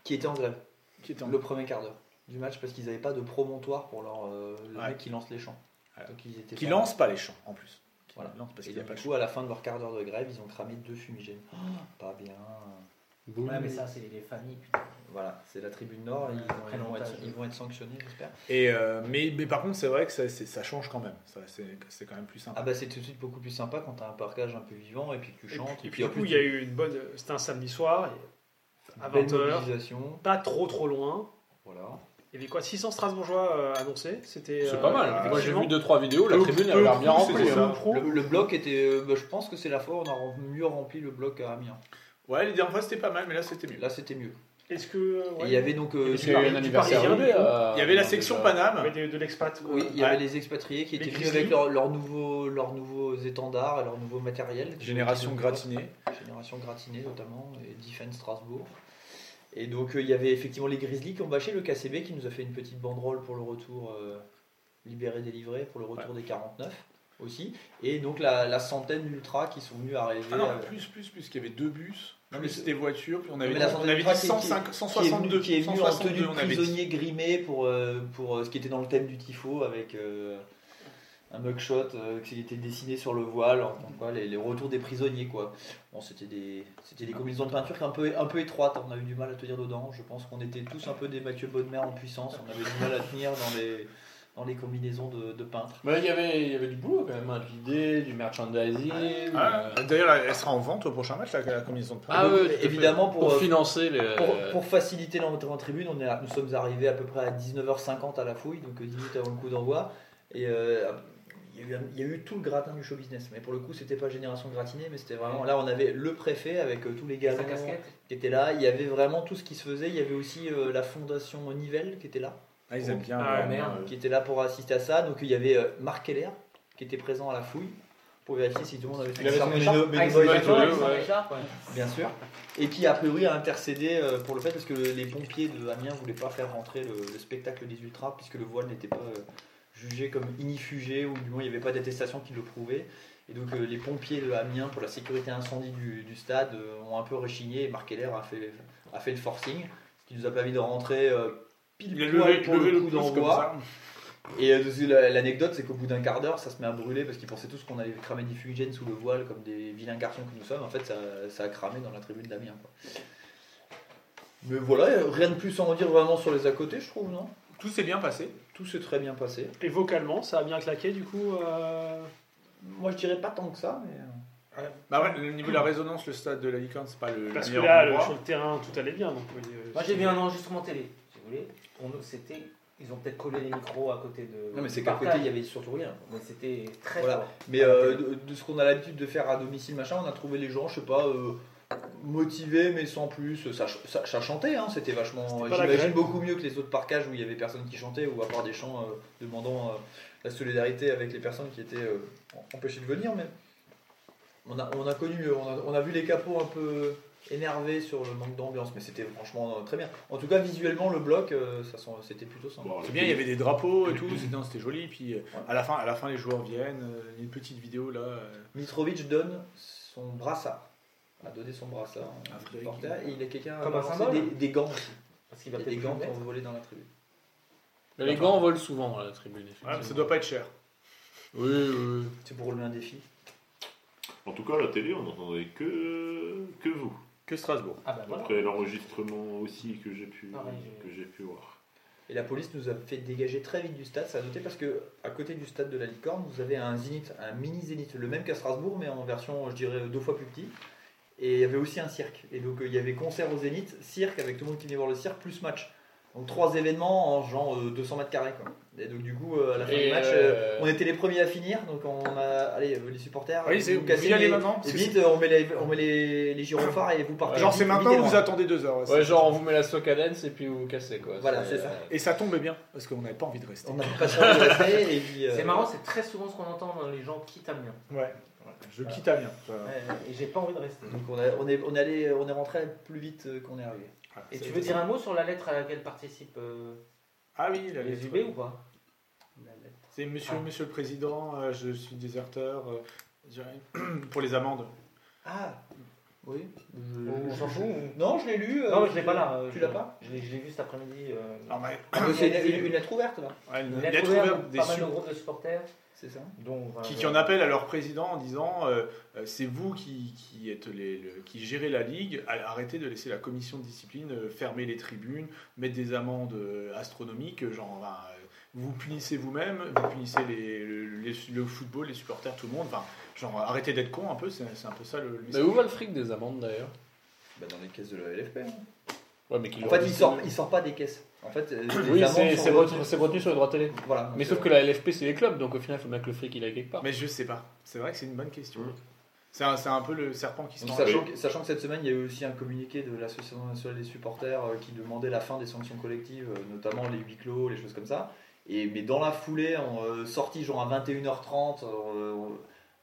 S5: Qui était en grève
S2: Qui était en-
S5: le premier quart d'heure du match parce qu'ils n'avaient pas de promontoire pour leur, euh, le
S2: Ouais.
S5: mec qui lance les champs.
S2: Ouais.
S5: Donc ils étaient
S2: Qui
S5: fermés.
S2: lance pas les champs, en plus. Qui
S5: Voilà.
S2: lance parce
S5: Et
S2: qu'il n'y a
S5: donc,
S2: pas
S5: du
S2: de
S5: coup, à la fin de leur quart d'heure de grève, ils ont cramé deux fumigènes. Oh, pas bien.
S9: Ouais, mais ça, c'est les familles. putain.
S5: Voilà, c'est la tribune Nord, ils, vont-
S9: Après
S5: ils vont,
S9: l'otage.
S5: être, ils vont être sanctionnés, j'espère.
S2: Et euh, mais, mais par contre, c'est vrai que ça, c'est- ça change quand même. Ça, c'est c'est quand même plus
S5: Ah
S2: sympa.
S5: bah c'est tout de suite beaucoup plus sympa quand t'as un parcage un peu vivant et puis que tu Ben chantes.
S6: Et puis du
S5: en
S6: coup,
S5: plus,
S6: il y a eu une bonne. C'était un samedi soir,
S5: une
S6: à
S5: belle
S6: 20h,
S5: mobilisation.
S6: pas trop trop loin.
S5: Voilà.
S6: Il y avait quoi 600 Strasbourgeois euh, annoncés C'était.
S17: C'est
S6: euh,
S17: pas mal. Moi j'ai
S6: effectivement.
S17: vu 2-3 vidéos, la
S6: Le
S17: tribune elle a
S6: peu
S17: l'air bien
S6: coup,
S17: remplie.
S6: c'était
S17: hein.
S6: ça. Pro.
S5: Le, le bloc était... euh, bah, je pense que c'est la fois où on a rem- mieux rempli le bloc à Amiens.
S2: Ouais, les dernières fois, c'était pas mal, mais là, c'était mieux.
S5: Là c'était mieux.
S6: Est-ce que. ouais,
S5: Et il y avait donc... euh,
S17: Parce qu'il y a eu un
S6: Du
S17: anniversaire.
S6: Parisien,
S17: oui,
S6: oui.
S17: euh,
S2: Il y avait la
S17: non,
S2: section
S17: déjà.
S6: il y
S2: Paname.
S6: avait des- de l'expat.
S5: Oui, il y
S6: Ouais.
S5: avait les expatriés qui
S6: Les
S5: étaient venus
S6: Grizzlies.
S5: avec leurs leur nouveaux leurs nouveaux étendards et leurs nouveaux matériels.
S2: Génération gratinée.
S5: Génération Gratinée notamment, et Defense Strasbourg. Et donc euh, il y avait effectivement les Grizzlies qui ont bâché le KCB qui nous a fait une petite banderole pour le retour euh, libéré, délivré, pour le retour des 49 aussi. Et donc la, la centaine d'ultras qui sont venus arriver.
S2: Ah non,
S5: euh,
S2: mais plus, plus, plus, qu'il y avait deux bus.
S5: Non,
S2: plus
S5: mais
S2: c'était voitures. Puis on avait,
S5: mais la
S2: on avait dit
S5: Sandra qui-
S2: 105,
S5: qui est venu,
S2: 162.
S5: qui est venu en
S2: 162,
S5: tenue
S2: on avait dit.
S5: prisonnier grimé pour, euh, pour euh, ce qui était dans le thème du tifo avec euh, un mugshot euh, qui était dessiné sur le voile, en tant que quoi, les, les retours des prisonniers quoi. Bon, c'était des, c'était des combinaisons de peinture un peu, un peu étroites, on a eu du mal à tenir dedans, je pense qu'on était tous un peu des Mathieu Bonnemer en puissance, on avait du mal à tenir dans les, dans les combinaisons de, de peintres.
S17: Bah, il y avait il y avait du boulot quand même, hein, de l'idée, du merchandising.
S2: Ah,
S17: euh,
S2: D'ailleurs, elle sera en vente au prochain match, la, la combinaison de
S17: Ah
S2: Paname.
S17: ouais, tout à fait.
S5: évidemment, pour, euh,
S17: financer les. euh,
S5: Pour,
S9: Euh,
S5: pour faciliter l'entrée en tribune, on est à- nous sommes arrivés à peu près à 19h50 à la fouille, donc euh, 10 minutes avant le coup d'envoi. Et euh, il y, a eu- il y a eu tout le gratin du show business. Mais pour le coup, c'était pas Génération Gratinée, mais c'était vraiment. Là, on avait le préfet avec euh, tous les gars
S9: Sa casquette.
S5: qui étaient là. Il y avait vraiment tout ce qui se faisait. Il y avait aussi euh, la fondation Nivelle qui était là,
S2: Ah, ils aiment bien.
S6: Ah,
S2: euh,
S6: merde.
S2: euh,
S5: qui était là pour assister à ça. Donc il y avait euh, Marc Keller qui était présent à la fouille pour vérifier si tout le monde avait fait
S17: Il avait
S5: sa
S17: son
S5: remarque.
S17: bénévo-
S9: Ah, ils sont
S17: bénévole
S9: d'accord,
S17: et tout,
S9: ils sont
S17: ouais.
S9: d'accord, ouais.
S5: bien sûr, et qui a priori a intercédé euh, pour le fait parce que les pompiers de Amiens voulaient pas faire rentrer le, le spectacle des ultras puisque le voile n'était pas euh, jugé comme inifugé ou du moins il n'y avait pas d'attestation qui le prouvait. Et donc euh, les pompiers de Amiens pour la sécurité incendie du, du stade euh, ont un peu rechigné et Marc Heller a fait, a fait le forcing, ce qui nous a permis de rentrer euh, pile
S2: Il a
S5: poil
S2: levé,
S5: pour
S2: levé
S5: le
S2: le
S5: coup
S2: pouce comme
S5: d'envoi.
S2: ça.
S5: Et euh, de- la- l'anecdote, c'est qu'au bout d'un quart d'heure, ça se met à brûler parce qu'ils pensaient tous qu'on allait cramer des fumigènes sous le voile comme des vilains garçons que nous sommes. En fait, ça, ça a cramé dans la tribune d'Amiens. quoi. Mais voilà, euh, rien de plus à en dire vraiment sur les à côté, je trouve, non
S2: Tout s'est bien passé.
S5: Tout s'est très bien passé.
S6: Et vocalement, ça a bien claqué du coup. euh,
S5: Moi, je dirais pas tant que ça, mais. euh,
S2: Bah ouais, le niveau de la résonance, le stade de la licorne, c'est pas le
S6: Parce que
S2: meilleur
S6: là, le-
S2: endroit.
S6: sur le terrain, tout allait bien. donc, oui, euh,
S13: Moi j'ai vu un enregistrement télé, si vous voulez. On- C'était, ils ont peut-être collé les micros à côté de.
S5: Non, mais c'est
S13: du
S5: qu'à côté,
S13: partage.
S5: il y avait surtout rien.
S13: Mais c'était très
S5: Voilà.
S13: fort.
S6: Ah,
S5: Mais euh, de, de ce qu'on a l'habitude de faire à domicile, machin, on a trouvé les gens, je sais pas, euh, motivés mais sans plus. Ça, ch- ça- ça chantait, hein, c'était vachement.
S6: pas la
S5: J'imagine
S6: grève.
S5: beaucoup mieux que les autres parcages où il y avait personne qui chantait ou à part des chants euh, demandant euh, la solidarité avec les personnes qui étaient euh, empêchées de venir. Mais on a, on a connu mieux, on a, on a vu les capots un peu énervés sur le manque d'ambiance, mais c'était franchement euh, très bien. En tout cas, visuellement, le bloc, euh, ça sent- c'était plutôt sympa.
S4: Bon,
S2: C'est bien, il y avait des drapeaux et tout, c'était non, c'était joli. Puis euh, à la fin, à la fin, les joueurs viennent. euh, Il y a une petite vidéo là. euh,
S5: Mitrovic donne son brassard. A donné son brassard.
S2: Ah,
S5: à
S2: Frédéric.
S5: supporter. Et il a quelqu'un
S9: Comme
S5: a
S9: un
S5: lancé
S9: symbole.
S5: des, des gants aussi.
S13: Parce qu'il
S5: Il
S13: va
S5: y a des
S13: peut-être
S5: gants
S13: plus
S5: qui ont
S13: mettre.
S5: volé dans la tribu.
S17: Les gants volent souvent à la tribune.
S2: ouais, mais ça doit pas être cher.
S17: Oui, oui.
S5: C'est pour relever un défi.
S4: En tout cas, à la télé, on n'entendait que, que vous.
S2: Que Strasbourg.
S13: Ah bah voilà.
S4: Après l'enregistrement aussi que j'ai pu,
S13: Ah ouais, j'ai-
S4: que j'ai pu voir.
S5: Et la police nous a fait dégager très vite du stade. Ça a noté parce que à côté du stade de la Licorne, vous avez un zénith, un mini zénith, le même qu'à Strasbourg, mais en version, je dirais, deux fois plus petit. Et il y avait aussi un cirque. Et donc euh, il y avait concert au zénith, cirque avec tout le monde qui venait voir le cirque, plus match. Donc trois événements en genre euh, 200 mètres carrés. Quoi. Et donc du coup, euh, à la fin
S17: Et,
S5: du match,
S17: euh,
S5: euh, on était les premiers à finir. Donc on a, allez, euh, les supporters,
S2: Oui, c'est-
S5: vous
S2: vous
S5: cassez
S2: y allez
S5: les-
S2: maintenant, parce
S5: et
S2: que
S5: vite, euh, on met les, on met les, les gyrophares et vous partez.
S2: Genre,
S5: vite,
S2: c'est
S5: vite
S2: maintenant
S5: et
S2: ou
S5: loin.
S2: vous attendez deux heures. ouais,
S17: Ouais,
S2: c'est-
S17: genre on vous met la socadence et puis vous vous cassez quoi. euh,
S5: Voilà, c'est ça.
S2: Et ça tombait bien parce qu'on n'avait pas envie de rester.
S5: On n'a pas changé de rester, et puis, euh,
S13: C'est marrant, c'est très souvent ce qu'on entend dans les gens quittent Amiens.
S2: Ouais. Je quitte Amiens. Ça-
S5: ouais.
S13: Et j'ai pas envie de rester.
S5: Donc on, a- on est, on, est allé, on est rentré plus vite euh, qu'on est arrivé.
S2: voilà,
S13: Et
S2: Ah, c'est-
S13: tu veux dire un mot sur la lettre à laquelle participent euh,
S2: Ah oui, la
S13: les
S2: lettre.
S13: UB ou pas La lettre.
S2: C'est Monsieur,
S13: Ah.
S2: Monsieur le Président, euh, je suis déserteur. euh, je dirais, pour les amendes.
S5: Ah Oui. Euh,
S13: On s'en fout ou-
S5: Non, je l'ai lu. euh,
S13: Non, je l'ai pas là. euh,
S5: Tu
S13: je-
S5: l'as pas
S13: Je l'ai je l'ai vu cet après-midi. euh,
S2: Alors, bah,
S5: Ah, mais C'est une, une- une lettre ouverte là.
S2: ouais,
S13: Une
S2: une
S13: lettre
S2: lettre
S13: ouverte,
S2: ouverte
S13: donc
S2: des
S13: pas mal
S2: su-
S13: de groupes de supporters.
S5: C'est ça.
S13: dont, euh,
S2: qui, qui en appellent à leur président en disant euh, euh, c'est vous qui, qui êtes les, le- qui gérez la ligue, a- arrêtez de laisser la commission de discipline euh, fermer les tribunes, mettre des amendes euh, astronomiques, euh, genre ben, euh, vous punissez vous-même, vous punissez les, le- les- le football, les supporters, tout le monde, enfin genre arrêtez d'être con un peu, c'est c'est un peu ça le. le
S17: Mais où va le fric des amendes d'ailleurs
S5: Bah, dans les caisses de la LFP.
S17: Ouais, mais qui
S5: En
S17: leur
S5: fait, il
S17: dit-
S5: sort, il sort pas des caisses. En fait, euh, les
S17: Oui,
S5: amendes
S17: c'est
S5: sont
S17: c'est
S5: retenues.
S17: retenu, c'est retenu sur les droits télé.
S5: Voilà. donc,
S17: Mais sauf
S5: euh,
S17: que la LFP c'est les clubs, donc au final il faut bien que le fric il aille quelque part.
S2: Mais je sais pas, c'est vrai que c'est une bonne question.
S4: Mm.
S2: C'est un, c'est un peu le serpent qui se
S5: donc,
S2: mord la
S5: sachant,
S2: queue.
S5: que, sachant que cette semaine, il y a eu aussi un communiqué de l'Association nationale des supporters euh, qui demandait la fin des sanctions collectives, euh, notamment les huis clos, les choses comme ça. Et, mais dans la foulée, on euh, sorti genre à 21h30, euh,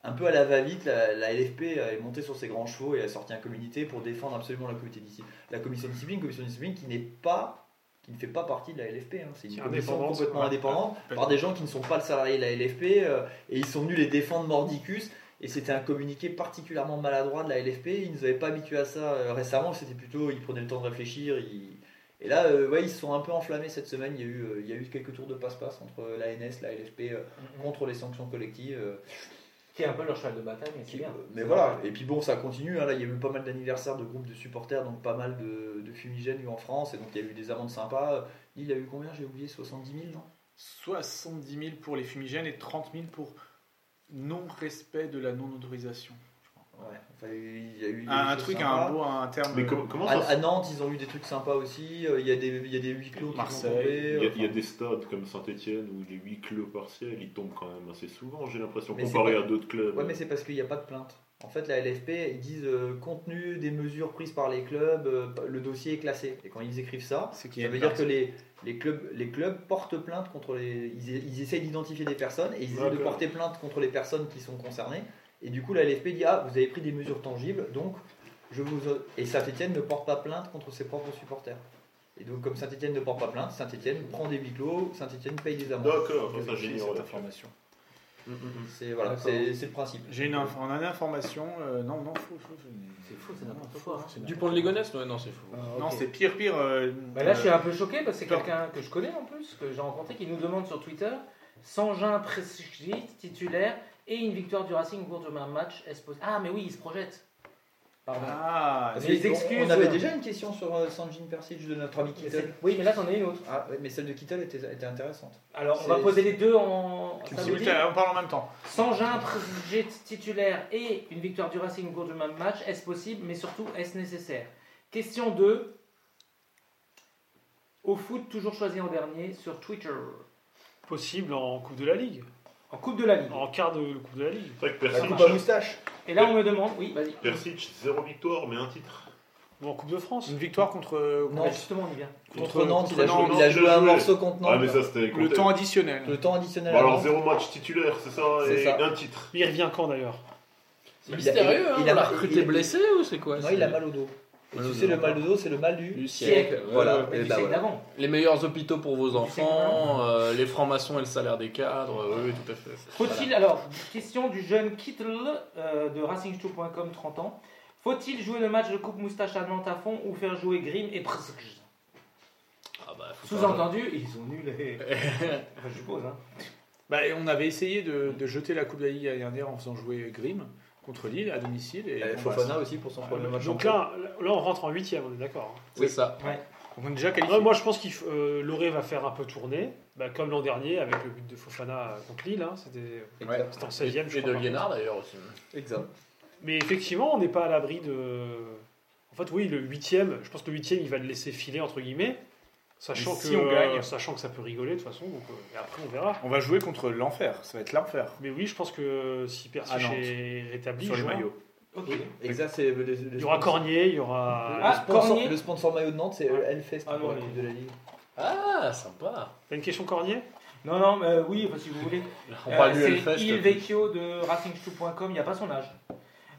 S5: un peu à la va-vite, la, la LFP euh, est montée sur ses grands chevaux et a sorti un communiqué pour défendre absolument la, comité disci- la commission de discipline, commission de discipline qui n'est pas qui ne fait pas partie de la LFP. hein. C'est
S6: Qui
S5: une
S6: est
S5: commission
S6: indépendante,
S5: complètement
S6: ouais.
S5: indépendante par des gens qui ne sont pas le salarié de la LFP euh, et ils sont venus les défendre mordicus. Et c'était un communiqué particulièrement maladroit de la LFP. Ils ne nous avaient pas habitués à ça euh, récemment. C'était plutôt, ils prenaient le temps de réfléchir. ils- Et là, euh, ouais, ils se sont un peu enflammés cette semaine. Il y a eu, euh, il y a eu quelques tours de passe-passe entre l'ANS, la LFP, euh,
S6: Mm-hmm.
S5: contre les sanctions collectives. euh,
S13: Qui est un peu leur cheval de bataille, mais c'est bien.
S5: mais voilà, et puis bon, ça continue. hein. Là, il y a eu pas mal d'anniversaires de groupes de supporters, donc pas mal de, de fumigènes eu en France, et donc il y a eu des amendes sympas. Lille a eu combien J'ai oublié 70 000, non
S2: 70 000 pour les fumigènes et 30 000 pour non-respect de la non-autorisation.
S5: Ouais, enfin, il y a eu. des
S2: Un, un
S5: choses
S2: truc,
S5: sympas.
S2: un mot, un terme.
S4: Mais com- comment
S5: À,
S4: ça se
S5: à Nantes, ils ont eu des trucs sympas aussi. euh, Il y a des, il y a des huis clos qui sont
S2: Marseille,
S5: tombés.
S4: Il y, a,
S5: enfin.
S4: il y a des stades comme Saint-Etienne où les huis clos partiels ils tombent quand même assez souvent, j'ai l'impression,
S5: Mais c'est
S4: comparé
S5: pas-
S4: à d'autres clubs.
S5: Ouais, mais c'est parce qu'il n'y a pas de plainte. En fait, la LFP, ils disent euh, compte tenu des mesures prises par les clubs, euh, le dossier est classé. Et quand ils écrivent ça,
S2: euh, C'est qu'il y
S5: ça
S2: a
S5: veut
S2: une
S5: dire que les, les, clubs, les clubs portent plainte contre les. Ils, ils essayent d'identifier des personnes et ils essayent de
S4: D'accord.
S5: porter plainte contre les personnes qui sont concernées. Et du coup, la LFP dit Ah, vous avez pris des mesures tangibles, donc je vous. Et Saint-Etienne ne porte pas plainte contre ses propres supporters. Et donc, comme Saint-Etienne ne porte pas plainte, Saint-Etienne prend des huis clos, Saint-Etienne paye des amendes.
S4: D'accord,
S2: partie.
S4: ça
S2: J'ai
S4: génial.
S2: cette information.
S5: Mm, C'est voilà,
S18: D'accord.
S5: c'est c'est le principe.
S2: J'ai une, inf- on a une information. euh, non, non, faux, faux, faux.
S13: C'est faux, c'est n'importe quoi. hein.
S5: mm.
S2: C'est n'importe
S3: Dupont de Ligonnès Ouais, non, c'est faux.
S2: quoi. Ah, Non, c'est pire, pire. euh,
S9: Bah là, je suis
S2: euh,
S9: un peu choqué parce que c'est
S2: Peur.
S9: quelqu'un que je connais en plus, que j'ai rencontré, qui nous demande sur Twitter Sangin prescrite, titulaire et une victoire du Racing au cours de un match. Est-ce possi- Ah, mais oui, il se projette. Pardon.
S2: Ah,
S5: Parce
S9: Mais les
S5: que on-
S9: excuses,
S5: On avait
S9: euh,
S5: déjà une question sur euh, Sanjin Persic de notre ami
S9: Mais
S5: Kittel.
S9: c'est- oui, mais là, j'en ai une autre.
S5: Ah, oui, mais celle de Kittel était, était intéressante.
S9: Alors, on va
S5: C'est-
S9: poser les deux en.
S2: tu
S9: ça
S2: me
S9: vous
S2: dis-
S9: dit
S2: on parle en même temps.
S9: Sangin prescrite, titulaire et une victoire du Racing au cours de même match. Est-ce possible, mais surtout, est-ce nécessaire Question 2. Au foot, toujours choisi en dernier sur Twitter.
S6: Possible en Coupe de la Ligue.
S9: En Coupe de la Ligue.
S6: En quart de Coupe de la Ligue.
S4: C'est vrai que
S5: La
S4: Persic,
S5: coupe à moustache.
S9: Et là, on me demande, oui, vas-y.
S4: Persic, zéro victoire, mais un titre.
S6: Ou en Coupe de France.
S2: Une victoire contre. euh,
S9: Non, Bah, justement, on y vient.
S5: Contre Nantes, il a
S4: Nantes,
S5: joué, il a
S4: il a
S5: joué un
S4: joué.
S5: morceau contre Nantes.
S4: Ah, mais ça, c'était
S2: Le
S4: compté.
S2: temps additionnel.
S5: Le temps additionnel.
S4: Bon,
S5: à
S4: alors,
S5: Nantes.
S4: zéro match titulaire, c'est ça,
S5: C'est
S4: et
S5: ça.
S4: un titre.
S6: Il revient quand d'ailleurs
S5: Il a-
S17: C'est mystérieux,
S5: il-
S17: hein,
S5: il
S17: on
S5: a-
S17: l'a recruté
S5: il-
S17: blessé ou c'est quoi
S5: Non,
S17: c'est-
S5: il a mal au dos. Et
S17: Mal
S5: tu
S17: au
S5: sais,
S17: dos,
S5: le mal au dos, c'est le mal du.
S17: Du siècle.
S5: siècle.
S17: ouais,
S5: Voilà.
S17: ouais.
S5: Et
S9: Euh, Mais
S5: bah
S9: c'est
S5: voilà.
S9: d'avant.
S17: Les meilleurs hôpitaux pour vos
S9: siècle
S17: enfants, euh, les francs-maçons et le salaire des cadres, euh, oui, oui, tout à fait.
S9: Faut-il, alors, question du jeune Kittel euh, de RacingStoop.com, 30 ans. Faut-il jouer le match de Coupe Moustache à Nantes à fond ou faire jouer Grimm et Prskj
S17: Ah bah, faut pas-
S9: Sous-entendu, ils sont nuls. les- Enfin, je suppose. Hein.
S2: Bah, et on avait essayé de, de jeter la Coupe de la Ligue l'année dernière en faisant jouer Grimm contre Lille à domicile. Et
S5: Et
S2: bon, bah,
S5: Eh, Fofana aussi pour
S17: Ah,
S5: son premier match.
S6: Donc là, là, on rentre en huitième, on est d'accord.
S17: C'est ça.
S2: on est déjà qualifié.
S6: Non, Ah, moi, je pense que Loré va faire un peu tourner, bah, comme l'an dernier avec le but de Fofana euh, contre Lille. hein, C'était
S5: Exact.
S6: c'était en
S17: Et,
S6: 16e, je
S17: de
S6: crois.
S17: Liénard d'ailleurs aussi.
S5: Exact.
S6: Mais effectivement, on n'est pas à l'abri de. En fait, oui, le huitième, je pense que le huitième, il va le laisser filer, entre guillemets, sachant,
S2: Mais
S6: que,
S2: si on gagne-
S6: euh, sachant que ça peut rigoler de toute façon. Donc, euh, et après, on verra.
S2: On va jouer contre l'enfer. Ça va être l'enfer
S6: Mais oui, je pense que si
S2: À
S6: Persiche
S2: Nantes.
S6: est rétabli,
S2: sur les
S6: juin,
S2: maillots.
S9: Ok.
S5: Exact, c'est le, le-
S6: il y aura Cornier, il y aura.
S5: le
S9: Ah,
S5: sponsor,
S9: Cornier.
S5: le sponsor maillot de Nantes, c'est euh, Hellfest
S9: Ah,
S5: pour
S9: non,
S5: la Coupe de la Ligue.
S17: Ah, sympa.
S6: T'as une question, Cornier
S9: Non, non, mais, euh, oui, enfin, si vous voulez.
S17: On
S9: Euh,
S17: parle du
S9: c'est
S17: Hellfest.
S9: Il Vecchio de RacingStoop.com, il n'y a pas son âge.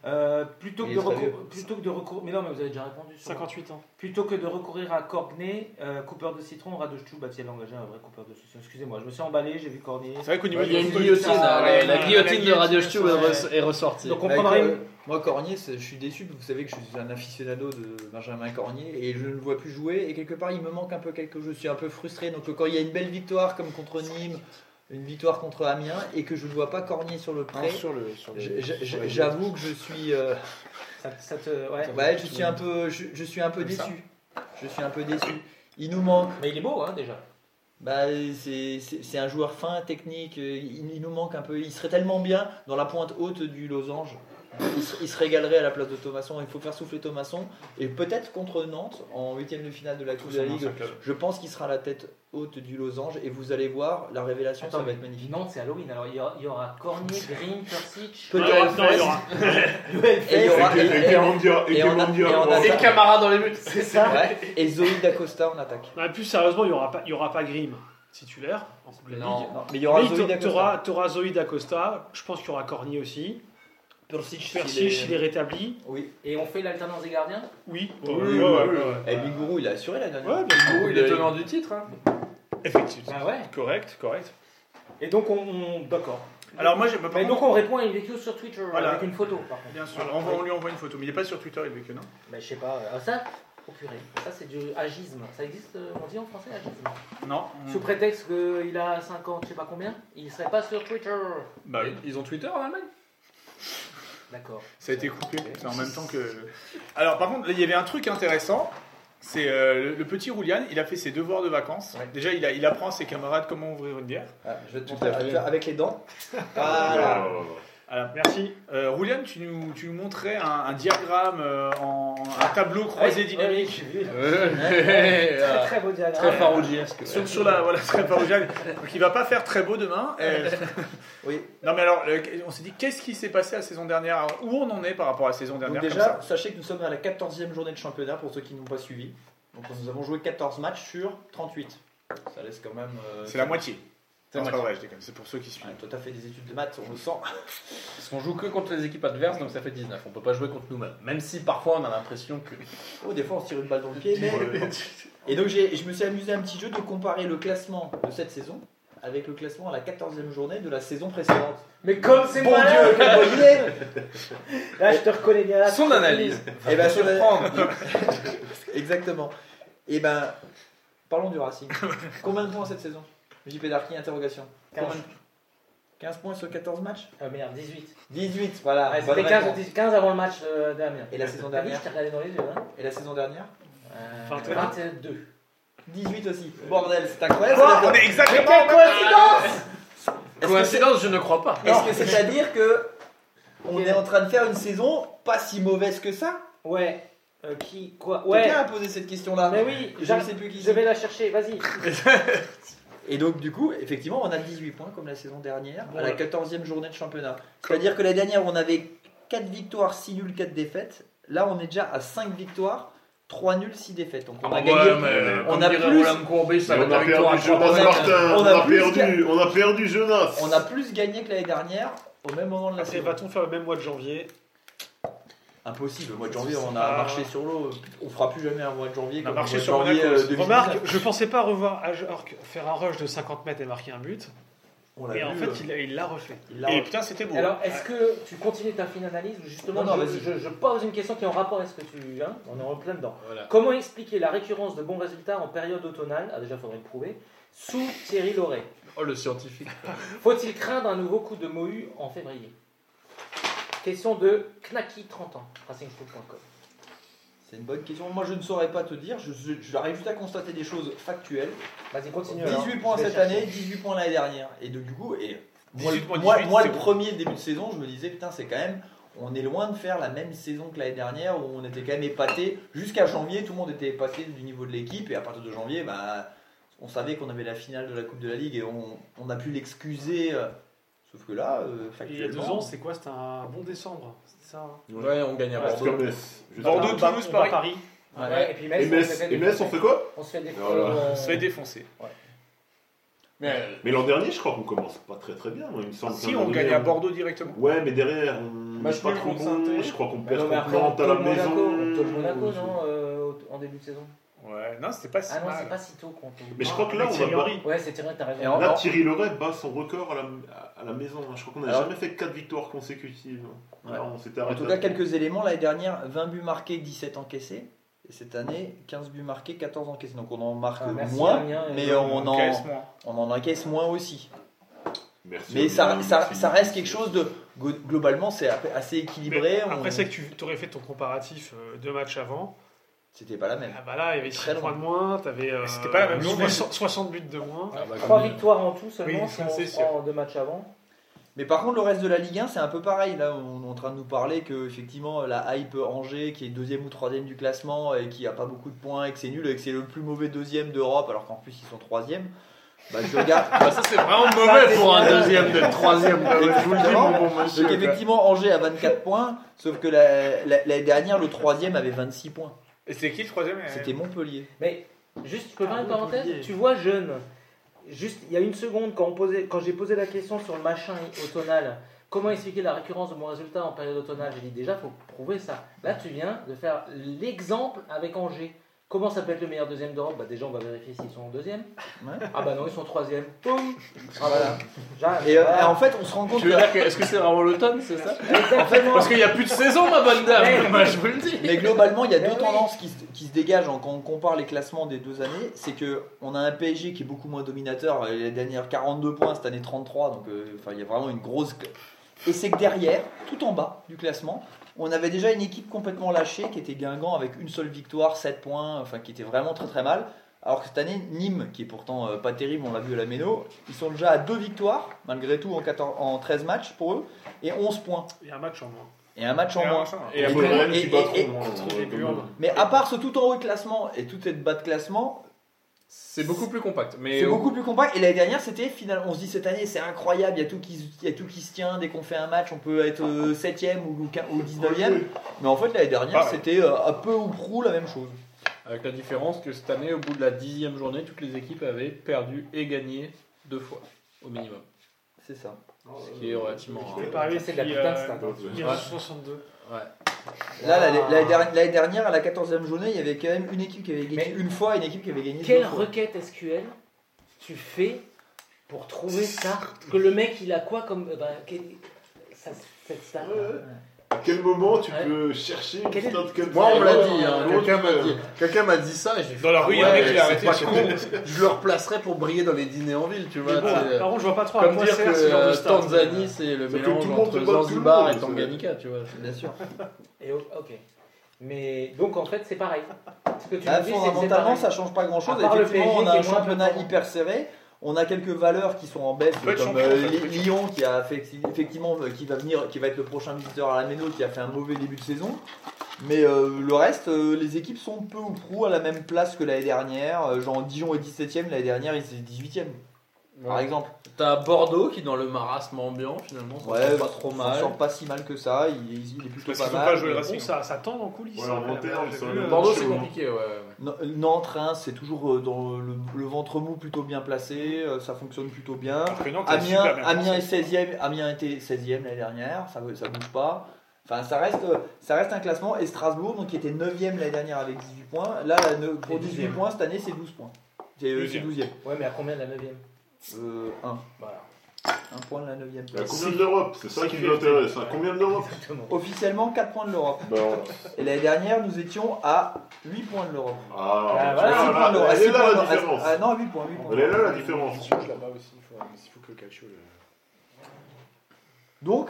S9: Euh, plutôt, que
S5: Il
S9: de
S5: est très
S9: recou-
S5: vieux.
S9: plutôt que de recourir, mais non, mais vous avez déjà répondu. sur-
S6: 58 ans.
S9: Plutôt que de recourir à Cornet, euh, coupeur de citron, Radochtchoub a-t-il engagé bah, un vrai coupeur de citron Excusez-moi, je me suis emballé, j'ai vu Cornet.
S2: C'est vrai qu'au niveau
S17: Il y a
S2: du
S17: une
S2: foot,
S17: guillotine,
S2: ça-
S17: hein, la, la guillotine de Radio
S2: guillotine,
S17: Stube
S5: hein,
S2: ça-
S17: est ressortie.
S9: Donc on
S5: Avec,
S9: prendra
S5: euh,
S9: une.
S5: Moi, Cornier, c'est- je suis déçu. Vous savez que je suis un aficionado de Benjamin Cornier et je ne le vois plus jouer. Et quelque part, il me manque un peu quelque chose. Je suis un peu frustré. Donc, quand il y a une belle victoire comme contre Nîmes, une victoire contre Amiens, et que je ne vois pas Cornier sur le
S2: Non,
S5: prêt,
S2: sur le- sur le-
S5: j- j-
S2: sur les-
S5: j'avoue que je suis, euh,
S9: Ça, ça te. Ouais.
S5: ouais, je suis un peu, je, je suis un peu
S2: Comme ça.
S5: déçu. Je suis un peu déçu. Il nous manque.
S9: Mais il est beau, hein, déjà.
S5: Bah, c'est- c'est c'est un joueur fin, technique, euh, il, il nous manque un peu. Il serait tellement bien dans la pointe haute du losange. Il se, il se régalerait à la place de Thomasson. Il faut faire souffler Thomasson. Et peut-être contre Nantes, en huitième de finale de la Coupe de la Ligue, je pense qu'il sera à la tête haute du losange. Et vous allez voir, la révélation, ça
S9: Attends,
S5: va être magnifique.
S9: Non, c'est Halloween, alors il y aura, il y aura Cornet, Green, Persic.
S5: Peut-être.
S6: Ah, non, il y aura-
S5: Et il y aura- et-
S4: Et
S5: et-
S4: Kemandia, et
S5: et on a- et on a-
S4: Kemandia.
S5: Et
S17: Camara dans les buts.
S9: C'est ça
S5: ouais, et Zoé Dacosta en attaque.
S6: Non, mais plus sérieusement, il n'y aura, pas- il y aura pas Grimm titulaire en Coupe de la
S17: Non.
S6: Ligue.
S5: Non, mais il y aura
S6: Mais
S5: Zoé
S6: t'a- t'auras-
S5: Dacosta.
S6: t'auras Zoé d'Acosta, je pense qu'il y aura Cornier aussi.
S5: Persic, s'il
S6: Persich,
S5: est-
S6: il est rétabli.
S5: Oui.
S9: Et on fait l'alternance des gardiens
S6: Oui.
S4: Oui,
S2: Oh,
S6: Ouais,
S4: oui,
S6: ouais,
S4: oui,
S6: ouais.
S5: Et Bigourou, il a assuré la dernière.
S6: Ouais, bien sûr.
S17: il est tenant du titre. Hein.
S2: Effectivement.
S9: Bah ouais.
S2: Correct, correct.
S9: Et donc on. on- D'accord.
S2: Alors moi, j'ai- bah, par
S9: Mais donc
S2: contre-
S9: on répond à une vidéo sur Twitter
S2: Voilà.
S9: avec une photo, par contre.
S2: Bien sûr, on, va- on lui envoie une photo, mais il n'est pas sur Twitter, il veut que non.
S9: Mais je sais pas. euh, ça, oh purée, ça c'est du agisme. Ça existe, euh, on dit en français agisme.
S2: Non.
S5: Mm.
S9: Sous prétexte qu'il a 50, je sais pas combien, il serait pas sur Twitter.
S2: Bah, oui.
S17: Ils ont Twitter en Allemagne
S9: D'accord.
S2: ça a été coupé. C'est en même temps que. Alors par contre, là, il y avait un truc intéressant. C'est euh, le- le petit Roulian, il a fait ses devoirs de vacances.
S5: Ouais.
S2: Déjà, il, a- il apprend à ses camarades comment ouvrir une bière.
S5: Ah, je vais te
S2: Tout
S5: montrer
S2: à fait.
S5: avec- avec les dents. Voilà.
S4: Ah,
S2: Merci. Euh, Roulian, tu nous, tu nous montrais un, un diagramme, euh, en, un tableau croisé dynamique.
S9: Très très beau dialogue.
S17: Très farouillesque.
S2: Sur, sur la, voilà, très paroissiale. Donc il va pas faire très beau demain. Euh,
S5: Oui.
S2: Non mais alors, le- on s'est dit, qu'est-ce qui s'est passé la saison dernière Alors, Où on en est par rapport à la saison
S5: Donc
S2: dernière comme
S5: déjà,
S2: ça
S5: sachez que nous sommes à la 14e journée de championnat pour ceux qui n'ont pas suivi. Donc nous avons joué 14 matchs sur 38. Ça laisse quand même. euh,
S2: C'est la moitié.
S5: C'est
S2: Non,
S5: la
S2: C'est pas
S5: moitié.
S2: vrai, je déconne, c'est pour ceux qui suivent.
S5: Ouais, toi, t'as fait des études de maths, on le sent.
S17: Parce qu'on joue que contre les équipes adverses, donc ça fait 19. On peut pas jouer contre nous-mêmes. Même si parfois on a l'impression que.
S5: Oh, des fois, on se tire une balle dans le pied. mais- Et donc, j'ai- je me suis amusé à un petit jeu de comparer le classement de cette saison avec le classement à la 14e journée de la saison précédente.
S9: Mais comme c'est
S5: Bon
S9: pas là,
S5: Dieu, quel voyez
S9: là, je te reconnais bien. Là,
S5: Son analyse. Et ben, son-
S1: surprendre.
S5: Exactement. Et ben, parlons du Racing. Combien de points cette saison JP Darky, interrogation.
S9: Quinze.
S5: Combien de- 15 points sur 14 matchs
S9: Ah merde, 18.
S5: 18, voilà.
S9: Ouais,
S5: Ah, bonne
S9: C'était 15,
S5: réponse.
S9: 18, 15 avant le match euh, dernier.
S5: Et la saison
S9: T'as vu,
S5: dernière
S9: je t'ai regardé dans les yeux. Hein.
S5: Et la saison dernière
S9: Euh,
S6: 21.
S9: 22.
S5: 18 aussi.
S9: Euh,
S5: Bordel, c'est incroyable.
S2: on est
S9: Mais
S2: exactement.
S9: quelle coïncidence
S5: Est-ce que c'est-
S17: Coïncidence, je ne crois pas.
S5: est-ce que c'est-à-dire que on est en train de faire une saison pas si mauvaise que ça
S9: Ouais. Euh, qui Quoi Ouais.
S5: Quelqu'un a posé cette question-là.
S9: Mais oui,
S5: Je ne
S9: j'arrive-
S5: sais plus qui
S9: je
S5: c'est.
S9: vais la chercher, vas-y.
S5: Et donc, du coup, effectivement, on a 18 points comme la saison dernière, à la 14e journée de championnat. C'est-à-dire que la dernière, on avait 4 victoires, 6 nuls, 4 défaites. Là, on est déjà à 5 victoires, 3 nuls, 6 défaites. Donc, on a gagné. on
S17: on
S5: a
S17: a dirait
S5: plus-
S17: Roland Courbet, ça
S4: Mais
S17: va
S4: on, a
S17: être
S4: perdu
S17: victoire à trois
S5: on
S4: Jonas
S5: a-
S17: points.
S4: Martin,
S5: on
S4: on
S5: a
S4: a
S5: plus
S4: perdu, on a perdu Jonas.
S5: On a plus gagné que l'année dernière au même moment de la
S6: Après,
S5: saison.
S6: va-t-on faire le même mois de janvier
S5: Impossible. Le mois de janvier, on a
S6: Ah.
S5: marché sur l'eau. On fera plus jamais un mois de janvier.
S2: a
S5: comme
S2: marché
S5: le mois de
S2: sur
S5: janvier,
S2: Monaco.
S5: euh, 2019.
S6: Remarque, je pensais pas revoir Ajork faire un rush de 50 mètres et marquer un but.
S5: On l'a
S6: Et en
S5: vu, euh,
S6: fait, il il l'a refait.
S5: il l'a-
S2: Et putain, c'était beau.
S9: Alors, est-ce que tu continues ta fine analyse ou justement
S5: Non, non,
S9: je,
S5: vas-y.
S9: je- je pose une question qui est en rapport avec ce que tu. hein, on est en plein dedans.
S3: Voilà.
S9: Comment expliquer la récurrence de bons résultats en période automnale Ah, déjà, faudrait le prouver. Sous Thierry Loret.
S17: Oh, le scientifique.
S9: Faut-il craindre un nouveau coup de Mohu en février Question de Knacky 30 ans, racingstool.com.
S5: C'est une bonne question. Moi, je ne saurais pas te dire. Je- je- J'arrive juste à constater des choses factuelles.
S9: Vas-y, continue. alors.
S5: 18 points
S9: Je vais
S5: cette
S9: chercher.
S5: année, 18 points l'année dernière. Et donc, du coup, et moi,
S2: 18 points,
S5: moi-
S2: 18,
S5: moi,
S2: c'est
S5: le
S2: bon.
S5: premier début de saison, je me disais, putain, c'est quand même. On est loin de faire la même saison que l'année dernière où on était quand même épaté. Jusqu'à janvier, tout le monde était épaté du niveau de l'équipe. Et à partir de janvier, bah, on savait qu'on avait la finale de la Coupe de la Ligue et on, on a pu l'excuser. euh, Sauf que là, euh,
S2: hein.
S6: Et il y a deux
S5: factuellement.
S6: ans, c'est quoi C'était un bon décembre. C'est ça hein
S17: Ouais, on gagne à
S4: Parce que
S17: Bordeaux.
S4: Metz, je sais pas.
S2: Bordeaux,
S6: Bah,
S2: Toulouse,
S6: on va à
S2: Paris.
S5: Ouais.
S9: Ouais, Et puis Metz,
S4: Et
S9: on se
S4: Metz,
S9: fait
S4: et Metz, on fait quoi
S9: On se fait des
S4: Voilà.
S9: euh,
S2: On se fait défoncer.
S17: Mais
S4: Mais l'an dernier, je crois qu'on commence pas très très bien. Moi, il me semble.
S2: Si
S4: qu'un
S2: on
S4: moment
S2: gagne
S4: donné,
S2: à Bordeaux directement.
S4: Ouais, mais derrière, on
S5: Bah,
S1: Match
S4: n'est pas
S1: nul
S4: trop
S1: contre
S4: bon.
S1: Saint-Étienne.
S4: Je crois qu'on
S9: Mais non,
S4: perd contre
S9: mais après, on
S4: Nantes à la
S9: tourne Monaco, on tourne
S4: maison. Ah,
S9: Monaco, non, euh, au- en début de saison
S2: Ouais, non, c'était pas si
S9: Ah non, c'est
S2: mal.
S9: pas si tôt qu'on tourne.
S4: Mais je crois que là,
S5: Ah,
S6: Avec
S4: on a
S6: Thierry
S4: pas-
S6: Henry.
S9: Ouais, c'est Thierry, t'as raison. Ah,
S5: Et en-
S4: Là, Thierry Leray bat son record à la, à la maison. hein. Je crois qu'on n'a
S5: Alors-
S4: jamais fait 4 victoires consécutives.
S5: Ah. Ouais.
S4: Là, on s'était
S5: En
S4: arrêté.
S5: tout
S4: à-
S5: cas, quelques éléments. L'année dernière, 20 buts marqués, 17 encaissés. Et cette année, 15 buts marqués, 14 encaissés. Donc on en marque
S9: Ah, merci,
S5: moins,
S9: Damien, et
S5: mais on en,
S2: Caisse, moi.
S5: on en encaisse moins aussi.
S4: Merci.
S5: Mais ça,
S4: Olivier,
S5: ça,
S4: merci.
S5: ça reste quelque chose de. go- Globalement, c'est assez équilibré.
S6: Mais Après,
S5: on-
S6: c'est que tu aurais fait ton comparatif euh, deux matchs avant.
S5: C'était pas la même.
S6: Ah bah là, il y avait
S5: Très
S6: 6 points de moins, t'avais euh,
S2: C'était pas la même semaine.
S6: 60, 60 buts de moins.
S9: Euh, Trois victoires en tout seulement,
S2: Oui,
S9: si
S2: ça,
S9: on
S2: c'est
S9: se
S2: sûr.
S9: prend deux matchs avant.
S5: Mais par contre, le reste de la Ligue 1, c'est un peu pareil. Là, on est en train de nous parler que effectivement la hype Angers, qui est deuxième ou troisième du classement et qui a pas beaucoup de points et que c'est nul et que c'est le plus mauvais deuxième d'Europe, alors qu'en plus ils sont troisième. Bah, tu regardes,
S17: Bah, ça, c'est vraiment mauvais pour un deuxième d'être troisième.
S5: ouais.
S17: Je vous le dis, mon bon monsieur.
S5: Donc effectivement, Angers a 24 points, sauf que la- la- l'année dernière, le troisième avait 26 points.
S2: Et c'est qui le troisième
S5: C'était Montpellier.
S9: Mais juste, je peux
S6: Ah,
S9: faire une
S6: bon,
S9: parenthèse
S6: Olivier.
S9: Tu vois, jeune, juste il y a une seconde, quand, on posait- quand j'ai posé la question sur le machin automnal, comment expliquer la récurrence de mon résultat en période automnale J'ai dit déjà, faut prouver ça. Là, tu viens de faire l'exemple avec Angers. Comment ça peut être le meilleur deuxième d'Europe bah, Déjà, on va vérifier s'ils sont en deuxième.
S5: Ouais.
S9: Ah bah non, ils sont troisième. Boum
S5: Ah, voilà.
S9: J'arrive.
S5: Et euh,
S9: Voilà.
S5: en fait, on se rend compte
S17: Tu
S5: que...
S17: veux dire que est-ce que c'est vraiment l'automne, c'est ça
S9: Exactement.
S17: Parce qu'il n'y a plus de saison, ma bonne
S9: Mais-
S17: dame. Bah, je vous le dis.
S5: Mais globalement, il y a
S9: Mais
S5: deux
S9: oui.
S5: tendances qui se, qui se dégagent en- quand on compare les classements des deux années. C'est que on a un PSG qui est beaucoup moins dominateur. euh, Les dernières 42 points, cette année 33. Donc euh, enfin, il y a vraiment une grosse... cl- Et c'est que derrière, tout en bas du classement, on avait déjà une équipe complètement lâchée qui était Guingamp avec une seule victoire, 7 points, enfin qui était vraiment très très mal. Alors que cette année, Nîmes, qui est pourtant euh, pas terrible, on l'a vu à la Méno, ils sont déjà à deux victoires, malgré tout, en, 14 en 13 matchs pour eux, et 11 points.
S6: Il y a un match en moins. euh,
S5: Et un match en moins.
S2: Et
S4: Il
S2: après,
S4: faut
S5: après-
S4: vraiment
S5: et-
S4: qu'ils battent
S5: et-
S2: hein,
S4: au moins,
S6: contre
S4: euh,
S6: les
S4: comme
S6: Burnes.
S4: nous.
S5: Mais à part ce tout en haut de classement et tout cette bas de classement,
S17: C'est beaucoup plus compact. Mais
S5: c'est beaucoup plus compact. Et l'année dernière, c'était final. On se dit cette année, c'est incroyable, il y, a tout qui se- il y a tout qui se tient. Dès qu'on fait un match, on peut être 7ème ou, quin- ou 19ème. Mais en fait, l'année dernière,
S2: Ah ouais.
S5: c'était euh, un peu ou prou la même chose.
S3: Avec la différence que cette année, au bout de la dixième journée, toutes les équipes avaient perdu et gagné deux fois, au minimum.
S5: C'est ça.
S3: Ce qui est relativement rare.
S6: C'est pas arrivé
S9: C'est de la
S6: depuis,
S9: putain de
S6: euh,
S9: stat, hein.
S6: 1962.
S5: Là, l'année- l'année dernière, l'année dernière, à la 14ème journée, il y avait quand même une équipe qui avait gagné une fois et une équipe qui avait gagné deux
S9: Quelle
S5: fois.
S9: requête SQL tu fais pour trouver ça. Que le mec, il a quoi comme. euh, bah, quel- ça- cette star
S4: À quel moment tu
S9: Ouais.
S4: peux chercher une
S9: Quel est-
S4: putain de quelqu'un
S3: Moi, on me l'a dit, hein.
S4: Comment
S3: quelqu'un
S4: tu
S3: m'a
S4: peux-
S3: dit, quelqu'un m'a dit ça, et j'ai fait,
S2: Dans la rue, il y a un
S3: ouais,
S2: mec qui l'a
S3: c'est
S2: arrêté.
S3: pas
S2: je sais
S3: con. je le replacerai pour briller dans les dîners en ville, tu vois.
S6: Mais bon,
S3: c'est- euh,
S6: par contre, Ah, je vois pas trop à
S3: Comme
S6: quoi
S3: dire que
S6: sert ce genre de
S3: euh,
S6: star.
S3: Tanzanie, c'est le
S4: Ça fait
S3: mélange
S4: tout le monde
S3: entre
S4: se bat tout le
S3: Zanzibar
S4: monde,
S3: et
S4: c'est-
S3: Tanganyika, tu vois.
S5: Bien sûr.
S9: Et o- ok. Mais donc en fait, c'est pareil. Ce que tu
S5: Bah,
S9: me dis, c'est que c'est
S5: fondamentalement,
S9: pareil.
S5: ça change pas grand chose.
S9: À part le
S5: Effectivement,
S9: PSG
S5: on a
S9: qui
S5: un
S9: est moins
S5: championnat
S9: performant.
S5: hyper serré. On a quelques valeurs qui sont en baisse,
S2: peut être
S5: comme
S2: champion,
S5: euh,
S2: ça peut être
S5: Li- Lyon qui a fait, effectivement euh, qui va venir, qui va être le prochain visiteur à la Méno, qui a fait un mauvais début de saison. Mais euh, le reste, euh, les équipes sont peu ou prou à la même place que l'année dernière. Euh, Genre Dijon est 17ème, l'année dernière ils étaient 18ème, par exemple.
S3: T'as Bordeaux qui, dans le marasme ambiant, finalement, ça
S5: Ouais,
S3: fait pas trop
S5: s'en
S3: mal.
S5: sort pas si mal que ça. Il, il est plutôt
S2: bah, Parce
S5: pas
S2: qu'ils ont
S5: mal.
S2: pas joué le
S5: mais-
S2: Racing.
S6: Bon, ça, ça tend en coulisses.
S4: Ouais,
S6: hein,
S4: en
S6: quand même.
S4: interne,
S6: J'ai
S4: ça
S6: vu,
S4: va
S6: euh,
S4: être
S3: Bordeaux,
S4: Chez
S3: c'est
S4: moi.
S3: compliqué, ouais. ouais.
S5: Non- euh, Nantes, Reims, c'est toujours euh, dans le, le ventre mou plutôt bien placé, euh, ça fonctionne plutôt bien.
S2: Alors que non, t'as
S5: Amiens,
S2: super bien
S5: Amiens est
S2: pensé.
S5: 16e, Amiens était 16e l'année dernière, ça ne bouge pas. Enfin, ça reste, ça reste un classement. Et Strasbourg, donc, qui était 9e l'année dernière avec 18 points, là, la ne- pour 18 points, cette année, c'est 12 points. C'est euh, c'est 12e.
S9: Ouais, mais à combien de la 9
S5: Euh, 1.
S9: Voilà.
S5: Un point de la 9e
S4: À
S5: place.
S4: combien de l'Europe C'est ça qui nous intéresse. À combien de l'Europe
S9: Exactement.
S5: Officiellement, 4 points de l'Europe.
S4: Bah, on-
S5: Et l'année dernière, nous étions à 8 points de l'Europe.
S4: Ah,
S5: À six points de l'Europe, à
S4: elle
S5: six
S4: est là
S5: points de
S4: la
S5: l'Europe.
S4: différence.
S5: Ah non, 8 points, 8 points.
S4: Elle est là la différence.
S2: là-bas aussi, il faut, il faut que le calcio. le-
S5: Donc,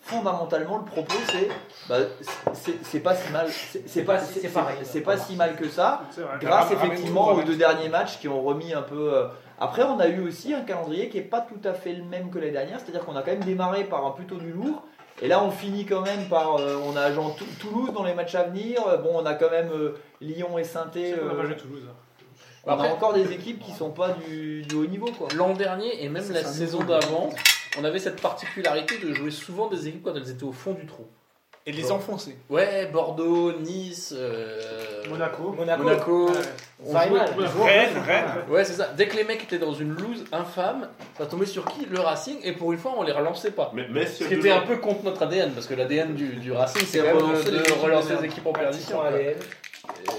S5: fondamentalement, le propos, c'est bah, c'est- c'est pas si mal, c'est c'est pas, c'est-
S9: C'est pareil.
S5: c'est pas si mal que ça,
S6: C'est vrai.
S5: grâce
S2: Ramène-nous,
S5: effectivement aux
S2: ramène-nous.
S5: deux derniers matchs qui ont remis un peu. euh, Après, on a eu aussi un calendrier qui est pas tout à fait le même que l'année dernière, c'est-à-dire qu'on a quand même démarré par un plutôt du lourd. Et là, on finit quand même par. euh, on a genre Tou- Toulouse dans les matchs à venir. euh, Bon, on a quand même euh, Lyon et saint
S6: C'est qu'on a pas joué Toulouse. hein.
S5: on
S3: Après-
S5: a encore des équipes qui sont pas du, du haut niveau, quoi.
S3: L'an dernier et même la saison d'avant, on avait cette particularité de jouer souvent des équipes quand elles étaient au fond du trou.
S19: Et de les enfoncer.
S3: Ouais, Bordeaux, Nice, euh,
S6: Monaco.
S3: Monaco.
S6: Ouais.
S3: on
S20: Ça
S3: jouait-
S20: arrive mal.
S2: Rennes, Rennes.
S3: Ouais, c'est ça. Dès que les mecs étaient dans une loose infâme, ça tombait sur qui Le Racing. Et pour une fois, on les relançait pas.
S4: Mais Metz,
S3: Ce
S4: il y
S3: qui
S4: a
S3: était
S4: deux
S3: un
S4: ans.
S3: peu contre notre ADN, parce que l'ADN du, du Racing,
S5: C'est
S3: c'est quand même
S5: relancer les
S3: de
S5: équipes
S3: relancer
S5: de
S3: les équipes en perdition.
S9: Perdition
S3: quoi.
S9: ADN.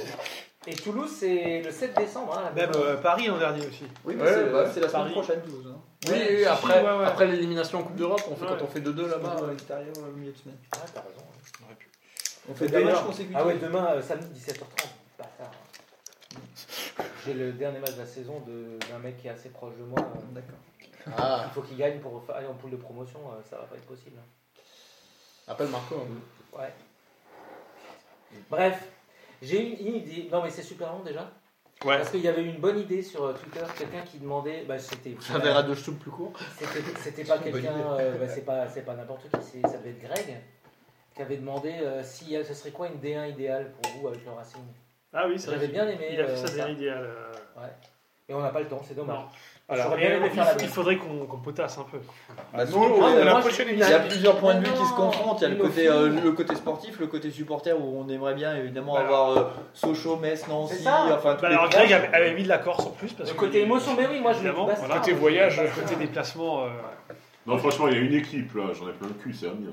S9: Et Toulouse, c'est le 7 décembre. hein, la
S6: Même
S9: même-
S6: euh, Paris en dernier aussi.
S5: Oui, mais
S3: Ouais,
S5: c'est
S3: bah,
S5: c'est la semaine
S6: Paris.
S5: prochaine, Toulouse. hein.
S3: Oui,
S6: Ouais,
S3: oui,
S6: si,
S3: après,
S6: ouais, ouais.
S3: après l'élimination en Coupe d'Europe, on fait
S6: Ouais.
S3: quand on fait 2-2 là-bas.
S5: à
S3: ouais.
S5: euh, l'extérieur, au milieu de semaine.
S9: Ah, t'as raison.
S5: On fait deux
S9: D'ailleurs-
S5: matchs consécutifs.
S9: Ah ouais, demain, euh, samedi 17h30. Bâtard. J'ai le dernier match de la saison de- d'un mec qui est assez proche de moi. euh,
S5: D'accord.
S3: Ah,
S9: Il faut qu'il gagne pour aller en poule de promotion, euh, ça va pas être possible.
S3: appelle Marco. hein.
S9: Ouais. Bref, j'ai une, une idée. Non, mais c'est super long déjà.
S2: Ouais.
S9: Parce qu'il y avait une bonne idée sur euh, Twitter, quelqu'un qui demandait. Bah, c'était.
S3: Un verre à deux choups plus court.
S9: C'était- C'était pas quelqu'un, euh, bah, c'est pas, c'est pas n'importe qui, c'est- ça devait être Greg, qui avait demandé euh, si euh, ce serait quoi une D1 idéale pour vous avec le Racing.
S6: Ah oui, c'est
S9: J'avais
S6: vrai.
S9: bien aimé.
S6: Il a fait
S9: euh,
S6: ça
S9: ça.
S6: bien idéal. euh.
S9: Et on n'a pas le temps, c'est dommage.
S6: Non. Alors,
S2: Ah,
S9: J'aurais bien aimé
S6: il,
S9: faire la
S6: il
S9: même.
S6: faudrait qu'on qu'on potasse un peu.
S5: Bah,
S2: Nous,
S5: surtout,
S2: on-
S5: euh,
S2: la
S9: moi,
S2: prochaine
S9: je-
S5: Il y a
S2: émission.
S5: plusieurs points de vue
S9: Mais
S5: qui se
S9: non,
S5: confrontent. Il y a le
S9: il le
S5: côté, euh,
S9: fait.
S5: le côté sportif, le côté supporter où on aimerait bien évidemment
S6: Bah
S5: avoir euh, Sochaux, Metz, Nancy,
S9: C'est ça.
S5: enfin tous
S6: Bah,
S5: les
S6: alors,
S5: trois.
S6: Greg avait, avait mis de la Corse en plus. Parce
S9: euh, Le
S6: que-
S9: côté émotion, mais oui, moi je
S6: Évidemment,
S9: me dis, basta,
S6: voilà.
S2: Côté
S9: moi, je
S2: voyage,
S9: me dis,
S6: Côté
S9: basta.
S6: déplacement. euh,
S4: Non, franchement, il y a une équipe là, j'en ai plein le cul, c'est Amiens.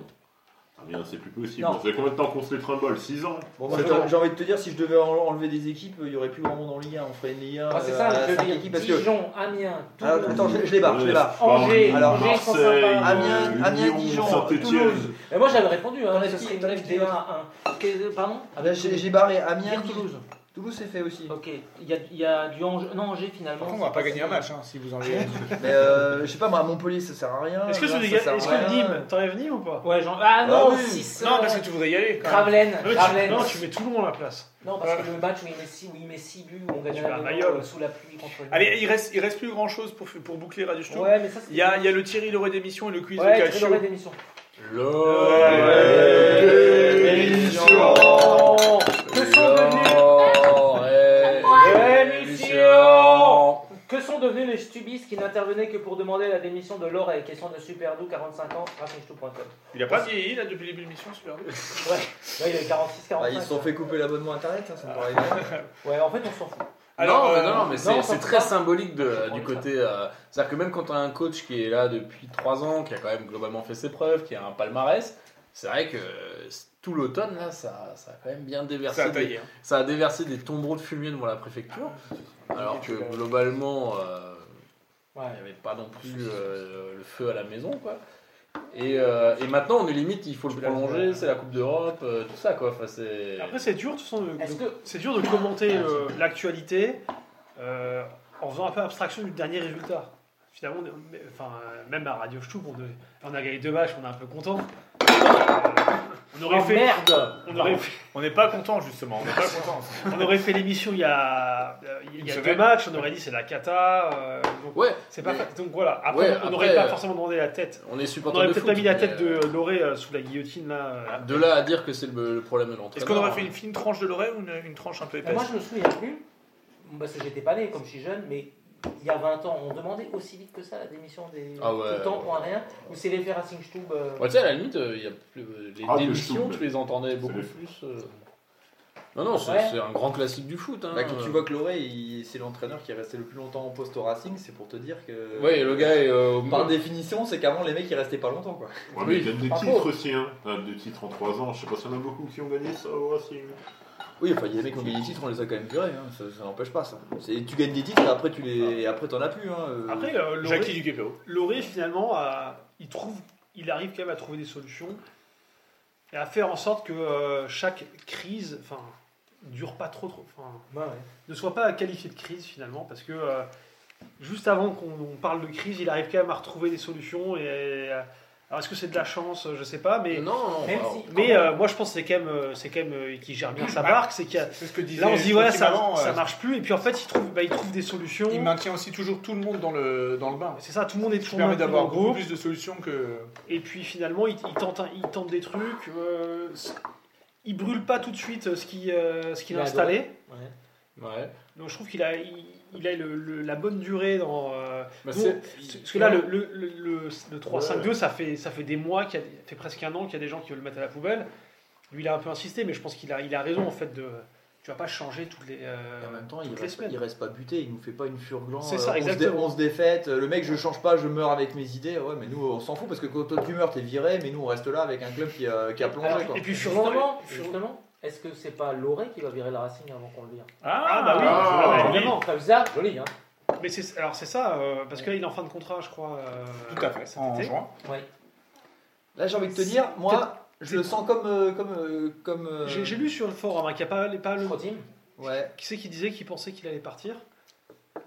S4: Amiens, c'est plus possible.
S9: Non.
S4: Ça fait combien de temps qu'on se les trimballe 6 ans
S5: Bon, moi,
S4: Sept
S5: j'ai-
S4: ans.
S5: J'ai envie de te dire, si je devais en- enlever des équipes, il y aurait plus grand monde en Ligue 1. On ferait une Ligue 1.
S9: Ah, c'est
S5: euh,
S9: ça,
S5: à
S9: je
S5: cinq
S9: veux dire,
S5: équipes, parce que-
S9: Dijon, Amiens,
S5: Ah,
S9: Toulouse.
S5: attends, je, je les barre, je les barre.
S9: Angers,
S5: alors,
S9: Angers, ils sont
S4: Marseille,
S9: sympas.
S5: Amiens,
S4: euh,
S5: Amiens,
S4: Lyon,
S5: Dijon, Toulouse.
S4: Saint-Etienne.
S9: Et moi j'avais répondu, hein,
S5: Dans
S9: ce
S5: l'équipe,
S9: serait une
S5: dans l'équipe.
S9: D1 à 1. Que- Pardon
S5: Ah, ben, J'ai j'ai barré Amiens,
S9: Hier
S5: Toulouse.
S9: Toulouse.
S5: Toulouse, c'est fait aussi.
S9: Ok, il y a, il y a du Angers. Non, Angers finalement.
S19: Par contre, on va pas gagner un match hein, si vous enlevez.
S5: Mais euh, je sais pas, moi, à Montpellier, ça sert à rien.
S6: Est-ce que,
S5: Reims,
S6: ce
S5: ça sert à
S6: dégât- est-ce que
S5: rien.
S6: Nîmes, t'enlèves Nîmes ou pas
S9: Ouais, Jean- Ah non,
S5: Ah oui.
S9: si, c'est
S2: Non,
S9: bon.
S2: parce que tu voudrais y aller. quand même.
S9: Gravelaine,
S6: Non, tu-
S9: Gravelaine.
S6: Non, tu mets Toulon à la place.
S9: Non, parce que le match où il met 6 où il met six buts, où on gagne
S6: Tu vas à
S9: un euh,
S6: Mayol.
S9: sous la pluie contre le-
S2: Allez, il reste, il reste plus grand chose pour, pour boucler Radio Stoop.
S9: Ouais, mais ça c'est.
S2: Il y, a, il y a le Thierry Leroy d'émission et le quiz
S9: Ouais,
S2: de
S9: tu
S2: Calcio.
S9: fais d'émission.
S3: Émission
S9: Que sont devenus Émission Que sont devenus les stubis qui n'intervenaient que pour demander la démission de l'oreille Question de Superdou, 45 ans, racingechou.com.
S2: Il a pas vieilli là depuis début de l'émission, super.
S9: Ouais, là il est 46, 45.
S5: Bah, Ils se
S13: hein.
S5: sont fait couper l'abonnement internet, hein, ça, ça me paraît bien.
S9: Ouais, en fait on s'en fout.
S2: Alors,
S3: non, mais
S2: euh,
S3: non, non, mais
S9: non,
S3: c'est
S9: ça
S3: c'est
S9: se
S3: très
S9: passe.
S3: symbolique de-
S9: Je prends
S3: du
S9: le
S3: côté. euh, C'est-à-dire que même quand tu as un coach qui est là depuis 3 ans, qui a quand même globalement fait ses preuves, qui a un palmarès, c'est vrai que euh, tout l'automne, là, ça, ça a quand même bien déversé.
S2: Ça a
S3: des-
S2: taillé. hein.
S3: ça a
S6: Ah,
S3: déversé des tombereaux de fumier devant la préfecture. Alors que globalement, euh,
S21: Il n'y avait pas non plus euh, le feu à la maison, quoi. Et, euh, et maintenant, on est limite, il faut le prolonger, c'est la Coupe d'Europe, euh, tout ça, quoi. Enfin, c'est...
S6: Après, c'est dur, de toute façon, de- de- c'est dur de commenter euh, l'actualité euh, en faisant un peu abstraction du dernier résultat. Finalement, on est- mais- enfin, euh, même à Radio Stoup, on, devait- on a gagné deux matchs, on est un peu content. Euh, on aurait
S9: Oh,
S6: fait,
S9: merde
S6: on aurait,
S2: On n'est pas content justement, on n'est pas content.
S6: on aurait fait l'émission il y a, euh, il y a
S2: Une
S6: deux
S2: semaine.
S6: matchs, on aurait dit c'est la cata. euh, donc,
S21: Ouais,
S6: c'est pas
S21: mais-
S6: fa- donc voilà, après,
S21: Ouais,
S6: on n'aurait
S21: après,
S6: pas
S21: euh,
S6: forcément demandé la tête.
S21: On est
S6: On
S21: supporter
S6: aurait
S21: de
S6: peut-être
S21: foot,
S6: pas mis la
S21: mais,
S6: tête
S21: euh, Ah.
S6: de Loré euh, sous la guillotine là. euh.
S21: De là à dire que c'est le, le problème de l'entraîneur.
S2: Est-ce qu'on aurait fait une fine tranche de l'oreille ou une, une tranche un peu
S9: Ah,
S13: Mais moi,
S2: épaisse
S13: je me souviens plus, parce que j'étais pas né comme je suis jeune, mais il y a 20 ans, on demandait aussi vite que ça la démission des.
S21: Ah ouais,
S13: tout le temps
S21: ouais.
S13: pour un rien, ou c'est l'effet Racing Stube. euh,
S21: Ouais, tu sais, à la limite, euh, il y a plus- euh, les
S4: Ah, que
S21: démissions,
S4: Stouff.
S21: tu les entendais beaucoup
S4: les-
S21: plus. euh. Non, non, c'est,
S13: Ouais.
S21: c'est un grand classique du foot.
S6: Ah,
S21: Hein.
S5: Bah, quand tu vois que Loré, il- c'est l'entraîneur qui est resté le plus longtemps en poste au Racing, c'est pour te dire que.
S21: Ouais, le gars est euh, au
S5: Par définition, c'est qu'avant les mecs ils restaient pas longtemps quoi.
S4: Ouais, mais
S21: Oui,
S4: il donne des
S13: par
S4: titres
S13: contre.
S4: aussi, hein. Ah, Des titres en 3 ans, je sais pas s'il y en a beaucoup qui ont gagné ça au Racing.
S5: Oui, enfin, il y a des mecs qui ont gagné des titres, on les a quand même virés, hein. ça, ça n'empêche pas ça. C'est- Tu gagnes des titres et après tu les, et
S21: Ah.
S5: après t'en as plus. Hein. euh.
S6: Après, euh, Loré-
S2: Jackie du KPO.
S6: Loré, finalement, a- il, trouve, il arrive quand même à trouver des solutions et à faire en sorte que euh, chaque crise enfin, dure pas trop, trop enfin,
S9: Bah ouais.
S6: ne soit pas qualifiée de crise finalement, parce que euh, juste avant qu'on on parle de crise, il arrive quand même à retrouver des solutions. Et, euh, alors, est-ce que c'est de la chance Je sais pas, mais,
S21: Non, non,
S9: Même
S21: alors,
S9: si-
S6: mais euh, moi je pense que c'est quand même, euh, c'est quand même euh, qu'il gère bien sa barque. C'est qu'il y a-
S2: Bah, C'est ce que disait
S6: Là, on se dit, ouais, ça,
S2: Petit Maman,
S6: ça
S2: euh,
S6: marche plus, et puis en fait, il trouve, bah, il trouve des solutions.
S2: Il maintient aussi toujours tout le monde dans le, dans le bain.
S6: C'est ça, tout le monde est
S2: Ce qui
S6: toujours
S2: permet
S6: maintenu dans
S2: d'avoir
S6: le
S2: beaucoup
S6: groupe.
S2: plus de solutions que.
S6: Et puis finalement, il, il tente, un- il tente des trucs. euh, c- il brûle pas tout de suite euh, ce qu'il euh, ce qu'il
S13: Il
S6: a
S13: a
S6: installé.
S21: ouais.
S6: Donc je trouve qu'il a, il, il a le- le- la bonne durée dans. euh,
S21: Bah,
S6: nous,
S21: c'est-
S6: on- parce que là, le, le, le, le- le 3-5-2, ça, fait, ça fait des mois, qu'il y a, ça fait presque un an qu'il y a des gens qui veulent le mettre à la poubelle. Lui, il a un peu insisté, mais je pense qu'il a, il a raison en fait de. Tu vas pas changer toutes les, euh,
S5: Et en même temps, il
S6: toutes les
S5: reste,
S6: semaines.
S5: il reste pas buté, il nous fait pas une euh, furglante.
S6: C'est ça, exactement.
S5: 11 défaites, euh, le mec je change pas, je meurs avec mes idées. Ouais, mais nous on s'en fout parce que quand toi tu meurs, t'es viré, mais nous on reste là avec un club qui a, qui a plongé
S13: Alors,
S5: quoi.
S6: Ah, Et puis Furlan,
S13: Justement, justement, est-ce que c'est pas Loré qui va virer le Racing avant qu'on le vire
S6: Ah, bah oui,
S4: Ah,
S6: bah,
S4: oui.
S6: évidemment.
S13: Comme ça, joli, hein
S6: Mais c'est alors c'est ça euh, parce que là il est en fin de contrat je crois. euh,
S2: Tout à fait. En
S6: été.
S2: juin.
S5: Là j'ai envie de te dire, moi je le sens comme. euh, comme, euh, comme euh,
S6: J'ai j'ai lu sur le forum hein, qu'il n'y a pas, pas le.
S13: Trottine.
S5: Ouais.
S6: Qui c'est qui disait qu'il pensait qu'il allait partir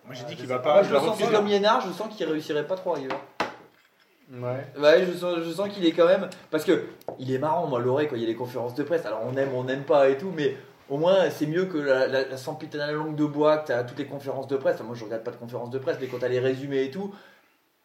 S2: Moi j'ai
S13: Ah,
S2: dit
S13: je
S2: qu'il va
S13: sais
S2: pas.
S5: Moi, je
S2: il
S5: le
S2: va
S5: sens
S2: refuser.
S5: comme Liénard, je sens qu'il réussirait pas trop ailleurs.
S21: Ouais.
S5: Ouais, je sens, je sens qu'il est quand même. Parce que il est marrant, moi, Loré, quand il y a les conférences de presse. Alors, on aime, on n'aime pas et tout, mais au moins, c'est mieux que la, la, la sempiternelle longue de bois, que t'as toutes les conférences de presse. Enfin, moi, je regarde pas de conférences de presse, mais quand t'as les résumés et tout,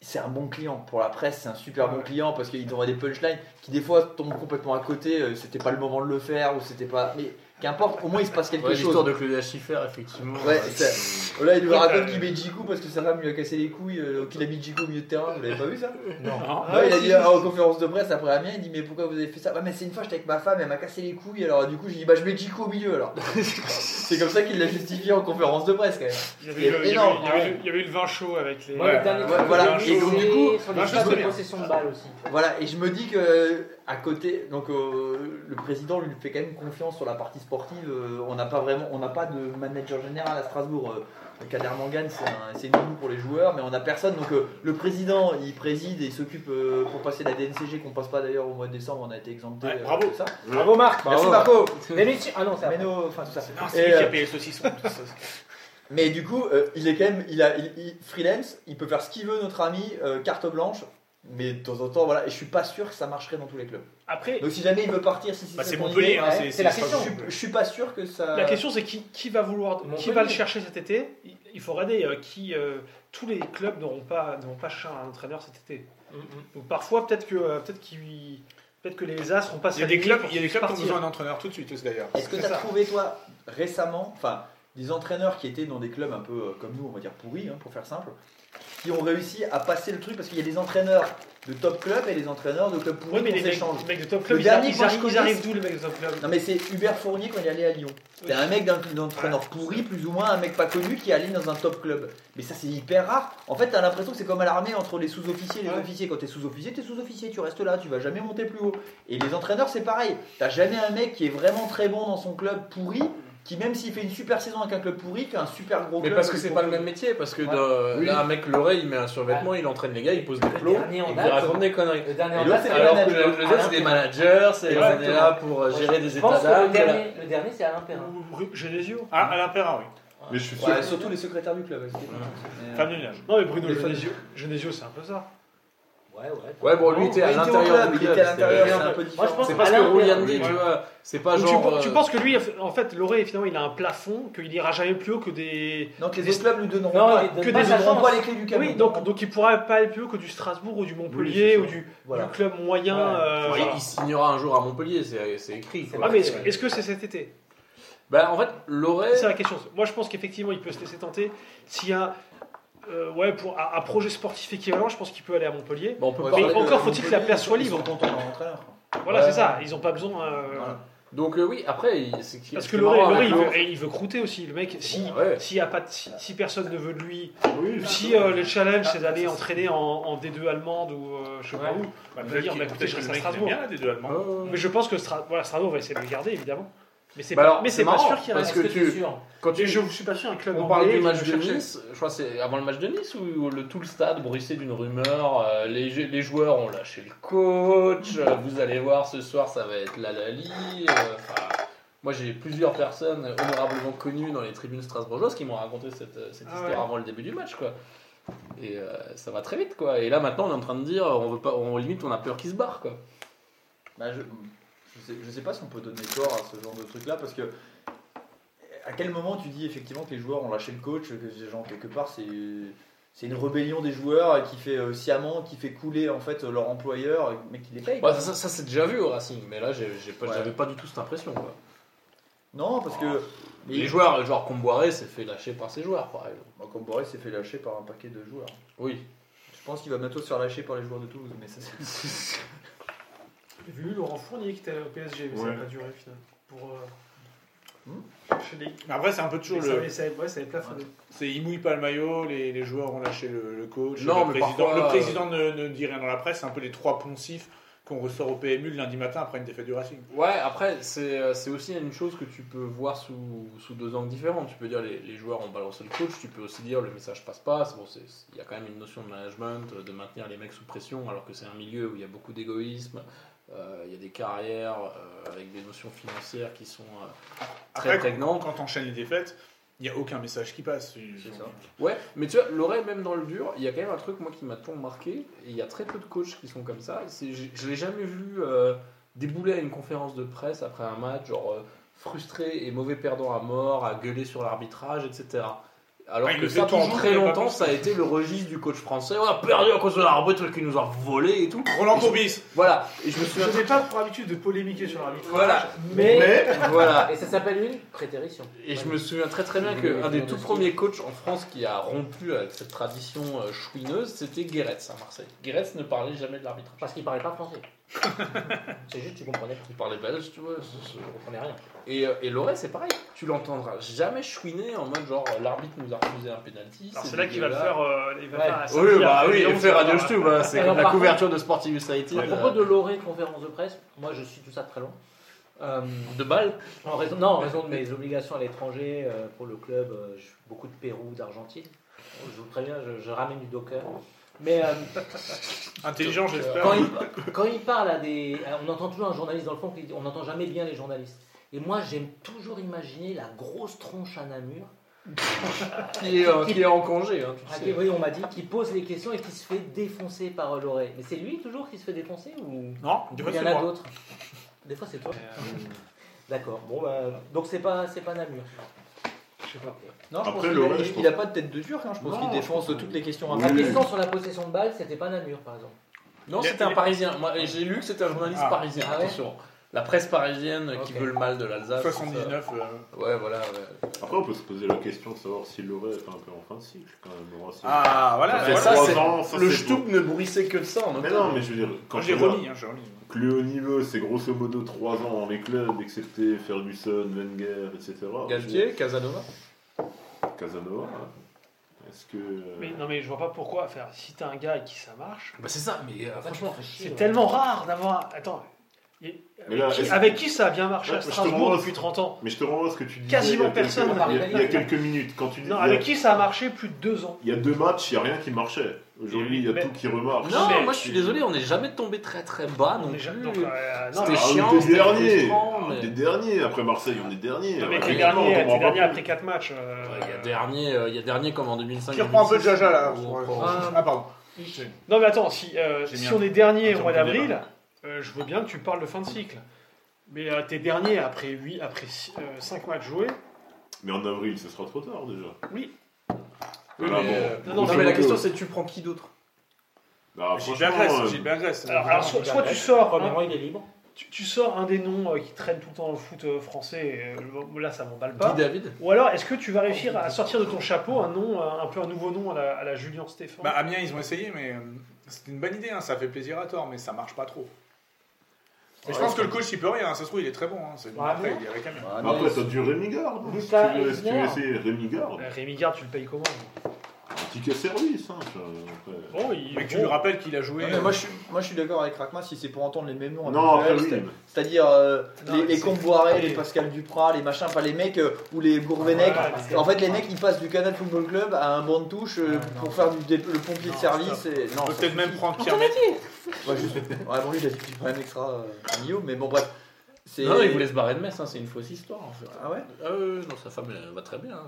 S5: c'est un bon client. Pour la presse, c'est un super bon client parce qu'il t'envoie des punchlines qui, des fois, tombent complètement à côté. euh, C'était pas le moment de le faire ou c'était pas. Mais qu'importe, au moins, il se passe quelque
S21: Ouais,
S5: chose.
S21: l'histoire de Claudia Schiffer, effectivement.
S5: Ouais,
S21: euh,
S5: c'est- euh, Là, il nous raconte qu'il met Jiku parce que sa femme lui a cassé les couilles, euh, qu'il a mis Jiku au milieu de terrain. Vous l'avez pas vu ça
S6: Non.
S5: Ouais, il a dit ah, en conférence de presse après Amiens, il dit mais pourquoi vous avez fait ça Bah mais c'est une fois j'étais avec ma femme, elle m'a cassé les couilles, alors du coup j'ai dit bah je mets Jico au milieu alors. c'est comme ça qu'il l'a justifié en conférence de presse quand même.
S6: Il y avait,
S5: Il est
S6: eu- il y avait,
S5: énorme.
S6: il y avait eu- il y avait eu le vin chaud avec les.
S13: Moi, le dernier
S5: ouais,
S13: truc
S5: voilà.
S13: que j'ai
S5: Et donc,
S13: vu,
S5: du coup,
S13: c'est sur les
S5: bah, je
S13: stats de
S5: connais.
S13: possession de balle aussi.
S5: Voilà, et je me dis que à côté, donc euh, le président lui fait quand même confiance sur la partie sportive. euh, on n'a pas vraiment, on n'a pas de manager général à Strasbourg. Euh, Kader Mangan, c'est un- c'est une nounou pour les joueurs, mais on n'a personne. Donc euh, le président, il préside et il s'occupe euh, pour passer la DNCG qu'on passe pas d'ailleurs au mois de décembre. On a été exempté.
S2: Ouais,
S5: euh,
S2: bravo.
S5: de ça.
S9: Bravo Marc
S5: Merci Marco.
S13: L'émission. Ah non, c'est après.
S5: Meno, enfin tout ça.
S2: Non,
S5: Et,
S2: c'est lui qui
S5: euh,
S2: a payé le saucisson. tout ça.
S5: Mais du coup, euh, il est quand même, il a, il- il- freelance, il peut faire ce qu'il veut, notre ami, euh, carte blanche. Mais de temps en temps, voilà, et je suis pas sûr que ça marcherait dans tous les clubs.
S6: Après,
S5: Donc si jamais il veut partir, si, si
S2: Bah, c'est
S5: son
S2: Montpellier,
S5: idée,
S2: hein,
S5: ouais.
S2: c'est
S13: c'est la
S2: c'est
S5: Je
S13: question.
S2: Strasbourg.
S5: suis, je suis pas sûr que ça.
S6: la question c'est qui, qui va vouloir, qui
S13: Montpellier.
S6: va le chercher cet été Il- Il faut regarder euh, qui. euh, tous les clubs n'auront pas n'auront pas cherché un entraîneur cet été. Donc parfois peut-être que euh, peut-être qu'il- peut-être que les As seront pas.
S2: Il y a des
S6: alignés
S2: clubs,
S6: pour
S2: il y a des
S6: qu'ils
S2: clubs qui ont
S6: partirent.
S2: besoin d'un entraîneur tout de suite aussi d'ailleurs.
S5: Est-ce que tu as trouvé, toi, récemment, enfin, des entraîneurs qui étaient dans des clubs un peu euh, comme nous, on va dire pourris, hein, pour faire simple, qui ont réussi à passer le truc Parce qu'il y a des entraîneurs de top club et des entraîneurs de clubs
S6: Ouais,
S5: pourris
S6: mais
S5: qu'on
S6: les mecs,
S5: s'échange.
S6: les mecs de top club,
S5: Le
S6: ils,
S5: dernier,
S6: arrivent-
S5: moi, je
S6: ils
S5: connais-
S6: arrivent d'où les mecs de top club
S5: Non mais c'est Hubert Fournier quand il est allé à Lyon. T'as un mec d'un d'un entraîneur pourri, plus ou moins un mec pas connu qui est allé dans un top club. Mais ça c'est hyper rare. En fait t'as l'impression que c'est comme à l'armée entre les sous-officiers et les
S6: Ouais.
S5: officiers. Quand t'es sous-officier, t'es sous-officier, tu restes là, tu vas jamais monter plus haut. Et les entraîneurs c'est pareil. T'as jamais un mec qui est vraiment très bon dans son club pourri. qui qui même s'il fait une super saison avec un club pourri, qu'un super gros
S3: Mais
S5: club.
S3: parce que c'est
S5: pour-
S3: pas le même métier, parce que
S5: Ouais.
S3: dans-
S5: Oui.
S3: là, un mec leurré, il met un survêtement, il entraîne les gars, il pose des plots,
S5: dernier en
S3: il
S5: date,
S3: raconte des conneries.
S5: Le dernier
S3: Et
S5: en
S3: l'autre,
S5: date, c'est
S3: alors
S5: Alain
S3: que le-
S5: Perrin.
S3: le deuxième, c'est des managers, c'est on est là pour euh,
S5: Moi,
S3: gérer des
S5: je
S3: états
S5: pense que le
S3: d'âme. de la-
S5: dernier-
S9: Le dernier, c'est Alain Perrin.
S6: Genesio Ah, Alain Perrin, oui.
S4: Mais je suis sûr.
S5: Ouais, surtout les secrétaires du club. elles étaient- Mais, euh,
S6: Femme de ménage. Non, mais Bruno
S5: Les femmes-
S6: Genesio, Genesio c'est un peu ça.
S5: Ouais, ouais.
S3: Ouais, bon, lui, il était à
S5: Ouais, au
S3: l'intérieur
S5: club,
S3: du
S5: il
S3: club.
S5: était à l'intérieur, c'est
S3: c'est-
S5: un peu
S9: Moi, je
S5: différent.
S9: pense
S3: C'est pas ce que
S9: Alain
S3: Roulian
S9: Perrin.
S3: dit, tu vois. C'est pas
S6: Donc, tu
S3: genre.
S6: pe- tu,
S3: euh,
S6: penses que lui, en fait, Loré, finalement, il a un plafond, qu'il ira jamais plus haut que des.
S5: Donc les autres clubs lui donneront
S9: Non,
S5: pas,
S9: il donne
S5: que
S9: pas
S5: des
S9: sa
S5: donneront
S9: chance.
S5: pas les clés du camion.
S6: Oui, donc, donc il pourra pas aller plus haut que du Strasbourg ou du Montpellier ou du,
S5: Voilà.
S6: du club moyen.
S5: Ouais.
S6: euh,
S3: ouais,
S6: voilà.
S3: Il signera un jour à Montpellier, c'est c'est écrit. quoi.
S6: Ah, mais est-ce est-ce que c'est cet été
S3: Bah, en fait, Loré.
S6: C'est la question. Moi, je pense qu'effectivement, il peut se laisser tenter. S'il y a euh, ouais, pour, un, un projet sportif équivalent, je pense qu'il peut aller à Montpellier.
S3: Bon, bah, on peut
S5: Ouais,
S3: parler
S6: mais
S3: de-
S6: encore faut-il que la place soit
S5: Ils sont
S6: libre.
S5: contents de leur entraîneur.
S6: Voilà,
S3: Ouais.
S6: c'est ça. Ils ont pas besoin. euh,
S5: Voilà.
S3: Donc, euh, oui, après, il- c'est
S6: Parce
S3: c'est
S6: que Loré,
S3: marrant
S6: Loré,
S3: avec
S6: il,
S3: Loré.
S6: veut, et il veut croûter aussi. Le mec, si,
S3: Ouais.
S6: s'il y a pas de- si, si personne ne veut de lui,
S4: Oui,
S6: si euh, le challenge c'est d'aller entraîner en, en D2 allemande ou euh, je sais pas où,
S2: Bah,
S6: il va
S2: peut-être
S6: dire
S2: qu'il-
S6: bah, écoutez,
S2: peut-être
S6: je
S2: que le
S6: reste à
S2: mec, il aime
S6: Strasbourg.
S2: bien, là, des deux Allemands.
S6: Mais je pense que Stra- voilà, Strasbourg va essayer de le garder évidemment. Mais c'est
S3: Bah
S6: pas,
S3: alors,
S6: mais
S3: c'est
S6: c'est pas
S3: marrant,
S6: sûr qu'il
S3: parce
S6: reste.
S3: que tu- Quand
S6: Et
S3: tu,
S6: je suis pas sûr un club
S3: On
S6: anglais
S3: parle du
S6: qui
S3: match
S6: va
S3: de
S6: chercher.
S3: Nice, je crois que c'est avant le match de Nice où le, tout le stade bruissait d'une rumeur, euh, les, jeux- les joueurs ont lâché le coach, euh, vous allez voir ce soir ça va être la lali. euh, enfin, moi j'ai plusieurs personnes honorablement connues dans les tribunes strasbourgeoises qui m'ont raconté cette, euh, cette
S6: Ah
S3: histoire
S6: ouais.
S3: avant le début du match quoi. Et euh, ça va très vite quoi. Et là maintenant on est en train de dire, on veut pas, on limite on a peur qu'ils se barrent quoi.
S5: Bah, je, je, sais, je sais pas si on peut donner corps à ce genre de truc là parce que à quel moment tu dis effectivement que les joueurs ont lâché le coach, que ces gens quelque part c'est c'est une rébellion des joueurs qui fait euh, sciemment, qui fait couler en fait euh, leur employeur, mais qui les paye. quoi.
S3: Ouais, ça, ça, ça, c'est déjà vu au Racing, mais là j'ai- j'ai pas-
S5: Ouais.
S3: j'avais pas du tout cette impression quoi.
S5: Non parce que mais-
S3: Les joueurs, genre Comboiré s'est fait lâcher par ses joueurs par exemple.
S5: Bon, Comboré Bah, s'est fait lâcher par un paquet de joueurs.
S3: Oui.
S5: Je pense qu'il va bientôt se faire lâcher par les joueurs de Toulouse, mais ça c'est
S6: J'ai vu Laurent Fournier qui était au PSG, mais ça
S4: Ouais.
S6: n'a pas duré finalement. Pour, euh,
S5: Hmm.
S6: chez les-
S2: Mais Après, c'est un peu toujours
S6: mais ça
S2: le.
S6: avait- ça avait- ouais, ça avait plafonné.
S2: C'est il mouille pas le maillot, les, les joueurs ont lâché le, le coach.
S3: Non,
S2: le
S3: mais
S2: président,
S3: parfois,
S2: le président ne, ne dit rien dans la presse. C'est un peu les trois poncifs qu'on ressort au PMU le lundi matin après une défaite du Racing.
S3: Ouais, après, c'est euh, c'est aussi une chose que tu peux voir sous, sous deux angles différents. Tu peux dire les, les joueurs ont balancé le coach, tu peux aussi dire le message passe pas. C'est Bon, c'est- il y a quand même une notion de management, euh, de maintenir les mecs sous pression, alors que c'est un milieu où il y a beaucoup d'égoïsme, euh, il y a des carrières euh, avec des notions financières qui sont euh, très
S2: Après,
S3: prégnantes.
S2: Quand t'enchaînes les défaites, il n'y a aucun message qui passe.
S5: c'est ça.
S3: Ouais, mais tu vois, Loré, même dans le dur, il y a quand même un truc, moi, qui m'a tant marqué. et Il y a très peu de coachs qui sont comme ça. C'est- Je je l'ai jamais vu euh, débouler à une conférence de presse après un match, genre euh, frustré et mauvais perdant à mort, à gueuler sur l'arbitrage, etc. Alors
S2: Ah, il
S3: que
S2: le
S3: ça,
S2: fait
S3: pendant
S2: toujours,
S3: très
S2: mais pas
S3: longtemps,
S2: plus.
S3: ça a été le registre du coach français. On a perdu à cause de l'arbitre qui nous a volé et tout.
S2: Roland Courbis
S3: Voilà, et je me
S6: Je
S3: souviens.
S6: n'ai pas pour habitude de polémiquer sur l'arbitre.
S3: Voilà,
S9: Mais,
S3: voilà.
S9: et ça s'appelle une prétérition.
S3: Et je me souviens très très bien
S9: Oui,
S3: qu'un
S9: oui,
S3: des
S9: oui,
S3: tout
S9: oui.
S3: premiers coachs en France qui a rompu avec cette tradition euh, chouineuse, c'était Guéretz à Marseille. Guéretz ne parlait jamais de l'arbitrage.
S9: Parce qu'il parlait pas français. c'est juste, tu comprenais.
S3: Il parlait belge, tu vois. c'est-
S9: Tu comprenais rien.
S3: c'est- Et, euh, et Loré, c'est pareil. Tu l'entendras jamais chouiner en mode genre euh, l'arbitre nous a refusé un penalty.
S6: Alors c'est là qu'il va le faire. euh, il va
S9: Ouais.
S6: faire Euh, un
S3: Oui,
S6: samedi
S3: bah
S6: après
S3: oui,
S6: Lyon,
S3: il fait
S6: ça va.
S3: Radio Stube, hein, c'est
S9: Alors,
S3: comme la
S9: par
S3: couverture de euh, Sportive Society.
S9: À
S2: bah,
S9: propos de Loré, conférence de presse, moi je suis tout ça de très long. Euh,
S3: de balles.
S9: en raison, non, en raison de mes obligations à l'étranger euh, pour le club, euh, je- beaucoup de Pérou, d'Argentine. Je vous préviens, je, je ramène du docker. Mais euh,
S2: Intelligent,
S9: quand
S2: j'espère.
S9: il, quand il parle à des. à- On entend toujours un journaliste dans le fond, qui dit- on n'entend jamais bien les journalistes. Et moi, j'aime toujours imaginer la grosse tronche à Namur.
S3: Qui est, euh, qui est en congé, hein,
S9: à
S3: tu
S9: qui,
S3: sais.
S9: Ah, oui, on m'a dit, qui pose les questions et qui se fait défoncer par euh, Loré. Mais c'est lui toujours qui se fait défoncer ou
S2: Non, du coup,
S9: il y
S2: c'est
S9: en a
S2: moi.
S9: d'autres Des fois, c'est toi. D'accord. Bon, bah, donc c'est pas, c'est pas Namur.
S6: Je sais pas.
S5: Non, je
S4: Après,
S5: pense qu'il
S4: le
S5: a-
S4: reste,
S5: il-
S4: je
S5: il a pas de tête de turc, hein, je pense
S4: Non,
S5: qu'il
S4: je
S5: défonce
S4: pense que-
S5: toutes les questions.
S4: Oui.
S9: La question sur la possession de balle, c'était pas Namur, par exemple.
S3: Non,
S2: Il y a-
S3: c'était
S2: il
S3: un
S2: y a-
S3: parisien. Moi, j'ai lu que c'était un journaliste
S2: Ah.
S3: parisien,
S9: Ah ouais
S3: attention. La presse parisienne qui
S9: Ok.
S3: veut le mal de l'Alsace. tout ça.
S2: 79. euh,
S3: Ouais, voilà. ouais.
S4: Après, on peut se poser la question de savoir s'il l'aurait fait un peu en fin de cycle quand même. au Racing.
S2: Ah,
S4: Ça
S2: voilà.
S3: Mais
S4: fait
S2: voilà.
S3: ça,
S4: trois
S3: c'est-
S4: ans, ça,
S3: le
S4: c'est
S3: Stoup ne bruissait que de ça en
S4: beau. Mais
S3: octobre.
S4: non, mais je veux dire, quand
S2: J'ai
S4: tu vois
S2: remis, hein, j'ai remis.
S4: que le haut niveau, c'est grosso modo 3 ans dans les clubs, excepté Ferguson, Wenger, etc.
S3: Galtier, Casanova.
S4: Casanova. hein. Est-ce que. euh,
S6: Mais non, mais je vois pas pourquoi. Faire. Si t'as un gars et qui ça marche,
S3: Bah c'est ça, mais euh,
S9: Franchement, ça fait chier,
S6: c'est
S9: ouais.
S6: tellement rare d'avoir. Attends, Et
S4: Mais là,
S6: euh, avec, qui,
S4: est-ce-
S6: avec qui ça a bien marché
S4: Ouais,
S6: à
S4: je te
S6: Strasbourg
S4: rends-
S6: depuis 30 ans
S4: Mais je te renvoie à ce que tu dis.
S6: Quasiment
S4: il y a quelques-
S6: personne.
S4: Il y a- il y a quelques minutes. Quand tu dis.
S6: Non,
S4: il y a-
S6: avec qui ça a marché plus de 2 ans
S4: Il y a deux matchs, il n'y a rien qui marchait. Aujourd'hui, il y a
S6: Mais-
S4: tout qui remarche.
S17: Non, moi je suis désolé, on n'est jamais tombé très très bas non plus.
S6: Donc, euh, non,
S4: Ah,
S17: C'était chiant,
S4: on était
S17: c'était
S4: dernier.
S17: frustrant,
S4: On
S17: mais-
S4: était dernier. Après Marseille, on est dernier.
S6: Non, mais
S4: Après,
S6: t'es dernier,
S4: on
S6: t'es
S4: comprend pas.
S6: dernier après 4 matchs. euh,
S17: Ouais, Il y a dernier, euh, il y a dernier comme en 2005.
S22: Qui reprend un peu de
S17: 2006,
S22: Jaja là.
S17: où
S22: sur-
S17: on prend-
S22: Ah, ah, pardon.
S6: Non, mais attends, si, euh,
S22: J'ai
S6: si
S22: mis un-
S6: on est dernier
S22: un
S6: au mois
S22: turbo débat.
S6: d'avril, euh, je veux bien que tu parles de fin de cycle. Mais euh, t'es dernier après, huit, après 5 matchs joués.
S4: Mais en avril, ce sera trop tard déjà.
S6: Oui.
S4: Voilà, bon.
S6: non,
S21: euh, non,
S4: Grosso
S21: mais la
S4: modo.
S21: question c'est tu prends qui d'autre
S4: Bah,
S2: J'ai
S4: franchement, euh,
S2: j'ai bien Grèce.
S6: Alors, alors, soit, soit tu sors. un-
S9: Premièrement, il est libre.
S6: tu, tu sors un des noms euh, qui traîne tout le temps dans le foot euh, français, et, euh, là ça m'emballe pas.
S21: Guy David
S6: Ou alors est-ce que tu vas réussir à sortir de ton chapeau un nom, euh, un, un peu un nouveau nom à la, à la Julien Stéphane
S2: Bah, Amiens, ils ont essayé, mais euh, c'était une bonne idée. hein. Ça fait plaisir à tort, mais ça marche pas trop. Mais je
S6: Ouais,
S2: pense que le coach, il peut rien. Ça se trouve, il est très bon. hein. C'est
S6: Ouais,
S2: après,
S6: non.
S2: il est avec Amiens.
S4: bah, après, t'as du Rémi Garde. Si tu
S9: Lucas
S4: veux si tu veux
S9: Eisner.
S4: essayer Rémi Garde,
S6: Euh, Rémi Gard, tu le payes comment
S4: un ticket service. hein, ça, après.
S6: Oh, il-
S2: Mais tu
S6: bon.
S2: lui rappelles qu'il a joué.
S5: Non, Ah, mais moi, je suis, moi, je suis d'accord avec Rachma si c'est pour entendre les mêmes noms. en
S4: Non,
S5: NFL,
S4: après, oui.
S5: c'est- C'est-à-dire euh,
S6: Non,
S5: les,
S6: mais
S5: les
S6: c'est-
S5: Comboiré, les Pascal Duprat, les machins, pas les mecs, euh, ou les Gourvenec.
S6: Ouais, Pascal
S5: en fait, les mecs, ils passent du Canal Football Club à un banc de touche euh, pour faire du dé- le pompier de service. Et... Non,
S2: On peut
S5: ça
S2: euh, peut-être
S5: suffit.
S2: même prendre Pierre
S5: Ouais, juste- ouais, bon, lui, il a dit qu'il prenait un extra euh, un million, mais bon, bref. C'est-
S21: Non, non, il voulait se barrer de Metz, hein, c'est une fausse histoire en fait.
S5: Ah ouais
S21: Ah ouais, ouais, non, sa femme elle va très bien. hein.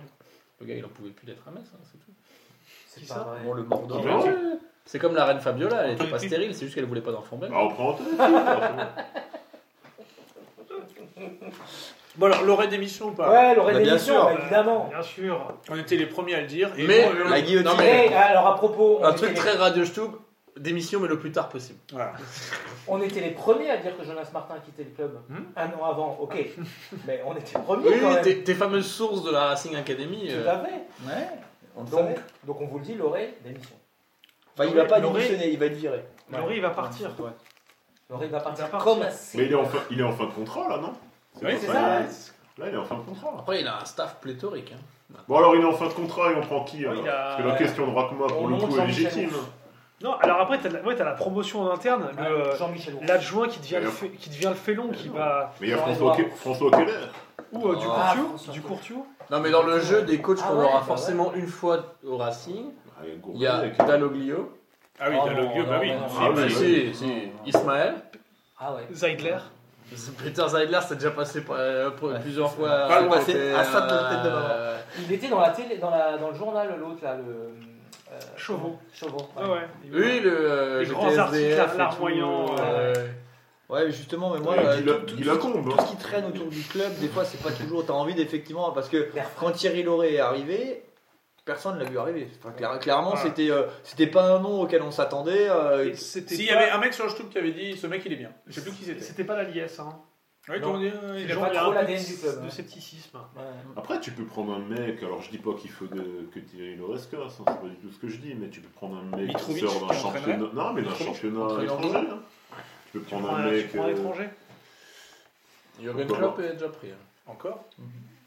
S21: Le gars il en pouvait plus d'être à Metz, hein, c'est tout.
S6: Qui
S5: C'est
S6: ça
S5: pas vrai. Bon, le mordant.
S4: Qui va-
S21: C'est comme la reine Fabiola, elle était
S2: Anthony
S21: pas
S2: Pitt.
S21: stérile, c'est juste qu'elle voulait pas d'enfant belge.
S4: Bah, on prend Anthony, après.
S2: Bon, alors, l'aurait démission ou pas
S9: Ouais, l'aurait
S5: Bah, bien sûr.
S9: démission, évidemment.
S6: Bien sûr.
S2: On était les premiers à le dire. Et
S21: Mais-
S2: bon,
S5: La
S2: euh,
S5: guillotine.
S21: Non, mais-
S9: Eh, alors à propos, on
S21: Un
S9: était
S21: truc
S9: les-
S21: très radio Stub, démission mais le plus tard possible.
S2: voilà.
S9: On était les premiers à dire que Jonas Martin quittait le club.
S2: Hmm.
S9: Un an avant, ok.
S6: Ah.
S9: Mais on était premiers
S21: Oui,
S9: quand même.
S21: tes, tes fameuses sources de la Racing Academy.
S9: Tout
S21: euh,
S9: à fait.
S5: Ouais, on le
S9: Donc,
S5: savait.
S9: donc on vous le dit, Loré, démission.
S5: Enfin, il va pas
S6: Loré-
S5: démissionner, il va être viré.
S6: Ouais. Loré, il va partir.
S5: Ouais.
S9: Loré va partir.
S6: Il va partir.
S9: Comme
S4: Mais il est en fin- il est en fin de contrat là, non
S2: Oui,
S4: c'est
S2: c'est
S4: ça,
S2: ça.
S4: ouais. Là, il est en fin de contrat.
S21: Après, il a un staff pléthorique. hein.
S4: Bon, alors, il est en fin de contrat et on prend qui alors
S6: Il a-
S4: Parce que la
S6: ouais.
S4: question de Rakma, pour
S9: On
S4: le
S9: monte
S4: coup, est
S9: Jean-Michel
S4: légitime.
S9: Roux.
S6: Non, alors après, t'as de la, ouais, t'as la promotion en interne, le, euh,
S9: Jean-Michel Aulas.
S6: l'adjoint qui, devient le
S4: D'ailleurs.
S6: fé- qui devient le félon, qui va.
S4: Mais il y a
S9: Jean
S4: François,
S9: Edouard.
S4: Ke- François Keller.
S6: Ou euh, du
S21: Ah,
S6: Courtiou.
S9: François.
S6: Du Courtiou.
S21: Non, mais dans le jeu des coachs
S9: Ah
S21: qu'on
S9: ouais,
S21: aura
S9: bah
S21: forcément une fois au Racing,
S4: Ah, y a
S21: il y a
S4: Gourvenec.
S21: Daloglio,
S2: Ah oui,
S9: Oh,
S2: t'as le
S9: non,
S2: gueux, bah
S9: non,
S2: oui.
S9: non,
S4: Ah
S2: C'est-
S4: oui,
S21: si,
S2: c'est-
S21: si, Ismaël,
S9: Ah ouais.
S6: Zeidler.
S21: Peter Zeidler s'est déjà passé par- euh, pour-
S5: Ouais.
S21: plusieurs fois.
S5: Pas
S21: euh,
S5: le passé,
S21: côté,
S5: à ça de la tête de maman.
S21: euh,
S9: Il était dans la télé, dans, la, dans le journal, l'autre là, le. euh,
S6: Chauveau.
S9: Chauveau. ouais.
S6: Ah ouais.
S21: Oui, le euh,
S6: Les
S21: GTSDF
S6: grands articles,
S21: et tout,
S6: larmoyants,
S21: euh,
S5: Ouais, justement, mais moi,
S4: Ouais,
S5: euh,
S4: Guy La-
S5: tout, tout-
S4: Guy Lacombe,
S5: tout
S4: hein.
S5: ce qui traîne autour du club, des fois, c'est pas toujours. T'as envie d'effectivement, parce que
S9: L'air frais.
S5: quand Thierry Lauré est arrivé, personne l'a vu arriver. Enfin, clair- clairement,
S2: Voilà.
S5: c'était euh, c'était pas un nom auquel on s'attendait. euh,
S6: Et C'était
S2: S'il y
S6: pas-
S2: avait un mec sur YouTube qui avait dit ce mec il est bien, je sais plus qui c'était.
S6: C'était pas la liesse, hein.
S2: Oui,
S9: Non.
S2: t'en dis, euh, il
S9: C'est
S2: est
S9: pas
S2: bon.
S9: trop
S6: un
S9: l'ADN
S6: peu
S9: du club,
S6: De
S9: hein.
S6: scepticisme.
S9: Ouais.
S4: Après, tu peux prendre un mec, alors je dis pas qu'il faut de- que Thierry Loris casse, hein, c'est pas du tout ce que je dis, mais tu peux prendre un mec qui
S2: Mitrovic,
S4: sort d'un
S2: qui entraînerait
S4: championnat. Non, mais d'un
S2: Mitrovic,
S4: championnat
S5: entraîneur
S4: étranger. hein. Tu peux
S6: Tu
S4: prendre
S6: prends
S4: un
S6: un, tu
S4: mec.
S6: prends un
S4: euh,
S6: étranger.
S21: Jürgen
S4: Pourquoi
S21: Klopp est déjà pris. hein.
S2: Encore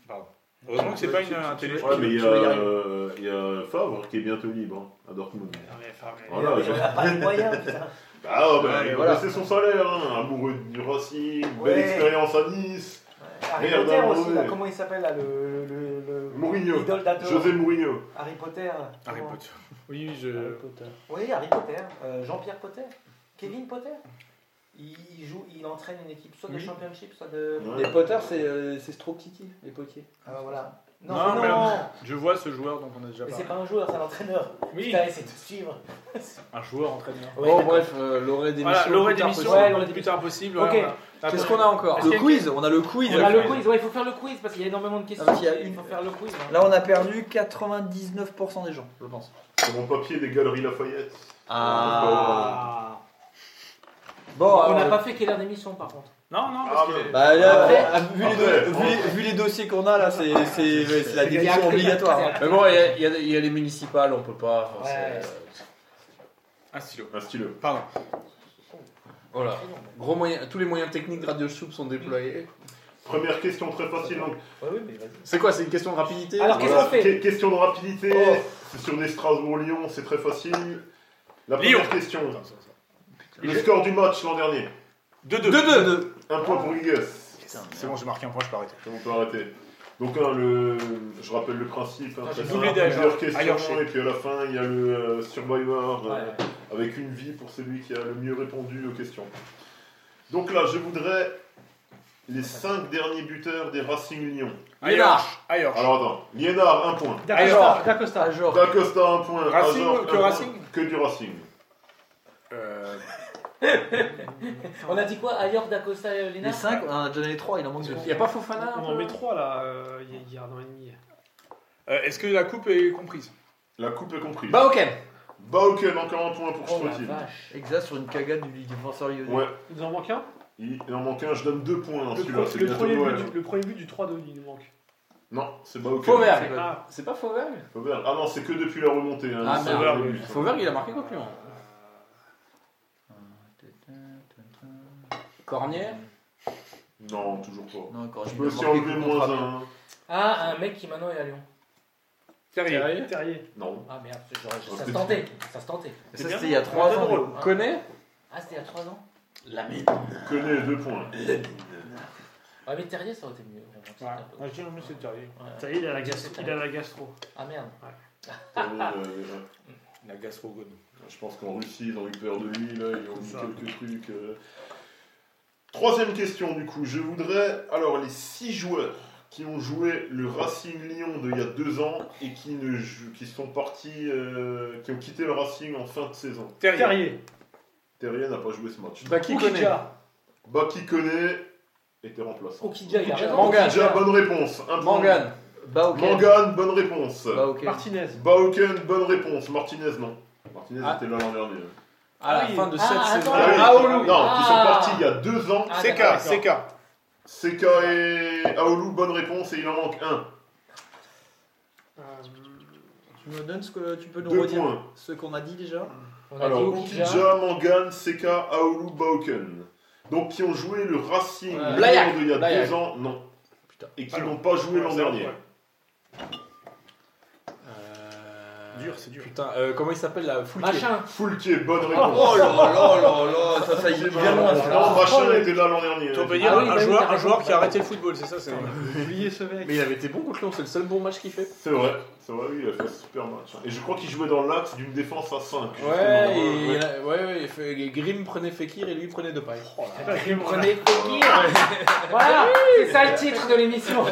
S2: Pardon. Heureusement que c'est pas une intelligence.
S4: Ouais, mais il y, a,
S5: Tu vas y arriver.
S4: euh, il y a Favre qui est bientôt libre hein, à Dortmund.
S6: Non, mais, enfin, mais-
S4: Voilà, je-
S9: On n'a pas les moyens, putain.
S4: Ah, ouais, bah,
S2: Ouais,
S4: il va
S5: voilà.
S4: passer son salaire, hein, amoureux du Racing, belle
S9: Ouais.
S4: expérience à Nice.
S9: Harry
S4: Merde,
S9: Potter
S4: hein,
S9: aussi, là,
S4: ouais.
S9: comment il s'appelle là, le. le, le-
S4: Mourinho,
S9: Idole d'Ator.
S4: José Mourinho.
S9: Harry Potter.
S2: Harry
S9: comment-
S2: Potter. Oui, je.
S9: Oui, Harry Potter. Euh, Jean-Pierre Potter. Kevin Potter. Il joue, il entraîne une équipe soit de
S2: Oui.
S9: championship, soit de.
S4: Ouais.
S5: Les Potter, c'est euh, c'est Stroke-Titi, les potiers.
S9: Ah, voilà. Non,
S2: Non,
S9: mais
S2: mais-
S9: non
S2: Je vois ce joueur, donc on a déjà
S9: Mais c'est
S2: parlé.
S9: pas un joueur, c'est un entraîneur.
S2: Oui,
S9: Putain, essaie de suivre.
S2: un joueur entraîneur.
S5: Oh,
S9: Ouais,
S21: Bon,
S9: d'accord.
S21: bref, euh, l'aurait démission.
S2: Voilà, l'aurait
S21: plus tard
S2: démission
S21: possible.
S9: ouais,
S2: le
S9: l'aurait
S2: plus tard possible.
S9: Ok.
S2: ouais, voilà.
S21: Qu'est-ce qu'on a encore
S2: Est-ce
S5: Le
S2: qu'il y a-
S5: quiz, on a le quiz.
S9: On a le quiz, ouais, il faut faire le quiz parce qu'il y a énormément de questions.
S5: Ah, parce qu'il y a une-
S9: Il faut faire le quiz. hein.
S5: Là, on a perdu 99% des gens, je pense.
S4: C'est mon papier des Galeries Lafayette.
S6: Ah.
S5: Bon,
S9: on
S5: alors,
S9: n'a pas fait quelle heure d'émission par contre.
S2: Non, non,
S4: Ah,
S2: parce qu'il
S4: mais-
S2: est-
S5: bah, là,
S9: Après-
S5: ah, vu, les
S4: Après,
S5: do-
S4: bon.
S5: vu les- vu les dossiers qu'on a là, c'est c'est- ouais, c'est la démission obligatoire.
S21: Mais bon, il y, a- il y a- il y a les municipales, on peut pas. enfin,
S9: Ouais.
S21: c'est, euh,
S2: Un Ah, stylo.
S4: Un stylo.
S2: Pardon.
S21: Voilà. Gros moyen, tous les moyens techniques de Radio Soup sont déployés.
S4: Première question très facile. donc.
S5: hein.
S9: Ouais, oui, mais vas-y.
S21: C'est quoi C'est une question de rapidité
S9: Alors qu'est-ce qu'on fait
S4: Que- Question de rapidité.
S9: Oh.
S4: C'est sur des Strasbourg-Lyon, c'est très facile. La
S2: Lyon.
S4: première question. Le score du match l'an dernier.
S2: 2-2.
S21: 2-2
S4: Un point pour Igas.
S2: C'est bon, j'ai marqué un point, je peux arrêter.
S4: C'est bon, on peut arrêter. Donc, hein, le... je rappelle le principe. hein,
S2: Ah, j'ai
S4: très
S2: doublé
S4: simple.
S2: d'ailleurs.
S4: plusieurs
S2: Ailleurs,
S4: questions,
S2: je-
S4: et puis à la fin, il y a le euh, Survivor euh, avec une vie pour celui qui a le mieux répondu aux questions. Donc là, je voudrais les 5 derniers buteurs des Racing Lyon.
S2: Liénard. Ailleurs.
S4: Alors attends, Liénard, 1 point.
S23: D'Acosta, D'Acosta.
S4: Da Costa, 1 point.
S2: Bah, Racing,
S4: Ajor, un
S2: que
S4: point.
S2: Racing
S4: Que du Racing.
S2: Euh,
S9: On a dit quoi Ailleurs d'Acosta et Lénard
S5: Les 5, on en a déjà donné 3, il en manque 2.
S6: Il y a
S3: pas Fofana
S6: On en met trois là, euh, il y a- il y, a un an et demi.
S2: euh, Est-ce que la coupe est comprise
S4: La coupe est comprise.
S5: Ah,
S3: Bah ok.
S4: Baoken, encore un point pour
S9: Oh la
S4: Strotil.
S9: vache.
S5: Exact sur une cagade du défenseur lyonnais.
S4: Ouais,
S6: Il nous en manque un
S4: il il en manque un, je donne 2 points. hein,
S6: le,
S4: Celui-là,
S6: pro-
S4: c'est
S6: le
S4: bientôt
S6: premier
S4: Noël. hein.
S6: but, du- le premier but du 3-2, il nous manque.
S4: Non, c'est Baoken.
S3: Fauvergue.
S6: Ah,
S3: C'est pas Fauvergue
S4: Fauvergue. Ah non, c'est que depuis la remontée. Hein,
S3: Ah,
S4: c'est
S3: merde.
S4: vers le but.
S3: Fauvergue, il a marqué quoi plus hein Cornier
S4: Non, toujours pas.
S6: Bah,
S5: Non, encore,
S4: Je peux aussi enlever moins un. hein.
S9: Ah, un mec qui maintenant est à Lyon.
S2: Terrier.
S6: Terrier.
S4: Non.
S9: Ah merde, j'aurais-
S4: Oh,
S9: ça se
S4: c'est-
S9: tentait. Ça se tentait.
S5: Ça, c'était il y a 3
S9: Ah,
S5: ans.
S3: Connaît
S9: Ah, c'était il y a 3 ans
S24: Lamine.
S4: Connais 2 points.
S9: Ouais, mais Terrier, ça aurait été mieux.
S2: Ouais. Moi, je dis, mais c'est Terrier.
S9: Ouais.
S6: Terrier, il a la, gastro- il a la gastro.
S9: Ah merde.
S4: Tenez, euh,
S2: La gastrogonie.
S4: Je pense qu'en Russie, ils ont eu peur de lui, là, ils ont
S6: C'est
S4: mis quelques trucs. euh. Troisième question, du coup. Je voudrais, alors, les six joueurs qui ont joué le Racing Lyon de il y a deux ans et qui, ne jou- qui sont partis, euh, qui ont quitté le Racing en fin de saison.
S2: Terrier.
S6: Terrier.
S4: Terrier n'a pas joué ce match.
S3: Bah qui connaît
S6: Ukidja.
S4: Baki Koné était remplaçant.
S9: Okidja, il a rien.
S3: Mangane.
S4: Déjà, bonne réponse. Un point.
S3: Mangan.
S5: Bah ok.
S4: Mangane, bonne réponse.
S5: Bah ok.
S6: Martinez.
S4: Bauken, bonne réponse. Martinez, non. Martinez
S3: Ah.
S4: était là l'an dernier.
S3: À la fin de
S9: Ah,
S3: cette saison.
S9: attends.
S4: oui,
S3: Aoulou.
S4: Non, qui sont
S9: Ah.
S4: partis il y a deux ans.
S9: Ah,
S2: CK,
S9: d'accord.
S2: CK.
S4: CK et Aoulou, bonne réponse, et il en manque un.
S6: Euh,
S5: Tu me donnes ce que tu peux nous
S4: Deux
S5: redire
S4: points.
S5: Ce qu'on a dit déjà
S9: On a dit
S4: Alors,
S9: Okidja.
S4: Okidja, Mangan, CK, Aoulou, Bauken. Donc, qui ont joué le Racing
S3: Ouais.
S4: Lyon
S3: Blayak.
S4: de il y a
S3: Blayak.
S4: deux ans, non.
S3: Putain.
S4: Et qui n'ont pas joué
S6: ouais,
S4: l'an
S6: ça,
S4: dernier.
S6: ouais.
S3: Euh,
S2: Dur, c'est dur.
S3: Putain, euh, comment il s'appelle là Fouquet.
S9: Machin.
S4: Foulquier, bonne
S5: Oh
S4: réponse.
S5: là là là là, ça, ça y est bien loin. ça.
S4: Non, Machin était là l'an dernier.
S2: On peut
S9: Ah
S2: dire
S9: oui, bah
S2: un,
S9: oui,
S2: joueur,
S9: t'as
S2: un joueur
S9: raison,
S2: qui a arrêté le football, c'est ça c'est...
S6: Oubliez ce mec.
S3: Mais il avait été bon contre Lyon, c'est le seul bon match qu'il fait.
S4: C'est vrai, c'est vrai, oui, il a fait un super match. Et je crois qu'il jouait dans l'axe d'une défense à 5.
S3: Ouais, et, ouais, ouais, il fait- et Grimm prenait Fekir et lui prenait Depay.
S9: Prenez Fekir. Voilà, c'est ça le titre de l'émission.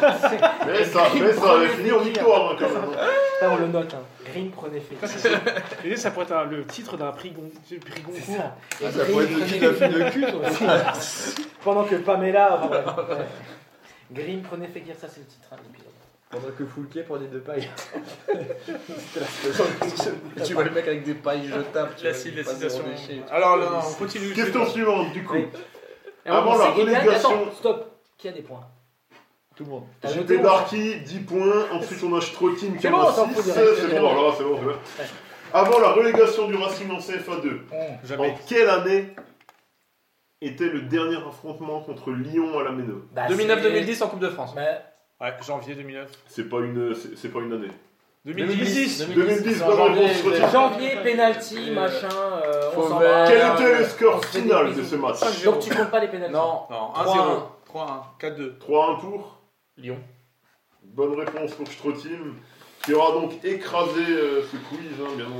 S4: Mais ça, mais ça avait fini en victoire hein, quand même. hein.
S9: Ça, on le note. Hein. Green prenez Fekir.
S6: Et ça pourrait être un- le titre d'un prix, Gon- prix Goncourt.
S9: Et
S5: Ah, Ça
S9: Green
S5: pourrait être le
S9: prenez
S5: cul d'un film de cul.
S23: Pendant que Pamela. ouais.
S9: Green prenez Fekir, ça c'est le titre hein, de l'épisode.
S5: Pendant que Foulquier prenait deux pailles.
S3: tu vois le mec avec des pailles jetables. tu
S2: La
S3: vois, il est pas
S2: civilisation.
S3: zéro déchet.
S2: Alors, là, on continue.
S4: Question suivante, du coup.
S9: Et on
S4: Avant la
S9: sait qu'il gagne.
S4: relégation.
S9: Attends, stop. Qui a des points
S5: Tout le monde.
S9: T'as
S4: J'ai
S9: noté,
S4: Darky, 10 points. Ensuite, on a Strottin qui
S9: C'est
S4: en
S9: bon, on
S4: a
S9: s'en
S4: 6.
S9: fout du
S4: C'est
S9: reste,
S4: c'est
S9: c'est
S4: bon,
S9: bon.
S4: alors là, c'est bon. c'est bon. Avant la relégation du Racing en CFA2, en
S2: Jamais.
S4: quelle année était le dernier affrontement contre Lyon à la Méno
S9: Bah,
S3: 2009-2010 en Coupe de France.
S9: c'est- Bah,
S2: Ouais, janvier 2009.
S4: C'est pas une, c'est c'est pas une année.
S2: 2010.
S4: 2010,
S3: en
S4: bonne
S3: janvier,
S4: réponse, Strottin.
S9: Janvier, pénalty, machin. euh, on s'en
S3: Fauvert.
S9: va.
S4: Quel était le
S9: on
S4: score
S9: se fait des
S4: final de
S9: bisous.
S4: ce match
S9: Donc tu comptes pas les pénalty.
S3: Non, non,
S2: 1-0. 3-1. 4-2.
S4: 3-1 pour
S3: Lyon.
S4: Bonne réponse pour Strotim, qui aura donc écrasé euh, ce quiz, hein, bien sûr.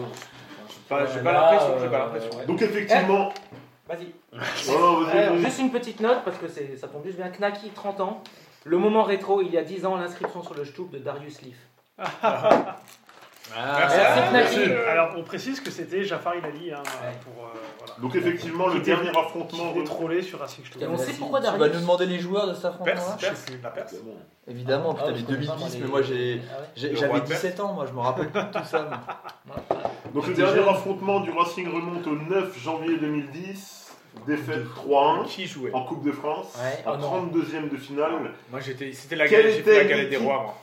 S2: Pas- Bah, J'ai
S9: Ouais,
S2: pas
S9: là,
S2: l'impression, j'ai
S9: euh,
S2: pas l'impression.
S4: Donc effectivement,
S9: Vas-y.
S4: non, non, vas-y,
S9: Alors,
S4: vas-y.
S9: Eh. Euh, juste une petite note, parce que c'est- ça tombe juste bien. Knacky, 30 ans. Le moment rétro, il y a 10 ans, l'inscription sur le Stoup de Darius Leaf.
S2: Merci.
S4: Ah,
S9: Merci, Knacky.
S6: Alors, on précise que c'était Jafar Ilali hein, pour. euh, voilà.
S4: donc effectivement le
S6: Qui était-
S4: dernier
S6: Qui
S4: affrontement.
S6: était trollé sur Racing Stool.
S9: Et on sait
S5: Vas-y,
S9: pourquoi
S5: Tu vas
S9: Darius.
S5: nous demander les joueurs de cet affrontement-là
S2: Perse, Perse, la Perse.
S4: Évidemment.
S5: Évidemment, putain,
S9: Ah,
S5: mais
S9: je connais pas,
S5: 2010,
S9: les-
S5: mais moi j'ai.
S9: Ah ouais.
S5: j'ai-
S2: Le
S5: J'avais
S2: roi de Perse.
S5: 17 ans, moi je me rappelle plus de tout ça. moi.
S4: Donc le
S5: J'étais
S4: dernier
S5: jeune.
S4: affrontement du Racing remonte au 9 janvier 2010, défaite 3-1
S2: Qui jouait Ah
S4: en Coupe de France,
S9: Ouais,
S4: en
S9: oh non.
S4: 32e de finale
S2: Moi j'étais. C'était la
S4: Quelle
S2: galette, j'ai fait la
S4: était
S2: galette des
S4: l'équipe
S2: rois, moi.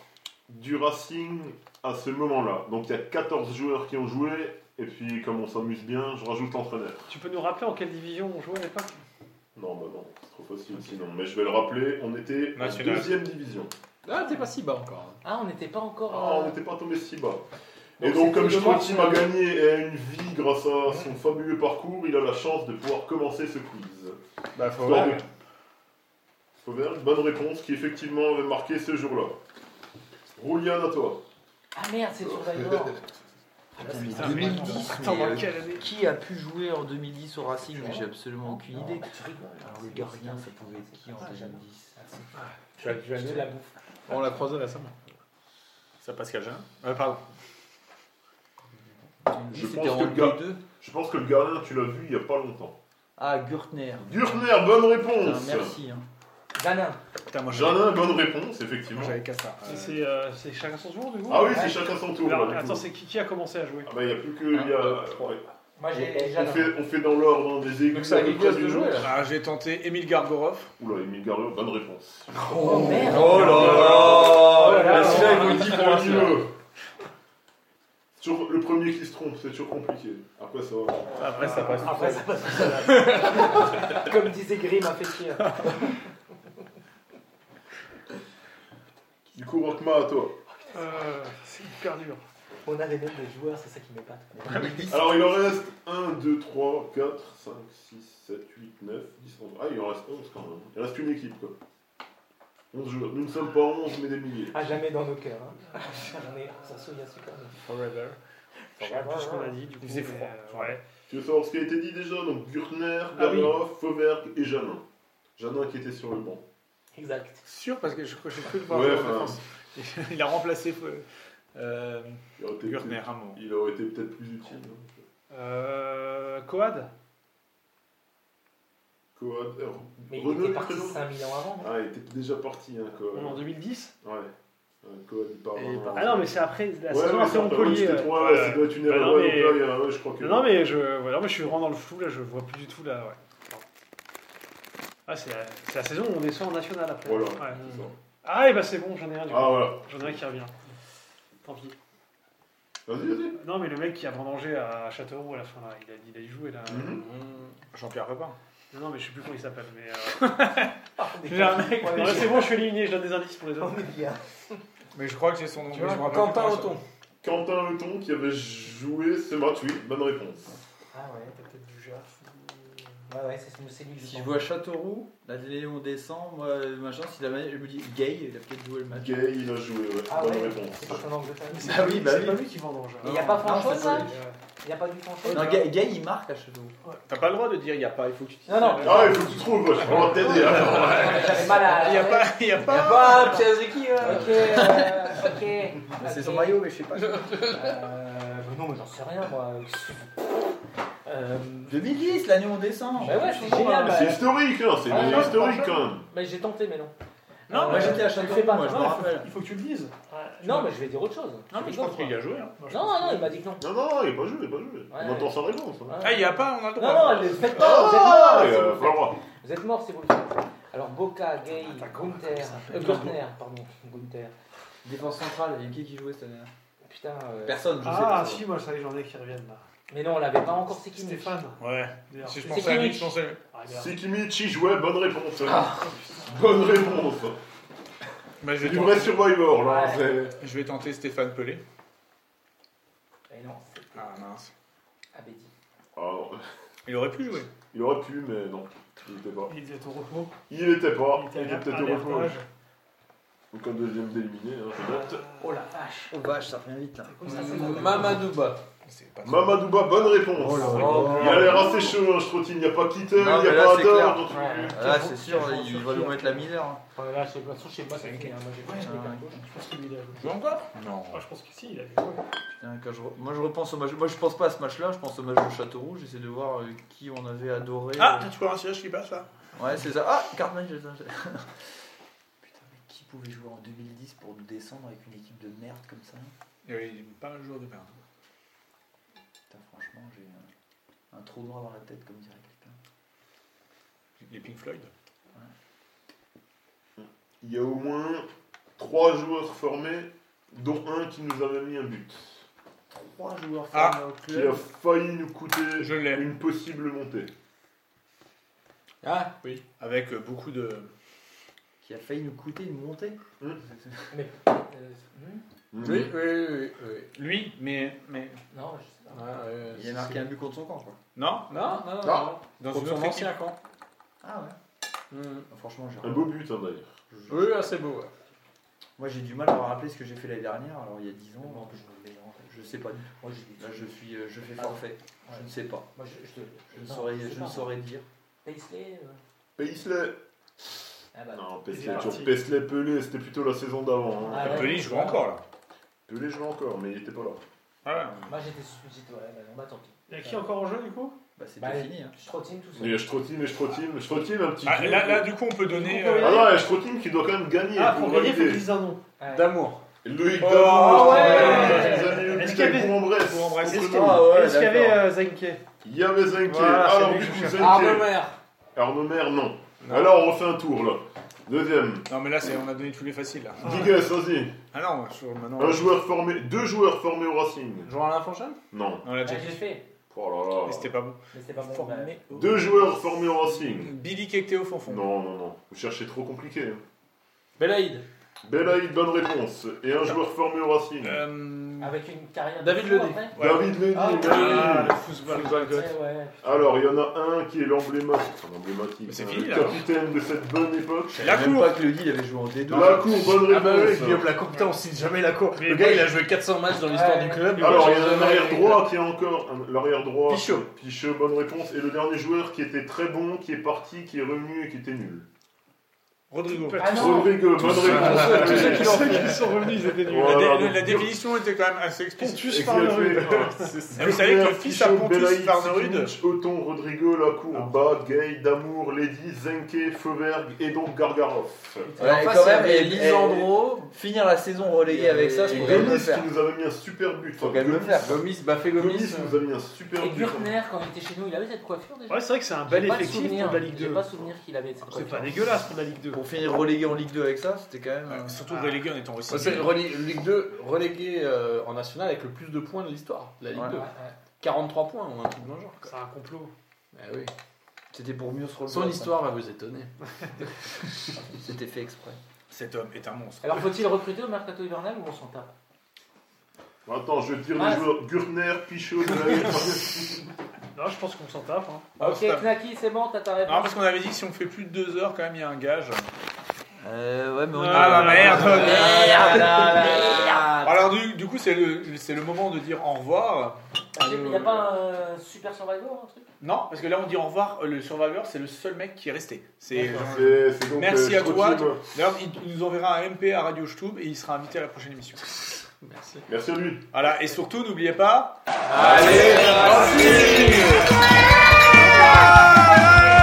S4: du Racing à ce moment-là. Donc il y a 14 joueurs qui ont joué. Et puis, comme on s'amuse bien, je rajoute l'entraîneur.
S6: Tu peux nous rappeler en quelle division on jouait à l'époque
S4: Non, bah non, c'est trop facile sinon. Mais je vais le rappeler, on était en
S2: National.
S4: deuxième division.
S3: Ah, t'es pas si bas encore.
S9: Ah, on n'était pas encore.
S4: Ah, on
S9: euh,
S4: n'était pas tombé si bas.
S9: Donc,
S4: et donc,
S9: c'est
S4: comme
S9: tout le monde,
S4: Strotim a gagné et a une vie grâce à son fabuleux parcours, il a la chance de pouvoir commencer ce quiz.
S2: Bah,
S4: Histoire de Auvergne, bonne réponse qui effectivement avait marqué ce jour-là. Roulian à toi.
S13: Ah merde, c'est Survivor.
S4: Ah
S5: Putain, mais 2010,
S13: Attends,
S5: mais,
S13: dans
S5: euh,
S13: quelle année
S5: qui a pu jouer en 2010 au Racing Mais J'ai absolument aucune idée. Alors le gardien, ça pouvait être
S4: Ah,
S5: qui en 2010
S9: Ah,
S2: Tu vas, tu vas
S5: Je
S2: aller
S5: te
S2: là.
S5: la
S18: On l'a croisé récemment.
S2: Ça Pascal Jean euh, Pardon.
S4: Je
S5: C'était
S4: pense,
S5: en
S4: que le gar-
S5: 2002.
S4: je pense que le gardien, tu l'as vu il n'y a pas longtemps.
S5: Ah, Gürtner.
S4: Gurner, bonne
S5: Putain,
S4: réponse.
S5: merci. hein.
S9: Danin.
S2: Putain, moi j'avais
S4: Janin, bonne réponse, effectivement.
S2: j'avais Castard.
S6: C'est- C'est euh, c'est chacun son tour, du coup
S4: Ah oui, c'est chacun son tour.
S6: Alors,
S4: là, du
S6: attends,
S4: coup.
S6: c'est qui, qui a commencé à jouer
S4: Ah bah, il n'y a plus que. il y a- ouais.
S9: Moi j'ai
S4: on,
S9: Janin.
S4: fait, on fait dans l'ordre hein, des aigus.
S21: Donc, ça a
S4: à peu
S21: les
S4: près
S21: gosses
S4: du
S21: de
S4: nom.
S21: jouer, là.
S2: Ah, j'ai tenté Émile Gargorov.
S4: Oula, Emile Gardner, bonne réponse.
S13: Oh merde
S5: Oh là
S2: Oh
S5: là
S6: Ah,
S9: là là.
S4: Pascal vous dit pour le mieux. Sur le premier qui se trompe, c'est toujours compliqué. Après, ça va.
S2: Après, ça passe.
S9: Après ça passe tout seul. Comme disait Grimm à Fekir.
S4: Du coup, Rockma, à toi.
S6: Euh, C'est hyper dur.
S9: On a les mêmes de joueurs, c'est ça qui m'épate.
S4: Alors, il en reste 1, 2, 3, 4, 5, 6, 7, 8, 9, 10, 11. Ah, il en reste 11 quand même. Il reste une équipe, quoi. 11 joueurs. Nous ne sommes pas 11, mais des milliers.
S9: À Ah, jamais dans nos cœurs. Hein. On est, ça souille à Sucre.
S6: Forever. Je sais plus ce qu'on a dit, du coup.
S2: Il faisait
S6: mais,
S2: froid.
S6: euh, ouais.
S4: Tu veux savoir ce qui a été dit déjà Donc, Gurtner,
S6: Ah oui.
S4: Berloff, Fauvergue et Janin. Janin qui était sur le banc.
S9: Exact.
S2: Sûr, parce que je crois que j'ai cru le voir.
S4: Ouais,
S2: en
S4: enfin,
S2: défense. Il a remplacé euh, euh,
S4: il aurait été
S2: Gurtner
S4: peut-être-
S2: à un moment.
S4: il aurait été peut-être plus utile. hein.
S6: Euh, Coad
S4: Coad, euh,
S9: Mais il
S4: Renaud,
S9: était
S4: le
S9: parti
S4: prénom
S9: 5000 ans avant. non
S4: Ah, il était déjà parti, hein, Coad.
S6: On est en 2010
S4: Ouais. Ouais, Coad, il part.
S2: Et il part.
S6: Ah non, mais c'est après la
S4: Ouais,
S6: saison
S4: mais
S6: après
S4: sur Coad,
S6: Montpellier.
S4: c'était
S6: euh,
S4: trois, ouais,
S6: euh,
S4: ça doit être une
S6: bah
S4: erreur.
S6: non,
S4: ouais,
S6: mais-
S4: donc là, il y a- ouais, je crois que.
S6: Non, non, mais je, voilà, moi, je suis vraiment dans le flou, là, je vois plus du tout, là, ouais. Ah, c'est la, c'est la saison où on descend en national après.
S4: Voilà.
S6: Ouais.
S4: C'est ça.
S6: Ah, et bah c'est bon, j'en ai un, du coup.
S4: Ah, voilà.
S6: J'en ai un qui revient. Tant pis.
S4: Vas-y, vas-y.
S6: Non, mais le mec qui a vendangé à Châteauroux à la fin, là, il a, il a dû jouer, là.
S4: Mhm.
S2: Jean-Pierre Papin.
S6: Non, non, mais je sais plus comment il s'appelle, mais... euh,
S9: Ah, On est
S6: j'ai un mec-
S9: Ouais,
S6: Non, là, c'est bon, je suis éliminé, je donne des indices pour les autres.
S9: on est bien.
S2: Mais je crois que j'ai son nom. mais je me rappelle
S21: Quentin
S2: plus.
S21: Auton.
S4: Quentin Leton qui avait joué ce match, oui, bonne réponse.
S9: Ah ouais, t'as peut-être du genre. Ouais, ouais, c'est une cellule.
S5: Si je vois Châteauroux, là, dès on descend, moi, euh, machin, si la manière, je me dis Gay, il a peut-être joué le match.
S4: Gay, il a joué, ouais,
S9: Ah
S4: bonne
S9: ouais,
S4: réponse.
S9: c'est parti en Angleterre.
S5: Ah oui, bah
S6: c'est
S5: oui.
S6: pas lui qui vendange.
S9: Mais y a pas
S5: Non,
S9: franchise
S5: c'est pas
S9: là
S5: lui.
S9: Y a pas du franchise
S5: Non, Gay, Gay, il marque à Châteauroux.
S2: T'as pas le droit de dire, il n'y a pas, il faut que tu dises.
S9: Non, non.
S4: Ah, il faut que tu trouves, ouais, je vais vraiment t'aider. alors.
S9: J'avais mal à.
S2: Il n'y a pas, il y a pas.
S5: Pas Piazeki
S9: Ok, euh, ok.
S5: Ah, C'est
S9: ok.
S5: son maillot, mais je sais pas.
S9: Euh, mais non, mais j'en sais rien moi. Euh,
S5: 2010, l'année où on descend.
S9: Bah ouais, c'est génial.
S4: C'est
S9: bah,
S4: historique, hein, c'est
S9: Ah,
S4: une
S9: non,
S4: historique
S9: c'est pas
S4: quand même.
S9: Mais j'ai tenté, mais non.
S5: Non, moi
S9: Euh,
S5: j'étais à
S9: tu le
S5: Châteauroux,
S9: fais pas,
S5: moi je
S9: non,
S5: me
S9: il faut-
S5: rappelle.
S6: Il faut que tu le dises.
S9: Non, mais je vais dire autre chose.
S2: Non, mais je pense qu'il y a joué. hein.
S9: Non, non, non, il m'a dit que non.
S4: Non, non, il n'a pas joué, il n'a pas joué.
S9: Ouais.
S4: On entend sa réponse. hein.
S2: Ah, il n'y a pas, on a le droit. Oh
S9: Non, non, le faites pas, vous êtes
S4: Ah,
S9: morts,
S4: il
S9: si vous
S4: a
S9: le
S4: pas le droit.
S9: faites. Vous êtes morts si vous le faites. Alors, Boca, Gay, Gunther, euh, Gürtner, pardon, Gunther.
S5: Défense centrale, il y a qui qui jouait cette année
S9: Putain, euh,
S5: Personne, je sais
S6: Ah,
S5: pas.
S6: si, moi, ça y est, j'en ai qui reviennent, là.
S9: mais non, on l'avait pas Ah, encore, c'est qui nous
S6: Stéphane.
S2: Ouais.
S6: d'ailleurs.
S2: Si je
S9: pense-
S2: pensais à lui, je pensais à lui.
S6: Ah, regarde.
S4: Sikimichi jouait, bonne réponse.
S5: Ah.
S4: Bonne réponse. C'est
S2: Bah, je, vais
S4: du
S2: tenter,
S4: vrai Survivor, là.
S9: Ouais.
S4: c'est-
S2: je vais tenter Stéphane Pelé.
S9: Mais non, c'est
S2: Ah mince.
S9: Abedi.
S4: Alors,
S2: Il aurait pu jouer.
S4: il aurait pu, mais non, il n'était pas.
S6: Il était au repos. Ah,
S4: Il n'était pas, Ah, il
S6: à
S4: était peut-être au repos.
S6: l'avantage.
S4: Donc, un deuxième d'éliminé, hein, peut-être.
S9: Oh la vache.
S5: Oh vache, ça revient vite là.
S21: Mamadouba.
S2: C'est pas Oh,
S4: Mamadouba, bonne réponse. Il a l'air assez chaud, hein, je trottine. Il n'y a pas Kittel, il n'y a
S5: Oh Non, mais là,
S4: pas
S5: c'est
S4: Adam.
S5: clair.
S4: donc-
S9: Ouais.
S5: Là, Ah, c'est sûr, il va nous mettre la misère. hein.
S9: Enfin, Oh là, je sais pas, de toute façon, je sais pas, c'est qui, hein, moi j'ai pas
S5: Ouais,
S9: acheté
S5: ouais.
S9: le carton. Je pense qu'il est-
S2: Joue encore Non.
S6: Ah, je pense que si, il a joué.
S5: Putain, quand je re- Moi, je repense au match. Moi, je pense pas à ce match-là. Je pense au match de Châteauroux. J'essaie de voir euh, qui on avait adoré.
S2: Ah, tu peux avoir un tirage qui passe là
S5: Ouais, c'est ça. Ah, Cartman. je- je- Putain, mais qui pouvait jouer en 2010 pour nous descendre avec une équipe de merde comme ça hein
S2: Il y avait pas un joueur de merde.
S5: Putain, franchement, j'ai un, un trou noir dans la tête, comme dirait quelqu'un.
S2: Les Pink Floyd.
S4: Il y a au moins trois joueurs formés, dont un qui nous avait mis un but.
S5: Trois joueurs
S2: Ah,
S5: formés au
S4: Qui a
S5: club.
S4: failli nous coûter
S2: Je l'ai.
S4: une possible montée.
S2: Ah Oui. Avec euh, beaucoup de.
S5: Qui a failli nous coûter une montée.
S4: Hmm.
S9: Euh, hmm
S21: Oui, oui, oui, oui, oui.
S2: Lui, mais. mais...
S9: Non, je sais pas.
S21: Ouais,
S3: Ah,
S21: ouais,
S5: Il a
S21: c'est-
S5: marqué un but contre son camp, quoi.
S2: Non
S21: Non, non, non.
S2: Dans
S21: Contre
S2: une
S21: son
S2: autre équipe.
S21: ancien camp.
S5: Ah ouais. Franchement, j'ai
S4: Un beau but, hein, d'ailleurs.
S3: Oui, assez beau. ouais.
S5: Moi, j'ai du mal à me rappeler ce que j'ai fait l'année dernière, alors il y a 10 ans.
S9: Non, je me mélange.
S5: Je sais pas du tout.
S9: Moi, j'ai des
S5: Là, je, suis, euh, je fais
S9: Ah.
S5: forfait. Je ne sais pas.
S9: Moi, je, je, te-
S5: Je ne
S9: non,
S5: saurais,
S9: sais
S5: je
S9: pas.
S5: ne saurais dire.
S9: Paisley, euh,
S4: Paisley
S9: ah bah,
S4: Non,
S6: C'est
S4: Paisley,
S6: parti.
S4: toujours Paisley, Pelé, c'était plutôt la saison d'avant. hein.
S9: Ah ouais.
S2: Pelé, il joue encore là.
S4: Pelé jouait encore, mais il était pas là.
S9: Moi, j'étais j'étais- ouais, bah, non, bah, tant pis.
S6: Il y a qui encore en jeu du coup
S5: Bah, c'est
S9: Bah,
S5: déjà fini. hein.
S9: Je trottine tout seul.
S4: Il y a Strottine et Strottine, Strottine un petit
S2: Ah,
S4: peu.
S2: là, là, du coup, on peut donner. euh,
S4: Ah non, il y a Strottine qui doit quand même gagner
S6: Ah,
S4: pour
S6: pour gagner, il faut
S4: valider.
S6: qu'ils disent un nom.
S9: Ouais.
S3: D'amour.
S4: Loïc
S2: Oh,
S4: Damour,
S6: ouais.
S4: les amis, le
S6: Est-ce
S4: but
S6: qu'il
S4: avec
S6: y avait-
S4: Bourg-en-Bresse.
S2: Bourg-en-Bresse.
S4: Contre
S6: Est-ce qu'il
S4: nous.
S5: Ah ouais,
S6: Est-ce qu'il y
S5: d'accord.
S6: avait euh, Zenke
S4: Il y avait Zenke.
S6: Voilà, c'est
S4: Alors,
S6: lui Ah,
S4: du
S6: que
S4: coup,
S6: je cherche.
S4: Zenke.
S3: Arme mère.
S4: Arnaud Maire, non. Alors, on fait un tour, là. Deuxième.
S2: Non, mais là, c'est- on a donné tous les faciles. Là.
S4: Digas, vas-y.
S2: Ah non, sur, maintenant.
S4: Un joueur formé... Deux joueurs formés au Racing.
S3: Jean Alain Fonchal
S4: Non.
S2: On l'a
S9: Ah,
S2: déjà
S9: j'ai
S2: dit.
S9: fait,
S4: Oh là
S2: Mais
S4: là.
S2: c'était pas bon.
S9: mais c'est pas bon. bah,
S2: Formé au-
S4: Deux joueurs formés au Racing.
S2: Billy Kekte au fond.
S4: Non, non, non. Vous cherchez trop compliqué. hein.
S3: Belaïd.
S4: Belaïd, bonne réponse. Et un joueur formé au Racing.
S2: Euh,
S9: Avec une carrière.
S3: David
S9: le
S3: Ledy.
S2: ouais.
S4: David Lévy,
S9: Ah,
S4: David
S2: Ah,
S4: Lévy.
S2: le football.
S9: Ouais,
S4: Alors, il y en a un qui est l'emblématique, enfin, l'emblématique,
S2: Mais c'est
S4: hein,
S2: fini,
S4: le
S2: là.
S4: capitaine de cette bonne époque.
S2: La
S5: Même
S2: cour.
S5: pas que le guide avait joué en D2.
S4: La cour, bonne réponse.
S3: Ah bah oui, Guillaume Lacour, putain, on cite jamais Lacour.
S6: Mais
S3: Le gars,
S6: moi,
S3: il a joué 400 matchs dans l'histoire
S9: Ouais.
S3: du club.
S4: Alors,
S3: a
S4: il y a
S3: joué
S4: un
S3: jamais
S4: arrière
S3: avec-
S4: droit qui est encore. un- L'arrière droit.
S3: Pichot.
S4: Pichot, bonne réponse. Et le dernier joueur qui était très bon, qui est parti, qui est revenu et qui était nul.
S2: Rodrigo.
S9: Ah non.
S4: Rodrigue, bonne
S3: ça,
S4: réponse.
S3: tout ça
S4: Et
S3: qui
S2: Tous ceux qui sont revenus, ils étaient nuls.
S4: Voilà,
S2: la, dé-
S4: donc-
S2: la définition était quand même assez explicite.
S4: qui
S6: Pontus
S4: a
S6: Farnerud.
S4: fait-
S2: Et vous savez que le fils à
S4: Ah, Pichot,
S2: Pontus
S4: Belaïd,
S2: Farnerud.
S4: Sikic, Othon, Rodrigo, Lacour,
S2: Ah.
S4: Bas, Gay, Damour, Lady, Zenke, Fauvergue et donc Gargarov.
S5: Alors,
S3: En
S5: quand
S3: face, il y
S5: même,
S3: avait
S5: et-
S3: Lisandro,
S5: Finir la saison reléguée
S3: Et-
S5: avec ça, je
S3: et
S5: pourrais
S4: Gomis
S5: même le faire.
S4: qui nous avait mis un super but.
S5: Faut quand même le faire.
S3: Gomis, Bafé Gomis.
S4: Gomis
S5: euh,
S4: nous a mis un super
S9: Et
S4: but.
S9: Gürtner, quand il était chez nous, il avait cette coiffure déjà.
S6: Ouais, c'est vrai que c'est un
S9: J'ai
S6: bel
S9: pas de
S6: effectif
S9: souvenir,
S6: pour la Ligue
S9: J'ai
S6: 2.
S9: pas souvenir qu'il avait cette
S6: C'est
S9: coiffure.
S6: pas dégueulasse pour la Ligue 2.
S5: Pour finir relégué en Ligue 2 avec ça, c'était quand même. euh,
S2: Euh, Surtout relégué en étant aussi.
S3: Ouais, C'est relé- Ligue 2 relégué euh, en national avec le plus de points de l'histoire. de La Ligue
S5: Ouais.
S3: 2.
S9: Ouais, ouais.
S3: 43 points, on a un truc dans le genre. quoi.
S6: C'est un complot.
S3: Eh oui.
S5: C'était pour mieux se relever.
S3: Son histoire va vous étonner.
S5: C'était fait exprès.
S2: Cet homme est un monstre.
S9: Alors faut-il recruter au mercato hivernal ou on s'en tape
S4: Attends, je tire
S9: Ah,
S4: les joueurs. Gurtner, Pichot, Belaïd.
S6: Non, je pense qu'on s'en tape. hein.
S2: On
S9: Ah, Ok,
S2: se tape.
S9: Knaki, c'est bon, t'as ta
S2: Non,
S9: réponse.
S2: parce qu'on avait dit que si on fait plus de deux heures, quand même, il y a un gage.
S5: Euh, ouais, mais on
S2: Ah, bah, merde.
S5: Merde, merde.
S2: Alors, du, du coup, c'est le, c'est le moment de dire au revoir.
S9: Il n'y a pas un super survivor, un truc
S2: Non, parce que là, on dit au revoir. euh, Le Survivor, c'est le seul mec qui est resté. C'est genre-
S4: C'est- c'est donc,
S2: Merci
S4: euh,
S2: à toi.
S4: Strottine.
S2: D'ailleurs, il il nous enverra un MP à Radio Stub et il sera invité à la prochaine émission.
S3: Merci.
S4: Merci à lui.
S2: Voilà, et surtout, n'oubliez pas.
S3: Allez, merci.
S2: Ah